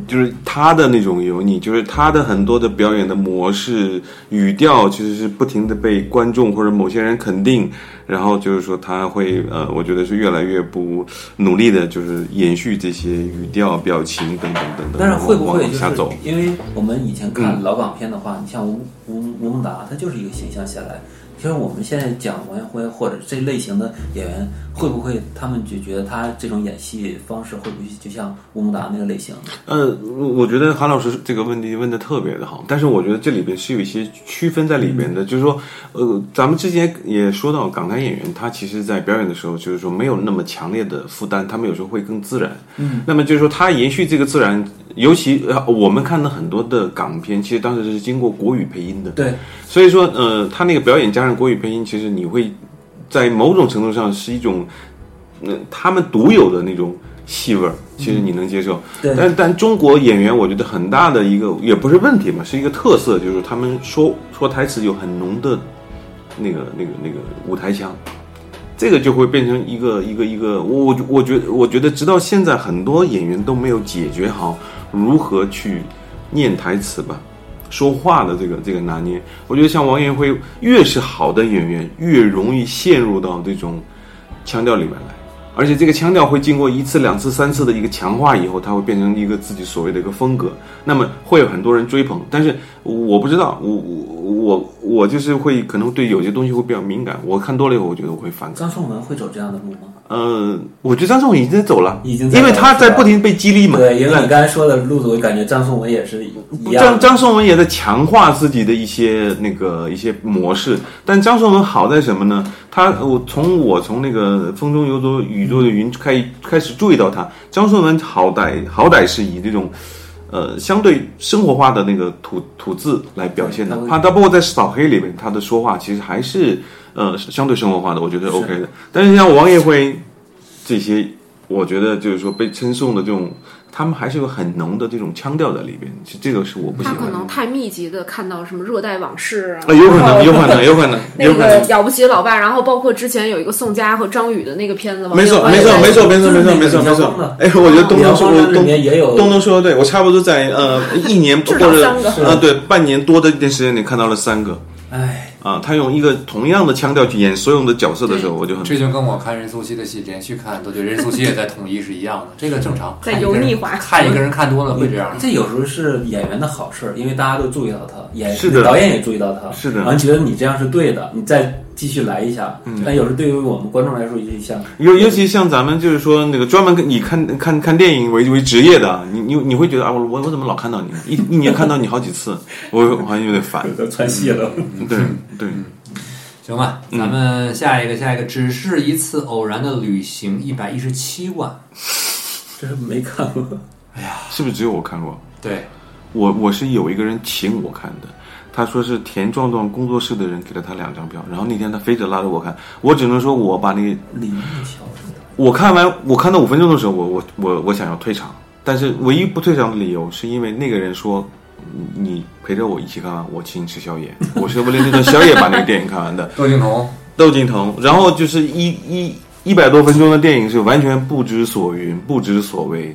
D: 就是他的那种油腻，就是他的很多的表演的模式、语调，其实是不停的被观众或者某些人肯定，然后就是说他会呃，我觉得是越来越不努力的，就是延续这些语调、表情等等等等，
C: 但是会不会
D: 往
C: 就
D: 下
C: 是
D: 走？
C: 因为我们以前看
D: 嗯
C: 老港片的话，你像吴吴吴孟达，他就是一个形象下来。其实我们现在讲王艳辉或者这类型的演员，会不会他们就觉得他这种演戏方式会不会就像吴孟达那个类型？
D: 呃，我我觉得韩老师这个问题问的特别的好，但是我觉得这里边是有一些区分在里边的，就是说，呃，咱们之前也说到，港台演员他其实在表演的时候，就是说没有那么强烈的负担，他们有时候会更自然。嗯，那么就是说，他延续这个自然，尤其呃，我们看的很多的港片，其实当时是经过国语配音的。
C: 对，
D: 所以说，呃，他那个表演加上国语配音，其实你会在某种程度上是一种，呃，他们独有的那种戏味儿，其实你能接受。
C: 对
D: 但但中国演员，我觉得很大的一个也不是问题嘛，是一个特色，就是他们说说台词有很浓的那个那个那个舞台腔。这个就会变成一个一个一个，我我我觉我觉得直到现在，很多演员都没有解决好如何去念台词吧，说话的这个这个拿捏。我觉得像王彦辉，越是好的演员，越容易陷入到这种腔调里面来，而且这个腔调会经过一次、两次、三次的一个强化以后，它会变成一个自己所谓的一个风格。那么会有很多人追捧，但是我不知道，我我我我就是会可能对有些东西会比较敏感，我看多了以后，我觉得我会反感。
C: 张颂文会走这样的路吗？
D: 呃，我觉得张颂文已经在走了，
C: 已经在
D: 因为
C: 走
D: 他
C: 了
D: 在
C: 是吧
D: 不停被激励嘛，
C: 对，因为你刚才说的路子，我感觉张颂文也是一一样
D: 张
C: 的。
D: 张颂文也在强化自己的一些那个一些模式，但张颂文好在什么呢？他我从我从那个风中游走宇宙的云开开始注意到他，张颂文好歹好歹是以这种。呃，相对生活化的那个吐吐字来表现的
C: 对，
D: 他他包括在扫黑里面，他的说话其实还是呃相对生活化的，我觉得 OK 的。但是像王艳辉这些，我觉得就是说被称颂的这种，他们还是有很浓的这种腔调在里边，其实这个是我不喜
E: 他
D: 欢
E: 可能
D: 的。
E: 太密集的看到什么《热带往事》啊，
D: 啊，有可
E: 然后
D: 能，有可能，有可能，
E: 那
D: 有可
E: 个
D: 能。
E: 了不起的老爸，然后包括之前有一个宋佳和张宇的那个片子，
D: 没错，
E: 网
D: 没
E: 友
D: 错，
E: 也
D: 没错，没错，
C: 就是
D: 没错，
C: 那
D: 没
C: 个
D: 错，没
C: 阳
D: 错
C: 光的。
D: 哎，我觉得东东说，
C: 阳光
D: 我
C: 的
D: 东
C: 里面也有
D: 东东说的对，我差不多在 呃一年或
E: 至少
D: 者
E: 三个
D: 呃对半年多的一段时间里看到了三个
C: 哎，
D: 啊，他用一个同样的腔调去演所有的角色的时候，我就很
B: 这就跟我看任素汐的戏连续看，都觉得任素汐也在统一是一样的，这个正常。
E: 在
B: 看一个人
E: 油腻化
B: 看一个人看多了会这样。
C: 这有时候是演员的好事，因为大家都注意到他，演
D: 是的
C: 导演也注意到他，
D: 是的
C: 然后觉得你这样是对的，你再继续来一下。
B: 嗯
C: 但有时候对于我们观众来说，也像
D: 尤尤其像咱们就是说那个专门跟以看看看电影为为职业的啊，你你你会觉得啊，我我我怎么老看到你？一一年看到你好几次， 我我好像有点烦。
C: 都穿戏了。
D: 对对，
B: 行吧，咱们下一个，下一个，只是一次偶然的旅行，一百一十七万。
C: 这是没看过，
D: 是不是只有我看过？
B: 对，
D: 我我是有一个人请我看的，他说是田壮壮工作室的人给了他两张票，然后那天他非得拉着我看，我只能说我把那个
C: 李玉桥是吧
D: 我看完我看到五分钟的时候，我我我我想要退场，但是唯一不退场的理由是因为那个人说。嗯你陪着我一起看完，我请你吃宵夜。我是为了那顿宵夜把那个电影看完的。
B: 窦靖童，
D: 窦靖童，然后就是一一一百多分钟的电影是完全不知所云、不知所谓，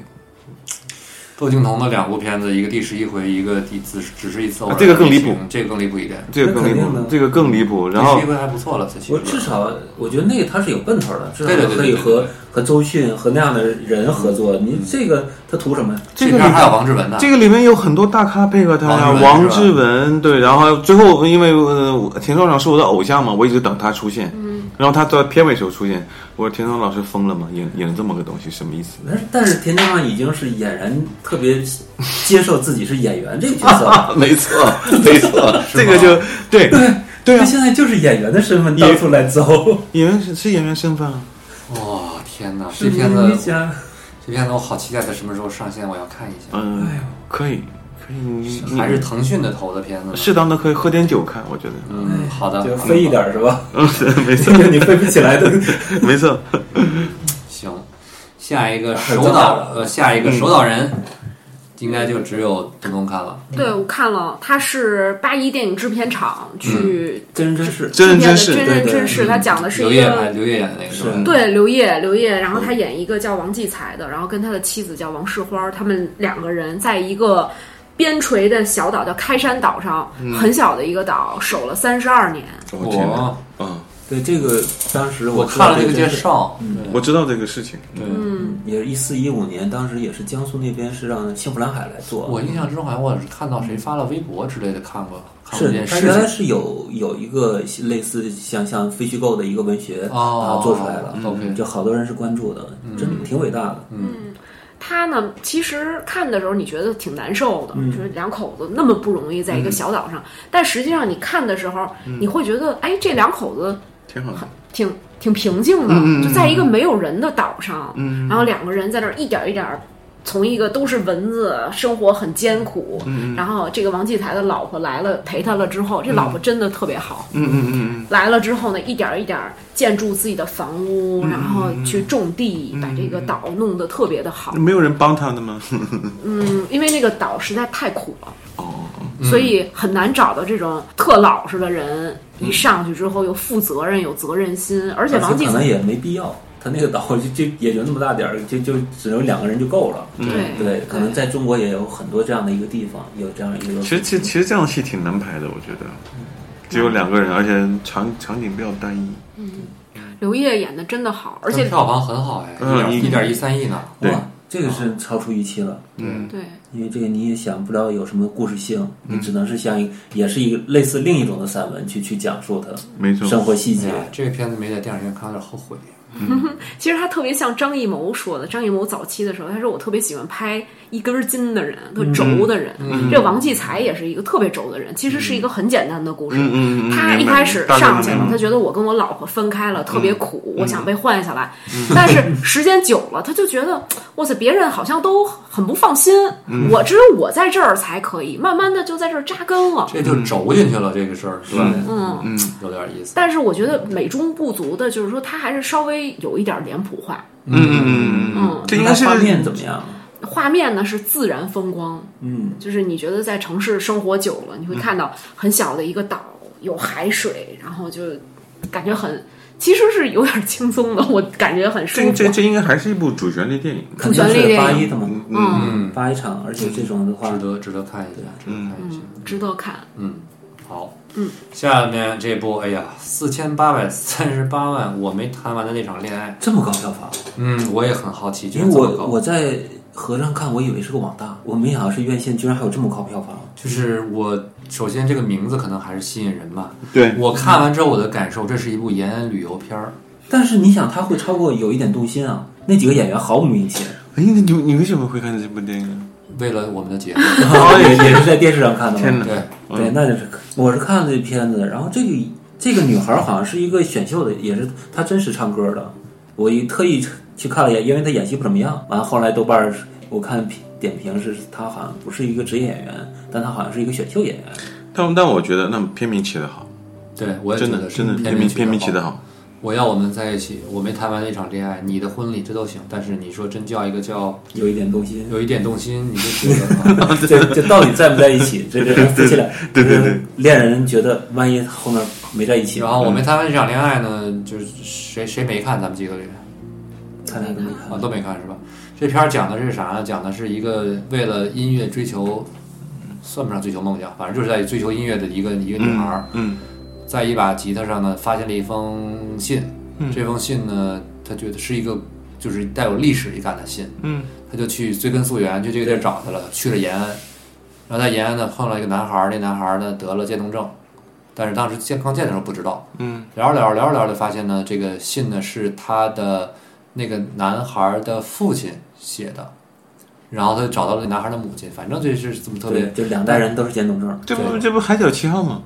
B: 窦靖童的两部片子，一个第十一回，一个第只是只是一次偶然、
D: 啊这个更离谱，
B: 这个更离谱一点。
D: 这个更离
C: 那肯定
D: 谱
C: 的，
D: 这个更离谱。然后
B: 第十一回还不错了，这其
C: 我
B: 实
C: 至少我觉得那个他是有奔头的，至少
B: 对对对
C: 他可以
B: 对对嗯
C: 和
B: 对
C: 和周迅和那样的人合作。你这个他图什么呀？
B: 这
D: 这个
B: 片儿
D: 里
B: 还有王志文呢，
D: 这个里面有很多大咖配合他呀，
B: 王
D: 啊王
B: 志文是
D: 志文对，然后最后因为呃我田壮壮是我的偶像嘛，我一直等他出现，然后他在片尾时候出现，我说田壮老师疯了吗？演演了这么个东西什么意思？
C: 但是但是田壮壮已经是俨然特别接受自己是演员这个角 色了。
D: 没错，没错，啊这个就对对
C: 他
D: 啊，
C: 现在就是演员的身份
D: 也
C: 到处来
B: 啊
C: 走。
D: 演员是是演员身份啊，
B: 哇、天哪，这片子
C: 家
B: 这片子我好期待它什么时候上线，我要看一下。
D: 嗯
C: 哎呦，
D: 可以可以，你你
B: 还是腾讯的投的片子呢，
D: 适当的可以喝点酒看，我觉得，
B: 嗯，好的，
C: 哎就
B: 好的
C: 飞一点儿是吧？
D: 嗯， 没 错，
C: 就是你飞不起来的。
D: 没错，
B: 行，下一个
C: 很
B: 首
C: 糟糕
B: 导，呃，下
C: 嗯
B: 一个首导人，应该就只有东东看了。
E: 对，我看了，他是八一电影制片厂去
C: 真人真事，
D: 嗯真人
E: 制
D: 真
E: 片的
D: 事，
E: 真
C: 对
E: 人
C: 对
E: 真事，他讲的是
B: 刘
E: 一
B: 烨拍
E: 个。
B: 刘烨演的那个是吧？
D: 嗯
C: 是
E: 对刘烨，刘烨，然后他演一个叫王继才的，然后跟他的妻子叫王世花，他们两个人在一个边陲的小岛叫开山岛上，
D: 嗯
E: 很小的一个岛，守了三十二年。
D: 我天哪，
B: 我
D: 嗯，
C: 对这个当时
B: 哦我
C: 我
B: 看了这
C: 这
B: 个介，绍，
C: 嗯
D: 我知道这个事情，
B: 对，
E: 嗯，
C: 也是一四一五年，当时也是江苏那边是让幸福蓝海来做。
B: 我印象之中好像我是看到谁发了微博之类的看过，看过
C: 是
B: 这件
C: 他
B: 事
C: 原来
B: 情。
C: 是有有一个类似像像非虚构的一个文学啊
B: 哦，
C: 做出来了，
B: OK，嗯
C: 就好多人是关注的，真的挺伟大的。
E: 他呢，其实看的时候你觉得挺难受的，
C: 嗯
E: 就是两口子那么不容易在
D: 嗯
E: 一个小岛上，但实际上你看的时候，你会觉得，哎，这两口子
D: 挺好的，
E: 挺挺平静的，
D: 嗯嗯嗯
E: 就在一个没有人的岛上，
D: 嗯
E: 然后两个人在那儿一点儿一点儿，从一个都是蚊子，生活很艰苦，
D: 嗯嗯
E: 然后这个王继才的老婆来了陪他了之后，
C: 嗯
E: 这老婆真的特别好。
D: 嗯嗯嗯
E: 来了之后呢，一点儿一点儿建筑自己的房屋，
C: 嗯
E: 然后去种地，把这个岛弄得特别的好
D: 嗯，。没有人帮他的吗？
E: 嗯，因为那个岛实在太苦了，
D: 哦，
C: 嗯
E: 所以很难找到这种特老实的人。
C: 嗯
E: 一上去之后又负责任、有责任心，而且王继
C: 可
E: 才
C: 能也没必要，他那个岛就就也就那么大点儿，就就只有两个人就够了。
B: 嗯
E: 对
C: 对，可能在中国也有很多这样的一个地方，有这样一个。
D: 其实，其实其实这样的戏挺难拍的，我觉得，只有两个人，而且场场景比较单一。
E: 刘烨演的真的好，而
B: 但
E: 且
B: 票房很好哎，一
D: 嗯
B: 点
D: 一
B: 一点一三亿呢。
D: 对
C: 哇，这个是超出预期了，
D: 嗯
E: 对
C: 因为这个你也想不了有什么故事性，你只能是像一也是一个类似另一种的散文去去讲述它
D: 没错，
C: 生活细节。
B: 哎这个片子没在电影院看，有点后悔。
C: 嗯
E: 其实他特别像张艺谋说的，张艺谋早期的时候，他说我特别喜欢拍一根筋的人，特轴的人。
D: 嗯
E: 这王继才也是一个特别轴的人，其实是一个很简单的故事。
D: 嗯嗯嗯，
E: 他一
D: 明白
E: 开始
D: 大概
E: 上去
D: 明
E: 了
D: 白，嗯
E: 他觉得我跟我老婆分开了，特别苦，我想被换下来。
D: 嗯
E: 但是时间久了，他就觉得，哇塞，别人好像都很不放心，
D: 嗯
E: 我只有我在这儿才可以。慢慢的就在这儿扎根了。
B: 这就轴进去了，这个事儿是吧？
E: 嗯
B: 嗯，有点意思。
E: 但是我觉得美中不足的就是说，他还是稍微有一点脸谱化。
D: 嗯嗯嗯嗯嗯，这应该是
C: 那画面怎么样？
E: 画面呢是自然风光，
C: 嗯，
E: 就是你觉得在城市生活久了，你会看到很小的一个岛，有海水，然后就感觉很，其实是有点轻松的，我感觉很舒
D: 这
E: 服。
D: 这这应该还是一部主旋律电影。
C: 肯定
E: 主旋律
C: 是
E: 电
C: 八
E: 影
C: 一的嘛，
D: 嗯
B: 嗯，
C: 八一场，而且这种的话
B: 值，得值得看一下，值得
C: 嗯
B: 看一下。
E: 值得看，
B: 嗯，好，嗯，下面这部，哎呀，四千八百三十八万，我没谈完的那场恋爱，
C: 这么高票房，
B: 嗯，我也很好奇，就
C: 因
B: 是
C: 为
B: 这么
C: 我
B: 高，
C: 我在河上看，我以为是个网大，我没想到是院线居然还有这么高票房。
B: 就是我首先这个名字可能还是吸引人嘛。
D: 对，
B: 我看完之后我的感受，这是一部延安旅游片儿，
C: 但是你想，他会超过有一点动心啊？那几个演员毫无名气，
D: 哎，你你你为什么会看这部电影呢？
B: 为了我们的节目，
C: 也也是在电视上看的
D: 哎天
C: 吗？
D: 哪！
B: 对，
D: 嗯
C: 对，那就是我是看了这片子，然后这个这个女孩好像是一个选秀的，也是她真实唱歌的，我一特意去看了一眼，因为她演戏不怎么样。完后来豆瓣儿我看评点评是她好像不是一个职业演员，但她好像是一个选秀演员。
D: 但但我觉得那片名起得好，
B: 对我也觉
D: 真
B: 得
D: 的
B: 是
D: 真的
B: 片
D: 片名
B: 片
D: 片名起
B: 的
D: 得好。
B: 我要我们在一起，我没谈完那场恋爱，你的婚礼这都行，但是你说真叫一个叫
C: 有一点 动心。
B: 有一点动心，你就觉得啊
C: 这这到底在不在一起？这这夫妻俩，
D: 对对对
C: 就是恋人觉得万一后面没在一起，
B: 然后我没谈完这场恋爱呢，就是谁谁没看咱们几个里
C: 看来都没看
B: 啊，都没看是吧？这片儿讲的是啥呢？讲的是一个为了音乐追求，算不上追求梦想，反正就是在追求音乐的一个一个女孩儿，
D: 嗯
B: 在一把吉他上呢发现了一封信。这封信呢，她觉得是一个就是带有历史一感的信，
D: 嗯
B: 他就去追根溯源，就这个地儿找去了，去了延安，然后在延安呢碰到一个男孩儿，那男孩儿呢得了渐冻症，但是当时见刚见的时候不知道，
D: 嗯，
B: 聊着聊着聊着聊着发现呢，这个信呢是他的那个男孩儿的父亲写的，然后他就找到了那男孩儿的母亲，反正这是这么特
C: 对，
B: 别，
C: 就两代人都是渐冻症，
D: 这不这不海角七号吗？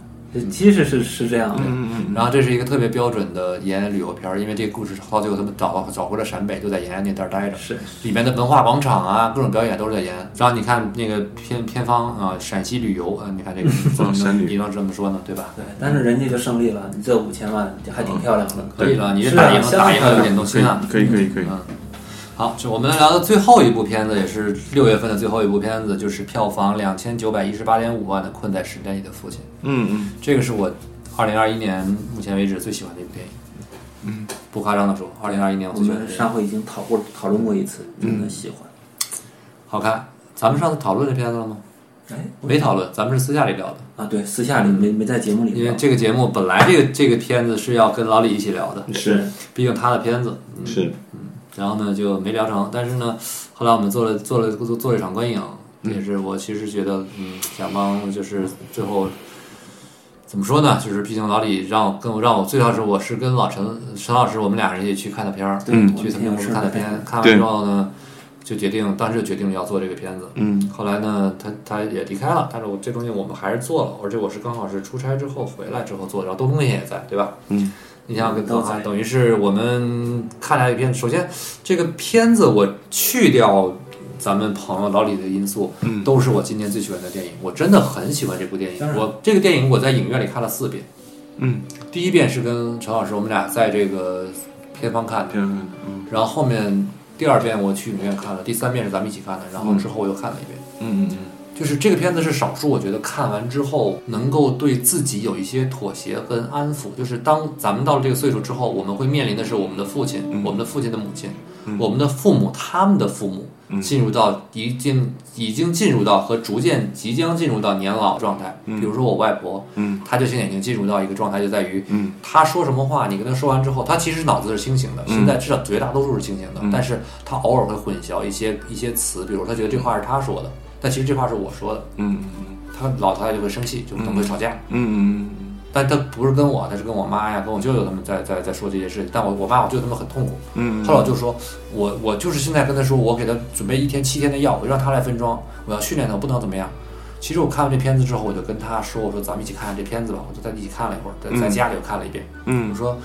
C: 其实是是这样的。
D: 嗯嗯
B: 然后这是一个特别标准的延安旅游片儿，因为这个故事到最后他们找到找回了陕北，就在延安那带儿待着。
C: 是
B: 里面的文化广场啊，各种表演都是在延安。然后你看那个偏偏方啊、呃陕西旅游啊、呃你 看这个怎么
D: 哦陕旅
B: 能你能这么说呢？对吧？
C: 对，但是人家就胜利了，你这五千万还挺漂亮的。
B: 嗯可以了，你这
C: 是啊
B: 打赢了，
C: 相当
B: 打赢了
C: 漂
B: 有
C: 亮
B: 点动心啊。
D: 可以可以可以，
B: 嗯，好，这我们聊的最后一部片子，也是六月份的最后一部片子，就是票房两千九百一十八点五万的《困在时间里的父亲》。
D: 嗯嗯，
B: 这个是我二零二一年目前为止最喜欢的一部电影。嗯，不夸张的说，二零二一年我最
C: 我
B: 喜欢的
C: 们
B: 电影，
C: 上回已经讨过讨论过一次，真的喜欢。
B: 好看。咱们上次讨论这片子了吗？
C: 哎，
B: 没讨论，咱们是私下里聊的。
C: 啊，对，私下里没没在节目里
B: 因为
C: 聊。
B: 这个节目本来这个这个片子是要跟老李一起聊的，
D: 是
B: 毕竟他的片子，嗯，
D: 是，
B: 然后呢就没聊成。但是呢，后来我们做了做了做做了一场观影，
D: 嗯
B: 也是我其实觉得，嗯，想帮就是最后怎么说呢，就是毕竟老李让我跟我让我最早是我是跟老陈陈老师我们俩人一起去看的片儿，
D: 嗯
B: 去他们公司看的片，看完
D: 对
B: 之后呢就决定当时就决定要做这个片子，
D: 嗯
B: 后来呢，他他也离开了，但是我这东西我们还是做了，而且我是刚好是出差之后回来之后做的，然后东东那天也在，对吧？
D: 嗯，
B: 你想想跟
C: 都
B: 等
C: 在
B: 哈，等于是我们看了一片，首先这个片子我去掉咱们朋友老李的因素，
D: 嗯
B: 都是我今年最喜欢的电影，我真的很喜欢这部电影
C: 当，然
B: 我这个电影我在影院里看了四遍，
D: 嗯，
B: 第一遍是跟陈老师我们俩在这个片方看的。
D: 这样嗯
B: 然后后面第二遍我去影院看了，第三遍是咱们一起看的，然后之后我又看了一遍。
D: 嗯嗯
B: 就是这个片子是少数，我觉得看完之后能够对自己有一些妥协跟安抚。就是当咱们到了这个岁数之后，我们会面临的是我们的父亲、我们的父亲的母亲、我们的父母、他们的父母，进入到已经已经进入到和逐渐即将进入到年老状态。比如说我外婆，
D: 嗯
B: 她就现在已经进入到一个状态，就在于，
D: 嗯
B: 她说什么话，你跟她说完之后，她其实脑子是清醒的，
D: 嗯
B: 现在至少绝大多数是清醒的，但是她偶尔会混淆一些一些词，比如她觉得这话是她说的。但其实这话是我说的，
D: 嗯
B: 他老太太就会生气，就可能会吵架。
D: 嗯嗯
B: 但他不是跟我，他是跟我妈呀，跟我舅舅他们在在在说这些事情。但我我妈我舅舅他们很痛苦。
D: 嗯
B: 后来我就说，我我就是现在跟他说，我给他准备一天七天的药，我让他来分装，我要训练他，我不能怎么样。其实我看完这片子之后，我就跟他说，我说咱们一起看看这片子吧。我就在一起看了一会儿，在在家里又看了一遍。我
D: 嗯
B: 说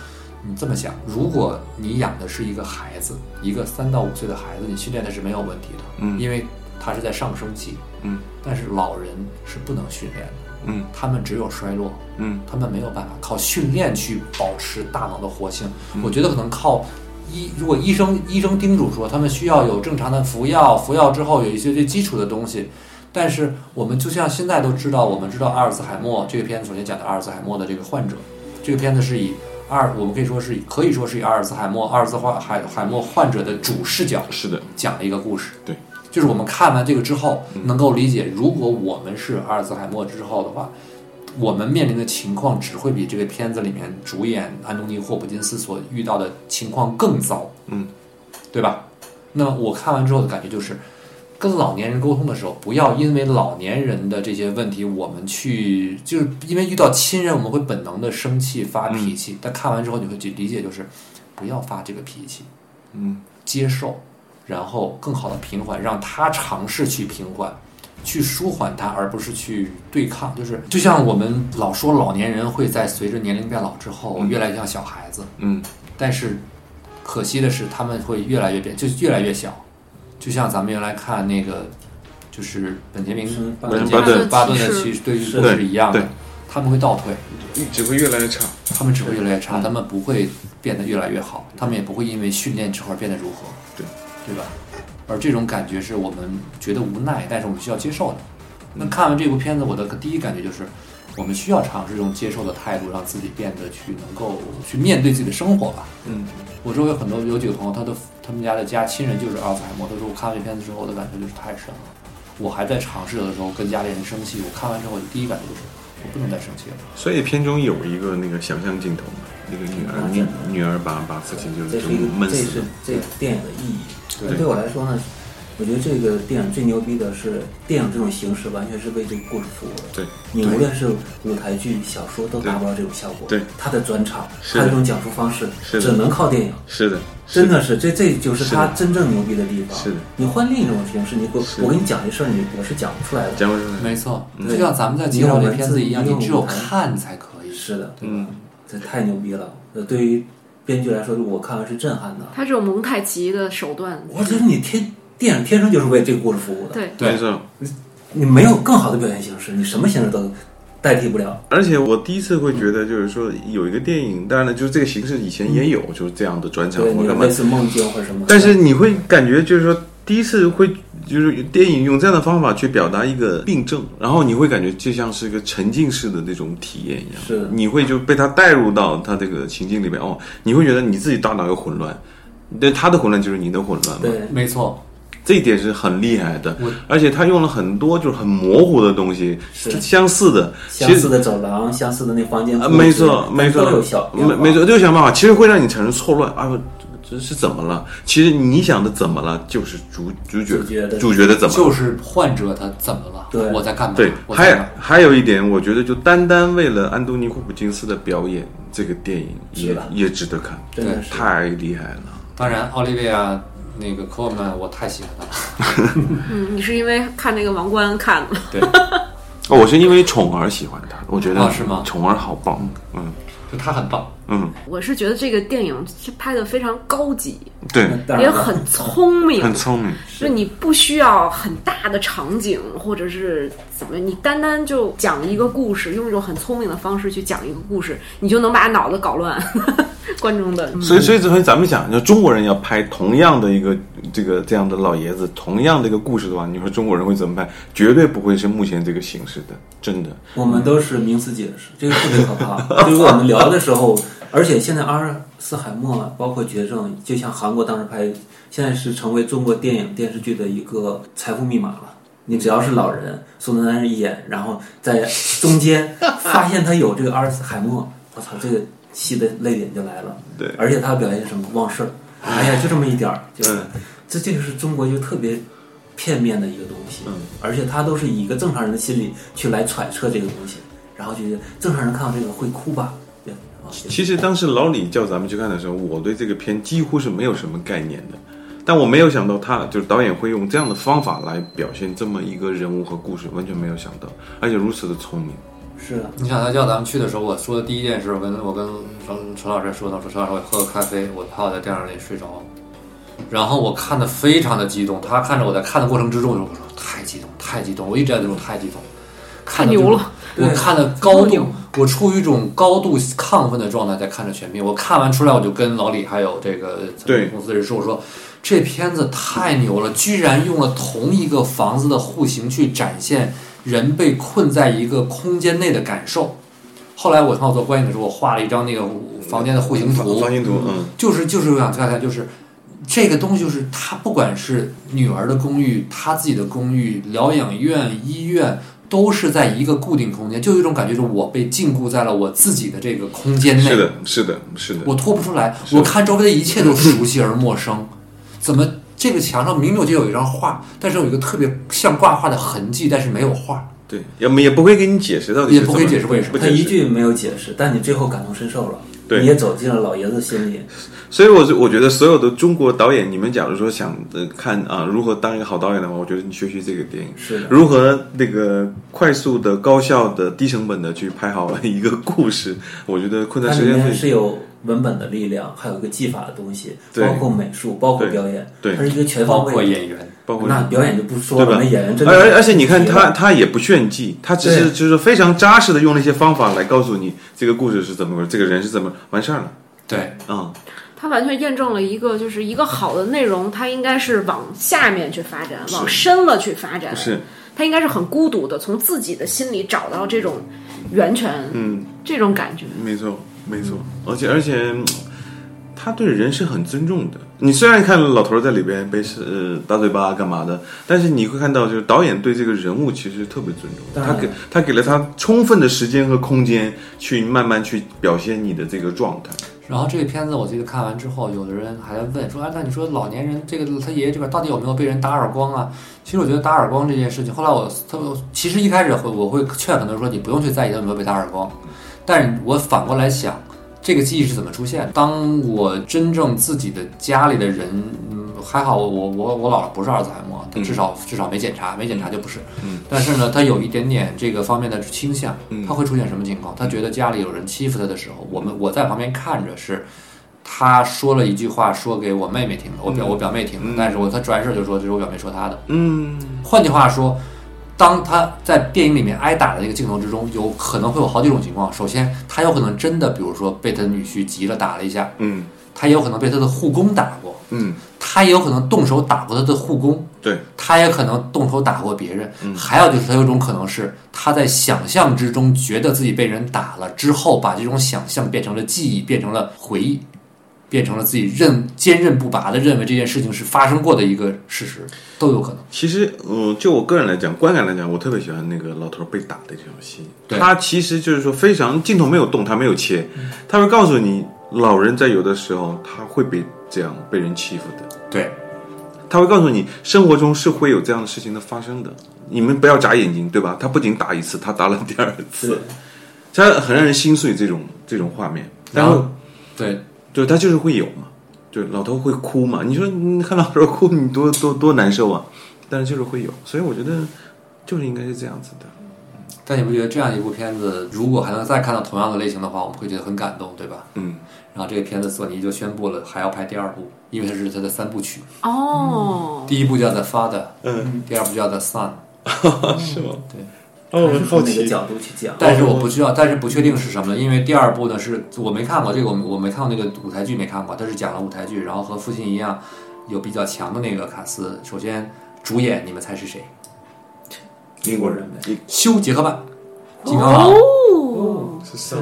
B: 你这么想，如果你养的是一个孩子，一个三到五岁的孩子，你训练的是没有问题的，
D: 嗯
B: 因为他是在上升期，
D: 嗯，
B: 但是老人是不能训练的，
D: 嗯
B: 他们只有衰落，
D: 嗯
B: 他们没有办法靠训练去保持大脑的活性。我觉得可能靠医，如果医生医生叮嘱说他们需要有正常的服药，服药之后有一些最基础的东西。但是我们就像现在都知道，我们知道阿尔兹海默这个片子首先讲的阿尔兹海默的这个患者，这个片子是以阿尔，我们可以说是以可以说是以阿尔兹海默阿尔兹海海海默患者的主视角
D: 是的，
B: 讲了一个故事。
D: 对，嗯
B: 就是我们看完这个之后，能够理解，如果我们是阿尔兹海默之后的话，我们面临的情况只会比这个片子里面主演安东尼·霍普金斯所遇到的情况更糟，
D: 嗯，
B: 对吧？那么我看完之后的感觉就是，跟老年人沟通的时候，不要因为老年人的这些问题，我们去就是因为遇到亲人，我们会本能的生气发
D: 嗯
B: 脾气，但看完之后你会去理解，就是不要发这个脾气，
D: 嗯
B: 接受，然后更好的平缓，让他尝试去平缓，去舒缓它，而不是去对抗。就是就像我们老说老年人会在随着年龄变老之后越来越像小孩子，
D: 嗯
B: 但是可惜的是他们会越来越变，就越来越小。就像咱们原来看那个，就是本杰明
C: 是巴
B: 嗯本
D: 顿
B: 杰明
D: 巴顿
B: 巴顿
E: 巴
B: 的
E: 顿
B: 骑
E: 骑
B: 士对于
C: 是
B: 故事一样的
D: 对。
B: 他们会倒退，
D: 只会越来越差。
B: 他们只会越来越差，嗯他们不会变得越来越好，他们也不会因为训练之后而变得如何，
D: 对
B: 对吧？而这种感觉是我们觉得无奈，但是我们需要接受的。那看完这部片子，我的第一感觉就是，我们需要尝试用接受的态度，让自己变得去能够去面对自己的生活吧。
D: 嗯，
B: 我周围很多有几个朋友，他的他们家的家亲人就是阿尔茨海默。他说我看完这片子之后，我的感觉就是太深了。我还在尝试的时候跟家里人生气，我看完之后我的第一感觉就是我不能再生气了。
D: 所以片中有一个那个想象镜头嘛，那个女儿女女儿把把父亲就是
C: 这
D: 就是
C: 一个，
D: 闷
C: 这
D: 死
C: 是
D: 了。
C: 这个电影的意义。
B: 对
C: 那对我来说呢，我觉得这个电影最牛逼的是，电影这种形式完全是为这个故事服务的。
D: 对，
C: 你无论是舞台剧、小说，都达不到这种效果。
D: 对
C: 他的转场，
D: 是
C: 他
D: 的
C: 这种讲述方式，
D: 是的
C: 只能靠电影。
D: 是的，
C: 真的是，这这就是
D: 是的
C: 他真正牛逼的地方。
D: 是的
C: 你换另一种形式，你给我
D: 是的
C: 我给你讲这事儿，你我是讲不出来的。
D: 讲不出来。
B: 没错，
C: 嗯
B: 就像咱们在介绍这片子一样，
C: 你
B: 你
C: 有
B: 只有
C: 文字你有
B: 看才可以。
C: 是的，
D: 嗯，
C: 这太牛逼了。呃，对于编剧来说，我看完是震撼的。
E: 他这种蒙太奇的手段，
C: 我觉得你天电影天生就是为这个故事服务的。
E: 对，
B: 对
D: 没错。
C: 你没有更好的表现形式，你什么形式都代替不了。
D: 而且我第一次会觉得，就是说有一个电影，当然了，就是这个形式以前也有，就是这样的转场
C: 对，
D: 或
C: 你
D: 干嘛
C: 类。似梦境或者什么。
D: 但是你会感觉就是说，第一次会就是电影用这样的方法去表达一个病症，然后你会感觉就像是一个沉浸式的那种体验一样，
C: 是的
D: 你会就被他带入到他这个情境里面哦，你会觉得你自己大脑有混乱，对他的混乱就是你的混乱嘛，
C: 对，
B: 没错，
D: 这一点是很厉害的
B: 我，
D: 而且他用了很多就是很模糊的东西，
C: 是
D: 相似的，
C: 相
D: 其实
C: 似的走廊，相似的那房间
D: 啊，
C: 布置，
D: 没错，没错
C: 都有小，
D: 没没错，就想办法，其实会让你产生错乱啊，我这是怎么了？其实你想的怎么了，就是主主角
C: 主角的
D: 主角的怎么了？
B: 就是患者他怎么了？
C: 对
B: 我在干嘛？
D: 对，
B: 我
D: 还
B: 在
D: 有
B: 干嘛
D: 还有一点，我觉得就单单为了安东尼·霍普金斯的表演，这个电影
C: 是
D: 也
C: 吧
D: 也值得看，
C: 真的是
D: 太厉害了。
B: 当然，奥利维亚那个科沃曼，我太喜欢他了。
E: 嗯，你是因为看那个王冠看的，
B: 对，
D: 哦，我是因为宠儿喜欢他，我觉
B: 啊
D: 得
B: 是吗
D: 宠儿好棒，嗯
B: 就他很棒。
D: 嗯，
E: 我是觉得这个电影拍的非常高级，
D: 对，
C: 当然
E: 也
C: 了
E: 很聪明，
D: 很聪明，
E: 就你不需要很大的场景，或者是怎么，你单单就讲一个故事，用一种很聪明的方式去讲一个故事，你就能把脑子搞乱 观众的。嗯
D: 所以，所以，所以咱们讲，就中国人要拍同样的一个这个这样的老爷子，同样的一个故事的话，你说中国人会怎么拍？绝对不会是目前这个形式的，真的。
C: 我们都是名词解释，这个特别可怕。对于我们聊的时候，而且现在阿尔斯海默包括绝症，就像韩国当时拍，现在是成为中国电影电视剧的一个财富密码了。你只要是老人，宋丹丹一演，然后在中间发现他有这个阿尔茨海默，我操，这个戏的泪点就来了。
D: 对
C: 而且他表现什么忘事儿，哎呀，就这么一点儿，就是、
D: 嗯
C: 这这个是中国就特别片面的一个东西，
D: 嗯
C: 而且他都是以一个正常人的心理去来揣测这个东西，然后就觉得正常人看到这个会哭吧，对，啊然后就
D: 其实当时老李叫咱们去看的时候，我对这个片几乎是没有什么概念的，但我没有想到他就是导演会用这样的方法来表现这么一个人物和故事，完全没有想到，而且如此的聪明。
C: 是啊，
B: 你想他叫咱们去的时候，我说的第一件事，我跟我跟陈陈老师说，我说陈老师，我喝个咖啡，我怕我在电影里睡着。然后我看的非常的激动，他看着我在看的过程之中，我说太激动，太激动，我一直在那种太激动，看得
E: 太牛
B: 这种
E: 了，
B: 我
C: 对
B: 看的高
E: 太
B: 度
E: 牛，
B: 我处于一种高度亢奋的状态在看着全片。我看完出来，我就跟老李还有这个咱
D: 对
B: 们公司的人说，我说这片子太牛了，居然用了同一个房子的户型去展现人被困在一个空间内的感受。后来我看我做观影的时候，我画了一张那个房间的户型图，
D: 方形图，嗯，
B: 就是就是我想看看，就是这个东西，就是他不管是女儿的公寓，他自己的公寓、疗养院、医院，都是在一个固定空间，就有一种感觉，就是我被禁锢在了我自己的这个空间内，
D: 是的，是的，是的。
B: 我脱不出来。
D: 是
B: 我看周围的一切都熟悉而陌生，怎么这个墙上明明就有一张画，但是有一个特别像挂画的痕迹，但是没有画。
D: 对，要么也不会给你解释到底
B: 也
D: 是
B: 不
D: 怎
B: 会
D: 么
B: 解释为什么
D: 不
C: 他
D: 解
C: 一
D: 释。
C: 句没有解释，但你最后感同身受了，
D: 对
C: 你也走进了老爷子心里，
D: 所以我，是我觉得所有的中国导演，你们假如说想呃看啊、如何当一个好导演的话，我觉得你学习这个电影，
C: 是的，
D: 如何那个快速的、高效的、低成本的去拍好一个故事，我觉得困
C: 它
D: 难时
C: 里
D: 间
C: 面
D: 内
C: 是有文本的力量，还有一个技法的东西，
D: 对
C: 包括美术，包括表演，
D: 对对
C: 它是一个全
B: 包
C: 方
B: 括
C: 位的。
B: 演员，
D: 包括
C: 那表演就不说
D: 对
C: 了，
D: 吧
C: 那演员真的
D: 而
C: 是
D: 而而且你看他，他也不炫技，他只是
C: 对
D: 就是非常扎实的用了一些方法来告诉你这个故事是怎么回事，这个人是怎么完事儿了。
B: 对，
D: 嗯，
E: 它完全验证了一个，就是一个好的内容，它应该是往下面去发展，往深了去发展。
D: 是，
E: 它应该是很孤独的，从自己的心里找到这种源泉，
D: 嗯，
E: 这种感觉。
D: 没错，没错。而且而且，嗯他对人是很尊重的。你虽然看老头儿在里边被是、呃、打嘴巴干嘛的，但是你会看到，就是导演对这个人物其实特别尊重，
C: 当
D: 他
C: 然
D: 给他给了他充分的时间和空间去慢慢去表现你的这个状态。
B: 然后这个片子我记得看完之后，有的人还在问说：“啊，那你说老年人这个他爷爷这边到底有没有被人打耳光啊？”其实我觉得打耳光这件事情，后来我他其实一开始会我会劝很多人说你不用去在意他有没有被打耳光，但是我反过来想，这个记忆是怎么出现的？当我真正自己的家里的人，嗯，还好我我我我姥姥不是阿尔兹海默，她
D: 嗯
B: 至少至少没检查，没检查就不是。
D: 嗯
B: 但是呢，他有一点点这个方面的倾向
D: 嗯，
B: 他会出现什么情况？他觉得家里有人欺负他的时候，我们我在旁边看着是。他说了一句话，说给我妹妹听的，我表我表妹听的
D: 嗯，
B: 但是我他转身就说这是我表妹说他的，
D: 嗯，
B: 换句话说，当他在电影里面挨打的那个镜头之中，有可能会有好几种情况。首先，他有可能真的，比如说被他女婿急了打了一下，
D: 嗯
B: 他也有可能被他的护工打过，
D: 嗯，
B: 他也有可能动手打过他的护工，
D: 对，
B: 他也可能动手打过别人。
D: 嗯
B: 还有就是，他有一种可能是他在想象之中觉得自己被人打了之后，把这种想象变成了记忆，变成了回忆。变成了自己认坚韧不拔的认为这件事情是发生过的一个事实，都有可能。
D: 其实，嗯，就我个人来讲，观感来讲，我特别喜欢那个老头被打的这场戏。
B: 对
D: 他其实就是说非常镜头没有动，他没有切，他会告诉你，老人在有的时候他会被这样被人欺负的，
B: 对，
D: 他会告诉你，生活中是会有这样的事情的发生的。你们不要眨眼睛，对吧？他不仅打一次，他打了第二
C: 对
D: 次，他很让人心碎这种这种画面。然
B: 然
D: 后
B: 后对，
D: 对他就是会有嘛，对老头会哭嘛。你说你看老头哭，你多多多难受啊！但是就是会有，所以我觉得就是应该是这样子的。
B: 但你不觉得这样一部片子，如果还能再看到同样的类型的话，我们会觉得很感动，对吧？
D: 嗯，
B: 然后这个片子索尼就宣布了还要拍第二部，因为它是它的三部曲，
E: 哦，
B: 第一部叫《The Father》，
D: 嗯，
B: 第二部叫《The Son》，
D: 是吗？
B: 对。
D: 哦，我
C: 还
D: 很
C: 是
D: 好
C: 从哪个
D: 奇。
C: 角度去讲？
B: 但是我不知道，但是不确定是什么了，因为第二部呢是我没看过这个，我我没看过那个舞台剧，没看过，它是讲了舞台剧，然后和父亲一样，有比较强的那个卡斯。首先，主演你们猜是谁？
C: 英国人呗，
B: 休·杰克曼，金刚狼，
E: 哦，
D: 是三，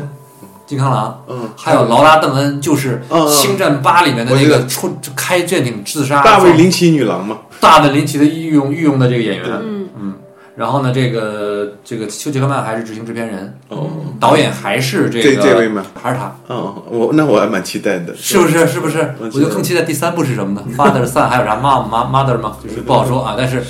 B: 金刚狼，
D: 哦嗯，
B: 还有劳拉·邓恩，就是
D: 嗯嗯
B: 《星战八》里面的
D: 我
B: 那
D: 知道
B: 个出开舰艇自杀，
D: 大卫林奇女郎嘛，
B: 大卫林奇的御用御用的这个演员，
E: 嗯，
B: 嗯，然后呢，这个这个休·杰克曼还是执行制片人，
D: 哦，
B: 导演还是这个
D: 这这位吗？
B: 还是他，
D: 哦，我那我还蛮期待的。
B: 是不是？是不是？
D: 我
B: 我
D: 记得
B: 就更期待第三部是什么呢？Father Son 还有 啥 Mom Mom Mother 吗？就是不好说啊，但是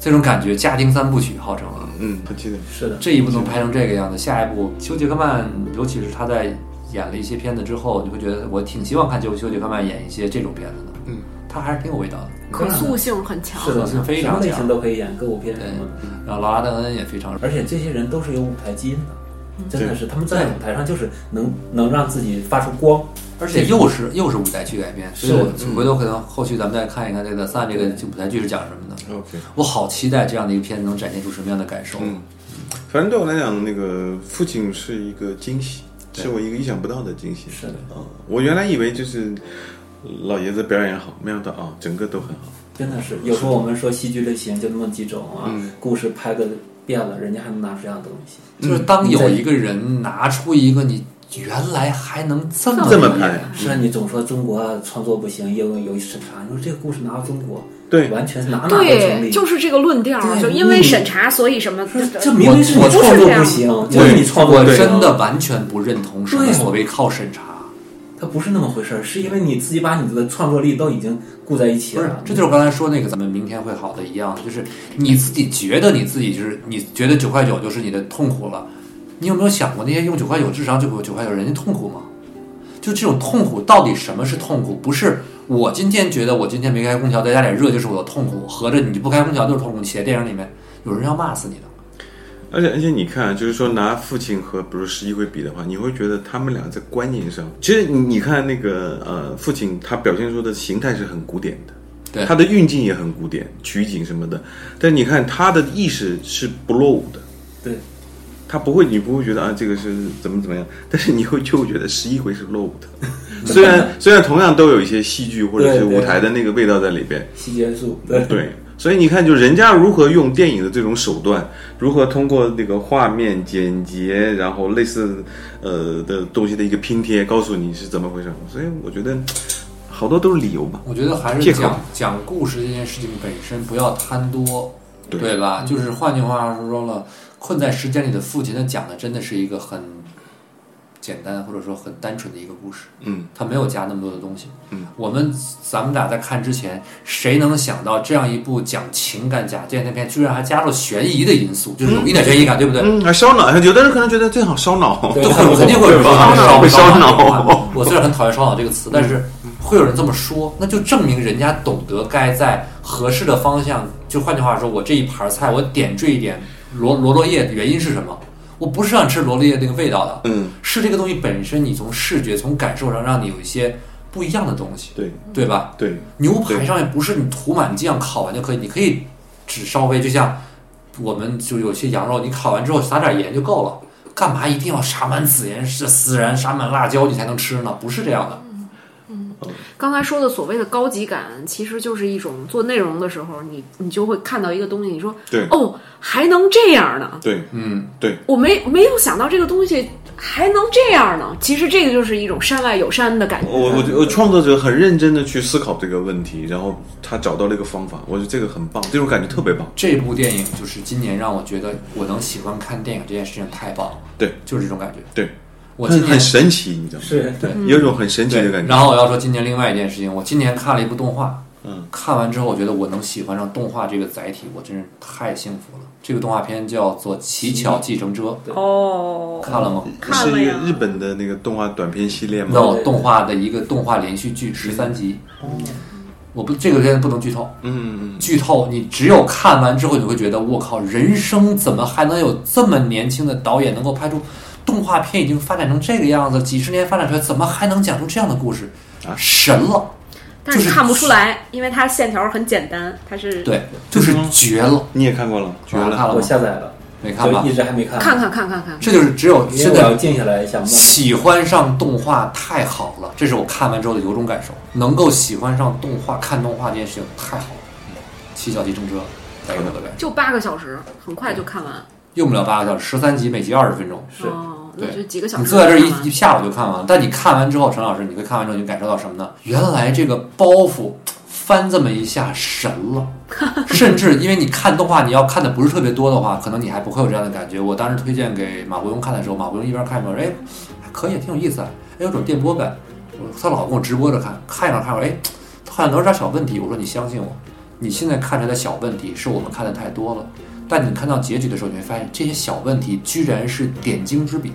B: 这种感觉，家庭三部曲号称啊，
D: 嗯，很期待。
C: 是的，
B: 这一部能拍成这个样子，下一部休·杰克曼，尤其是他在演了一些片子之后，你会觉得我挺希望看休休·杰克曼演一些这种片子的，
D: 嗯，
B: 他还是挺有味道的。
E: 可塑性很强。
C: 是的，
B: 是非
C: 什
B: 常
C: 么类
B: 强
C: 型都可以演，歌舞片
B: 对
C: 什么的。，
B: 然后劳拉·邓恩也非常
C: 而且这些人都是有舞台基因的，真的是他们站在舞台上就是能能让自己发出光，
B: 而且又是又是舞台剧改编，所以我
D: 是嗯
B: 回头可能后续咱们再看一看这个《三》这个舞台剧是讲什么的。
D: OK，
B: 我好期待这样的一个片子能展现出什么样的感受。
D: 嗯，反正对我来讲，那个父亲是一个惊喜，是我一个意想不到的惊喜。
C: 是的
D: 嗯，我原来以为就是老爷子表演好，没想到啊、整个都很好。
C: 真的是。有时候我们说戏剧类型就那么几种啊，
D: 嗯
C: 故事拍个遍了，人家还能拿出这样的东西。
B: 就是当有一个人拿出一个你原来还能这么
D: 这么拍，
C: 是啊，你总说中国啊创作不行，业务有审查，你说这个故事拿到中国，
D: 对
C: 完全哪哪都成
E: 对，
C: 立。
E: 就是这个论调，
C: 对
E: 就因为审查，所以什么
C: 这明明是你
B: 我
E: 不是
C: 创作
E: 这样
C: 不行，就是你创作
B: 我
C: 不行
B: 真的，完全不认同什么
C: 对啊
B: 所谓靠审查，
C: 它不是那么回事儿，是因为你自己把你的创作力都已经固在一起
B: 不是
C: 了，。
B: 这就是我刚才说那个咱们明天会好的一样，就是你自己觉得你自己就是你觉得九块九就是你的痛苦了，你有没有想过那些用九块九智商九九块九人家痛苦吗？就这种痛苦到底什么是痛苦？不是我今天觉得我今天没开空调在家里热就是我的痛苦，合着你不开空调就是痛苦，你写在电影里面有人要骂死你的。
D: 而且而且你看，就是说拿父亲和比如十一辉比的话，你会觉得他们俩在观念上，其实你你看那个呃父亲他表现出的形态是很古典的，
B: 对
D: 他的运镜也很古典，取景什么的，但你看他的意识是不落伍的，
C: 对，
D: 他不会，你不会觉得啊，这个是怎么怎么样，但是你会就会觉得十一回是落伍的。 虽然虽然同样都有一些戏剧或者是
C: 对对
D: 舞台的那个味道在里边，
C: 细节素，对
D: 对，所以你看，就人家如何用电影的这种手段，如何通过那个画面简洁，然后类似呃的东西的一个拼贴，告诉你是怎么回事。所以我觉得好多都是理由吧。
B: 我觉得还是
D: 借口
B: 讲讲故事这件事情本身不要贪多，
D: 对
B: 吧？就是换句话说了，困在时间里的父亲，他讲的真的是一个很简单或者说很单纯的一个故事，
D: 嗯，
B: 他没有加那么多的东西。
D: 嗯，
B: 我们咱们俩在看之前，谁能想到这样一部讲情感、讲间谍片，居然还加入悬疑的因素，就是有一点悬疑感，对不对？
D: 嗯，还烧脑，有的人可能觉得最好烧脑，
C: 对
B: 就很肯定会有人
D: 会
B: 会
D: 烧
B: 烧
D: 脑。。
B: 我虽然很讨厌“烧脑”这个词，但是会有人这么说，那就证明人家懂得该在合适的方向。就换句话说，我这一盘菜，我点缀一点罗罗勒叶，原因是什么？我不是想吃罗勒叶那个味道的，
D: 嗯，
B: 是这个东西本身，你从视觉、从感受上让你有一些不一样的东西，
D: 对
B: 对吧？
D: 对，
B: 牛排上面不是你涂满酱烤完就可以，你可以只稍微就像我们就有些羊肉，你烤完之后撒点盐就够了，干嘛一定要撒满孜然、是孜然、撒满辣椒你才能吃呢？不是这样的，
E: 刚才说的所谓的高级感，其实就是一种做内容的时候，你你就会看到一个东西，你说
D: 对
E: 哦，还能这样呢？
D: 对，
B: 嗯，
E: 我没没有想到这个东西还能这样呢。其实这个就是一种山外有山的感觉。
D: 我我觉得创作者很认真的去思考这个问题，然后他找到了一个方法，我觉得这个很棒，这种感觉特别棒。
B: 这部电影就是今年让我觉得我能喜欢看电影这件事情太棒了，
D: 对，
B: 就是这种感觉。
D: 对，
B: 我
D: 很
B: 今年
D: 很神奇，你知道吗？
C: 是，
E: 嗯
D: 有一种很神奇的感觉。
B: 然后我要说今年另外一件事情，我今年看了一部动画，
D: 嗯，
B: 看完之后我觉得我能喜欢上动画这个载体，我真是太幸福了。这个动画片叫做《乞巧计程车》，
E: 哦，
B: 看了吗？
E: 看
D: 是
E: 了
D: 一个
E: 呀
D: 日本的那个动画短片系列吗？
B: no 动画的一个动画连续剧，十三集。
E: 嗯
B: 我不，这个片子不能剧透，
D: 嗯，嗯
B: 剧透你只有看完之后，你会觉得我靠，人生怎么还能有这么年轻的导演能够拍出动画片已经发展成这个样子，几十年发展出来，怎么还能讲出这样的故事？
D: 啊
B: 神了！
E: 嗯但是
B: 就是
E: 看不出来，因为它线条很简单，它是
B: 对，就是绝了，
D: 你也看过了，绝
B: 看
D: 了。
B: 了
C: 我
B: 吗？
C: 下载了，
B: 没啊看吧
C: 就一？直还没看，
E: 看看看看看，
B: 这就是只有
C: 因为
B: 现
C: 我要
B: 在
C: 静下来想梦。
B: 喜欢上动画太好了，这是我看完之后的由衷感受。能够喜欢上动画、看动画这件事情太好了。七小计程车，带给我的感受，
E: 就八个小时，很快就看完。
B: 用不了八个小时，十三集，每集二十分钟。
C: 是
E: 哦，那
B: 对
E: 就几个小时。
B: 你坐在这儿一一下午就看完了，但你看完之后，陈老师，你会看完之后你感受到什么呢？原来这个包袱翻这么一下神 了，甚至因为你看动画，你要看的不是特别多的话，可能你还不会有这样的感觉。我当时推荐给马伯庸看的时候，马伯庸一边看一边说：“哎，还可以，挺有意思啊，哎，有种电波感。”我他老跟我直播着看，看一会儿看会儿，哎，好像有点小问题。我说你相信我，你现在看出来的小问题是我们看的太多了。但你看到结局的时候，你会发现这些小问题居然是点睛之笔，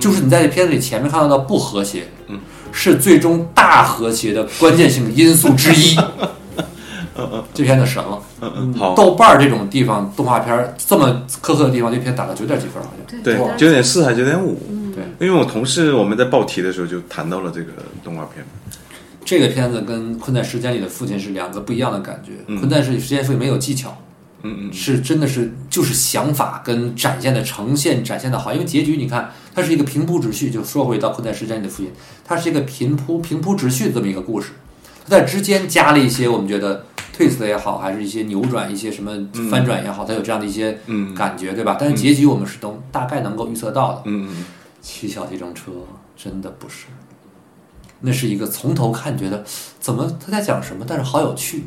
B: 就是你在这片子里前面看到的不和谐，
D: 嗯，
B: 是最终大和谐的关键性因素之一。 这片子神了，
D: 嗯嗯，好，
B: 豆瓣儿这种地方动画片儿这么苛刻的地方，这片打到九点几分儿好像。
D: 对，
E: 但
D: 九点四还九点五。
B: 对，
D: 因为我同事我们在报题的时候就谈到了这个动画片，
B: 这个片子跟《困在时间里的父亲》是两个不一样的感觉，
D: 嗯
B: 困在时间里父亲》没有技巧，
D: 嗯嗯，
B: 是真的是就是想法跟展现的呈现展现的好，因为结局你看它是一个平铺直叙，就说回到困在时间里的父亲，它是一个平铺平铺直叙的这么一个故事，它在之间加了一些我们觉得 twist 也好，还是一些扭转一些什么翻转也好，它有这样的一些
D: 嗯
B: 感觉，对吧？但是结局我们是能大概能够预测到的。
D: 嗯嗯
B: 七巧这种车真的不是，那是一个从头看觉得怎么他在讲什么，但是好有趣，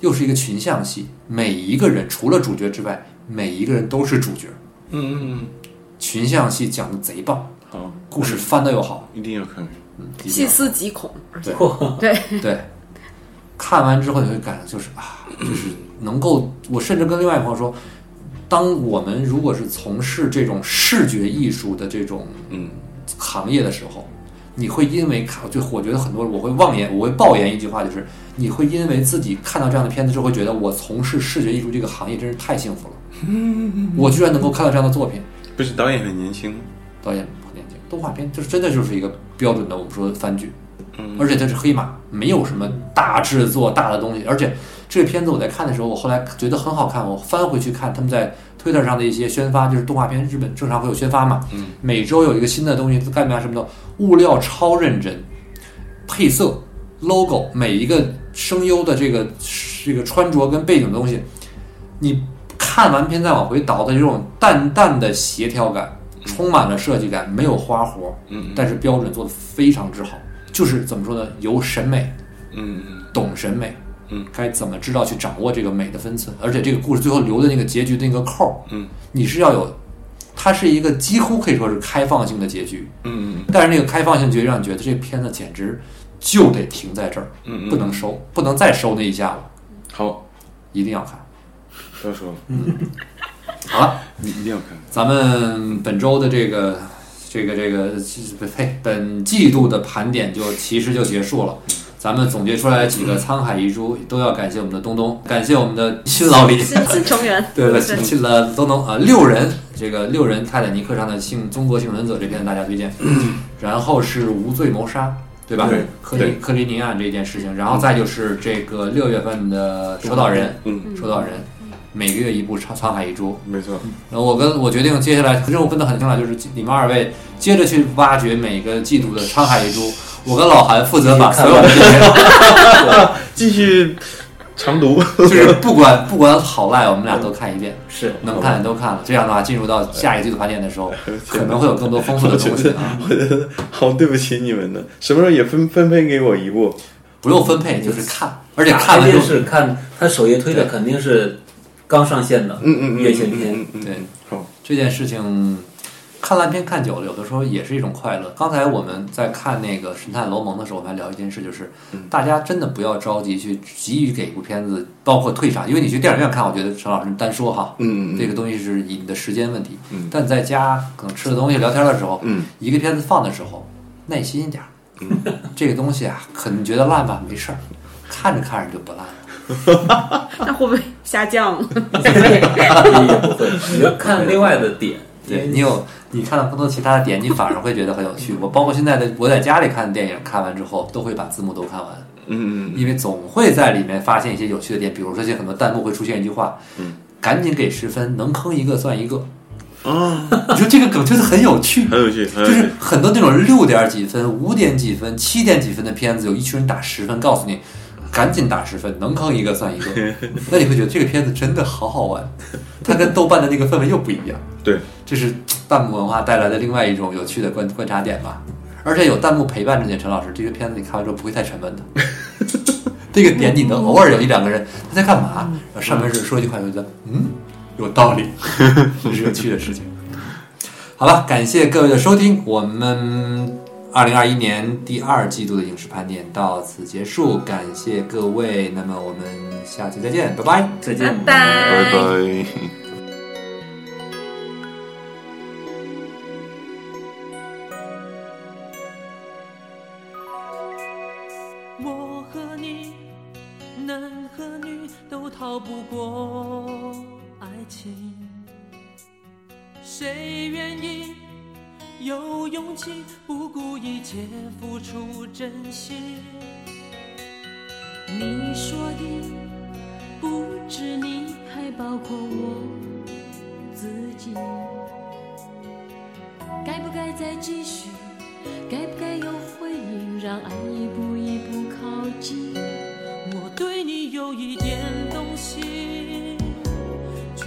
B: 又是一个群像戏，每一个人除了主角之外，每一个人都是主角，
D: 嗯嗯
B: 群像戏讲的贼棒，
D: 嗯，好，
B: 故事翻的又好，
D: 一定要看。
B: 嗯，一定
E: 细
B: 要
E: 思极恐，而且
B: 对，看完之后你会感觉就是啊，就是能够，我甚至跟另外一个朋友说，当我们如果是从事这种视觉艺术的这种
D: 嗯
B: 行业的时候，你会因为看，就我觉得很多人我会妄言，我会爆言一句话，就是你会因为自己看到这样的片子之后，会觉得我从事视觉艺术这个行业真是太幸福了。我居然能够看到这样的作品，
D: 不是导演很年轻吗？
B: 导演很年轻，动画片就是真的就是一个标准的我们说的番剧，而且它是黑马，没有什么大制作大的东西，而且这个片子我在看的时候，我后来觉得很好看，我翻回去看他们在 Twitter 上的一些宣发，就是动画片日本正常会有宣发嘛，每周有一个新的东西，干嘛什么的，物料超认真，配色、logo，每一个声优的这个这个穿着跟背景的东西，你看完片再往回倒的这种淡淡的协调感，充满了设计感，没有花活，
D: 嗯
B: 但是标准做的非常之好，就是怎么说呢，有审美，
D: 嗯嗯
B: 懂审美，
D: 嗯，
B: 该怎么知道去掌握这个美的分寸，而且这个故事最后留的那个结局的那个扣儿，
D: 嗯，
B: 你是要有，它是一个几乎可以说是开放性的结局，
D: 嗯
B: 但是那个开放性结局让你觉得这片子简直就得停在这儿，
D: 嗯嗯，
B: 不能收，不能再收那一下了，
D: 好，
B: 一定要看。
D: 不要说了，
B: 好了，
D: 你一定要看。
B: 咱们本周的这个。这个这个呸，本季度的盘点就其实就结束了。咱们总结出来几个沧海遗珠，都要感谢我们的东东，感谢我们的新老李，
E: 新新成员，
B: 对了，去了东东啊，六人这个六人泰坦尼克上的幸中国幸存者这篇大家推荐，然后是无罪谋杀，对吧？
D: 嗯对
B: 克里
D: 对
B: 克里尼亚这件事情，然后再就是这个六月份的守岛人，
D: 嗯，
B: 守岛人。每个月一部《沧沧海遗珠》，
D: 没错，
B: 然后我跟我决定接下来任务分得很清了，就是你们二位接着去挖掘每个季度的《沧海遗珠》，我跟老韩负责把所有的这些
D: 继续长读。
B: 就是不管不管好赖，我们俩都看一遍，
C: 是
B: 能看的都看了。这样的话，进入到下一季度盘点的时候，可能会有更多丰富的东西啊。
D: 我觉得好对不起你们呢，什么时候也分分配给我一部？
B: 不用分配，就是看，而且
C: 打
B: 看
C: 开
B: 完就
C: 电视看，它首页推的肯定是刚上线的，
D: 嗯嗯嗯，
C: 院线片。
D: 嗯嗯，
B: 对
D: 好，
B: 这件事情。看烂片看久了，有的时候也是一种快乐。刚才我们在看那个《神探罗蒙》的时候，我们还聊一件事，就是大家真的不要着急去急于给一部片子，包括退场，因为你去电影院看，我觉得陈老师单说哈，
D: 嗯嗯
B: 这个东西是你的时间问题。
D: 嗯
B: 但在家可能吃的东西、聊天的时候，
D: 嗯
B: 一个片子放的时候，耐心一点儿。 这个东西啊，可能觉得烂吧，没事儿，看着看着就不烂了。
E: 那会不会下 降了？
C: 也 不会，你要看另外的点。
B: 对你有你看到更多其他的点，你反而会觉得很有趣。我包括现在的我在家里看电影，看完之后都会把字幕都看完，
D: 嗯嗯
B: 因为总会在里面发现一些有趣的点，比如说现在很多弹幕会出现一句话，
D: 嗯，
B: 赶紧给十分，能坑一个算一个。
D: 嗯啊，
B: 你说这个梗就是很有 趣，
D: 很有趣，很
B: 就
D: 有趣
B: 是。很多那种六点几分、五点几分、七点几分的片子，有一群人打十分，告诉你赶紧打十分，能坑一个算一个。那你会觉得这个片子真的好好玩，它跟豆瓣的那个氛围又不一样。
D: 对，
B: 这是弹幕文化带来的另外一种有趣的观观察点吧。而且有弹幕陪伴着你，陈老师，这个片子你看完之后不会太沉闷的。这个点你能偶尔有一两个人他在干嘛，然后上面是说一句话，你就觉得嗯有道理，这是有趣的事情。好了，感谢各位的收听，我们二零二一年第二季度的影视盘点到此结束，感谢各位，那么我们下期再见，拜拜。
C: 再
E: 拜
C: 见。
D: 拜
E: 拜。
D: 拜。
F: 我和你，男和女都逃不过爱情。谁愿意有勇气不顾一切付出真心？你说的不止你，还包括我自己。
G: 该不该再继续？该不该有回应？让爱一步一步靠近。
F: 我对你有一点动心，却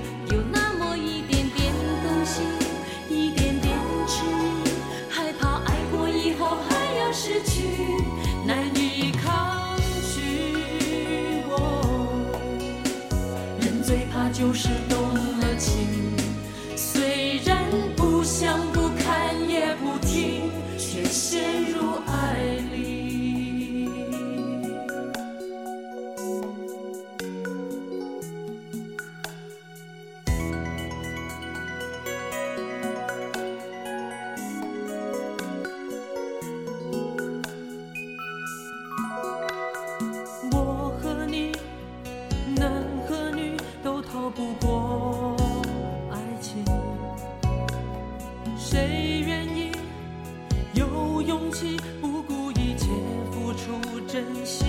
G: 有那么一点点动心，一点点迟疑，害怕爱过以后还要失去，
F: 难
G: 难以。
F: 以抗拒。哦，
G: 人最怕就是动了情，
F: 虽然不想、不看、也不听，却陷入爱里。谁愿意有勇气不顾一切付出真心？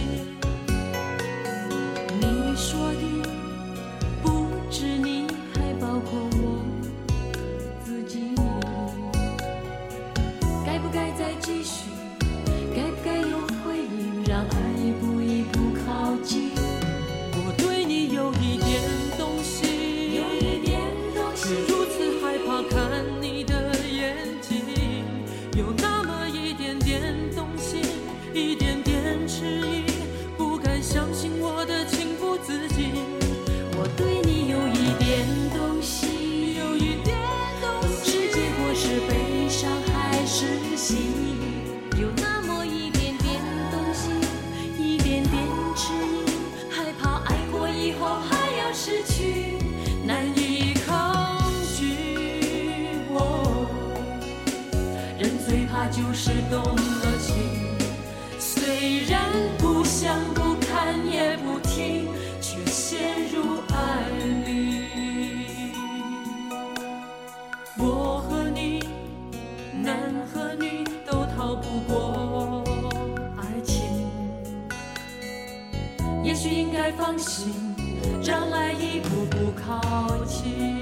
G: 你说的不止你，还包括我自己。该不该再继续？该不该有回应？让爱一步一步靠近。
F: 我对你有一点动心，
G: 有一点动
F: 却
G: 心，
F: 如此害怕看你的眼睛，有那么一点点动心，一点点迟疑，不敢相信我的情不自禁。
G: 我对你有一点动心，
F: 有一点动
G: 不知
F: 心，
G: 结果是悲伤还是喜，有那么一点点动心，一点点迟疑，害怕爱过以后还要失去，
F: 难
G: 难以
F: 以抗拒。哦，
G: 人最怕就是动了情，
F: 虽然不想不看也不听，却陷入爱里。我和你，男和女都逃不过爱情。
G: 也许应该放心，
F: 让爱一步步靠近。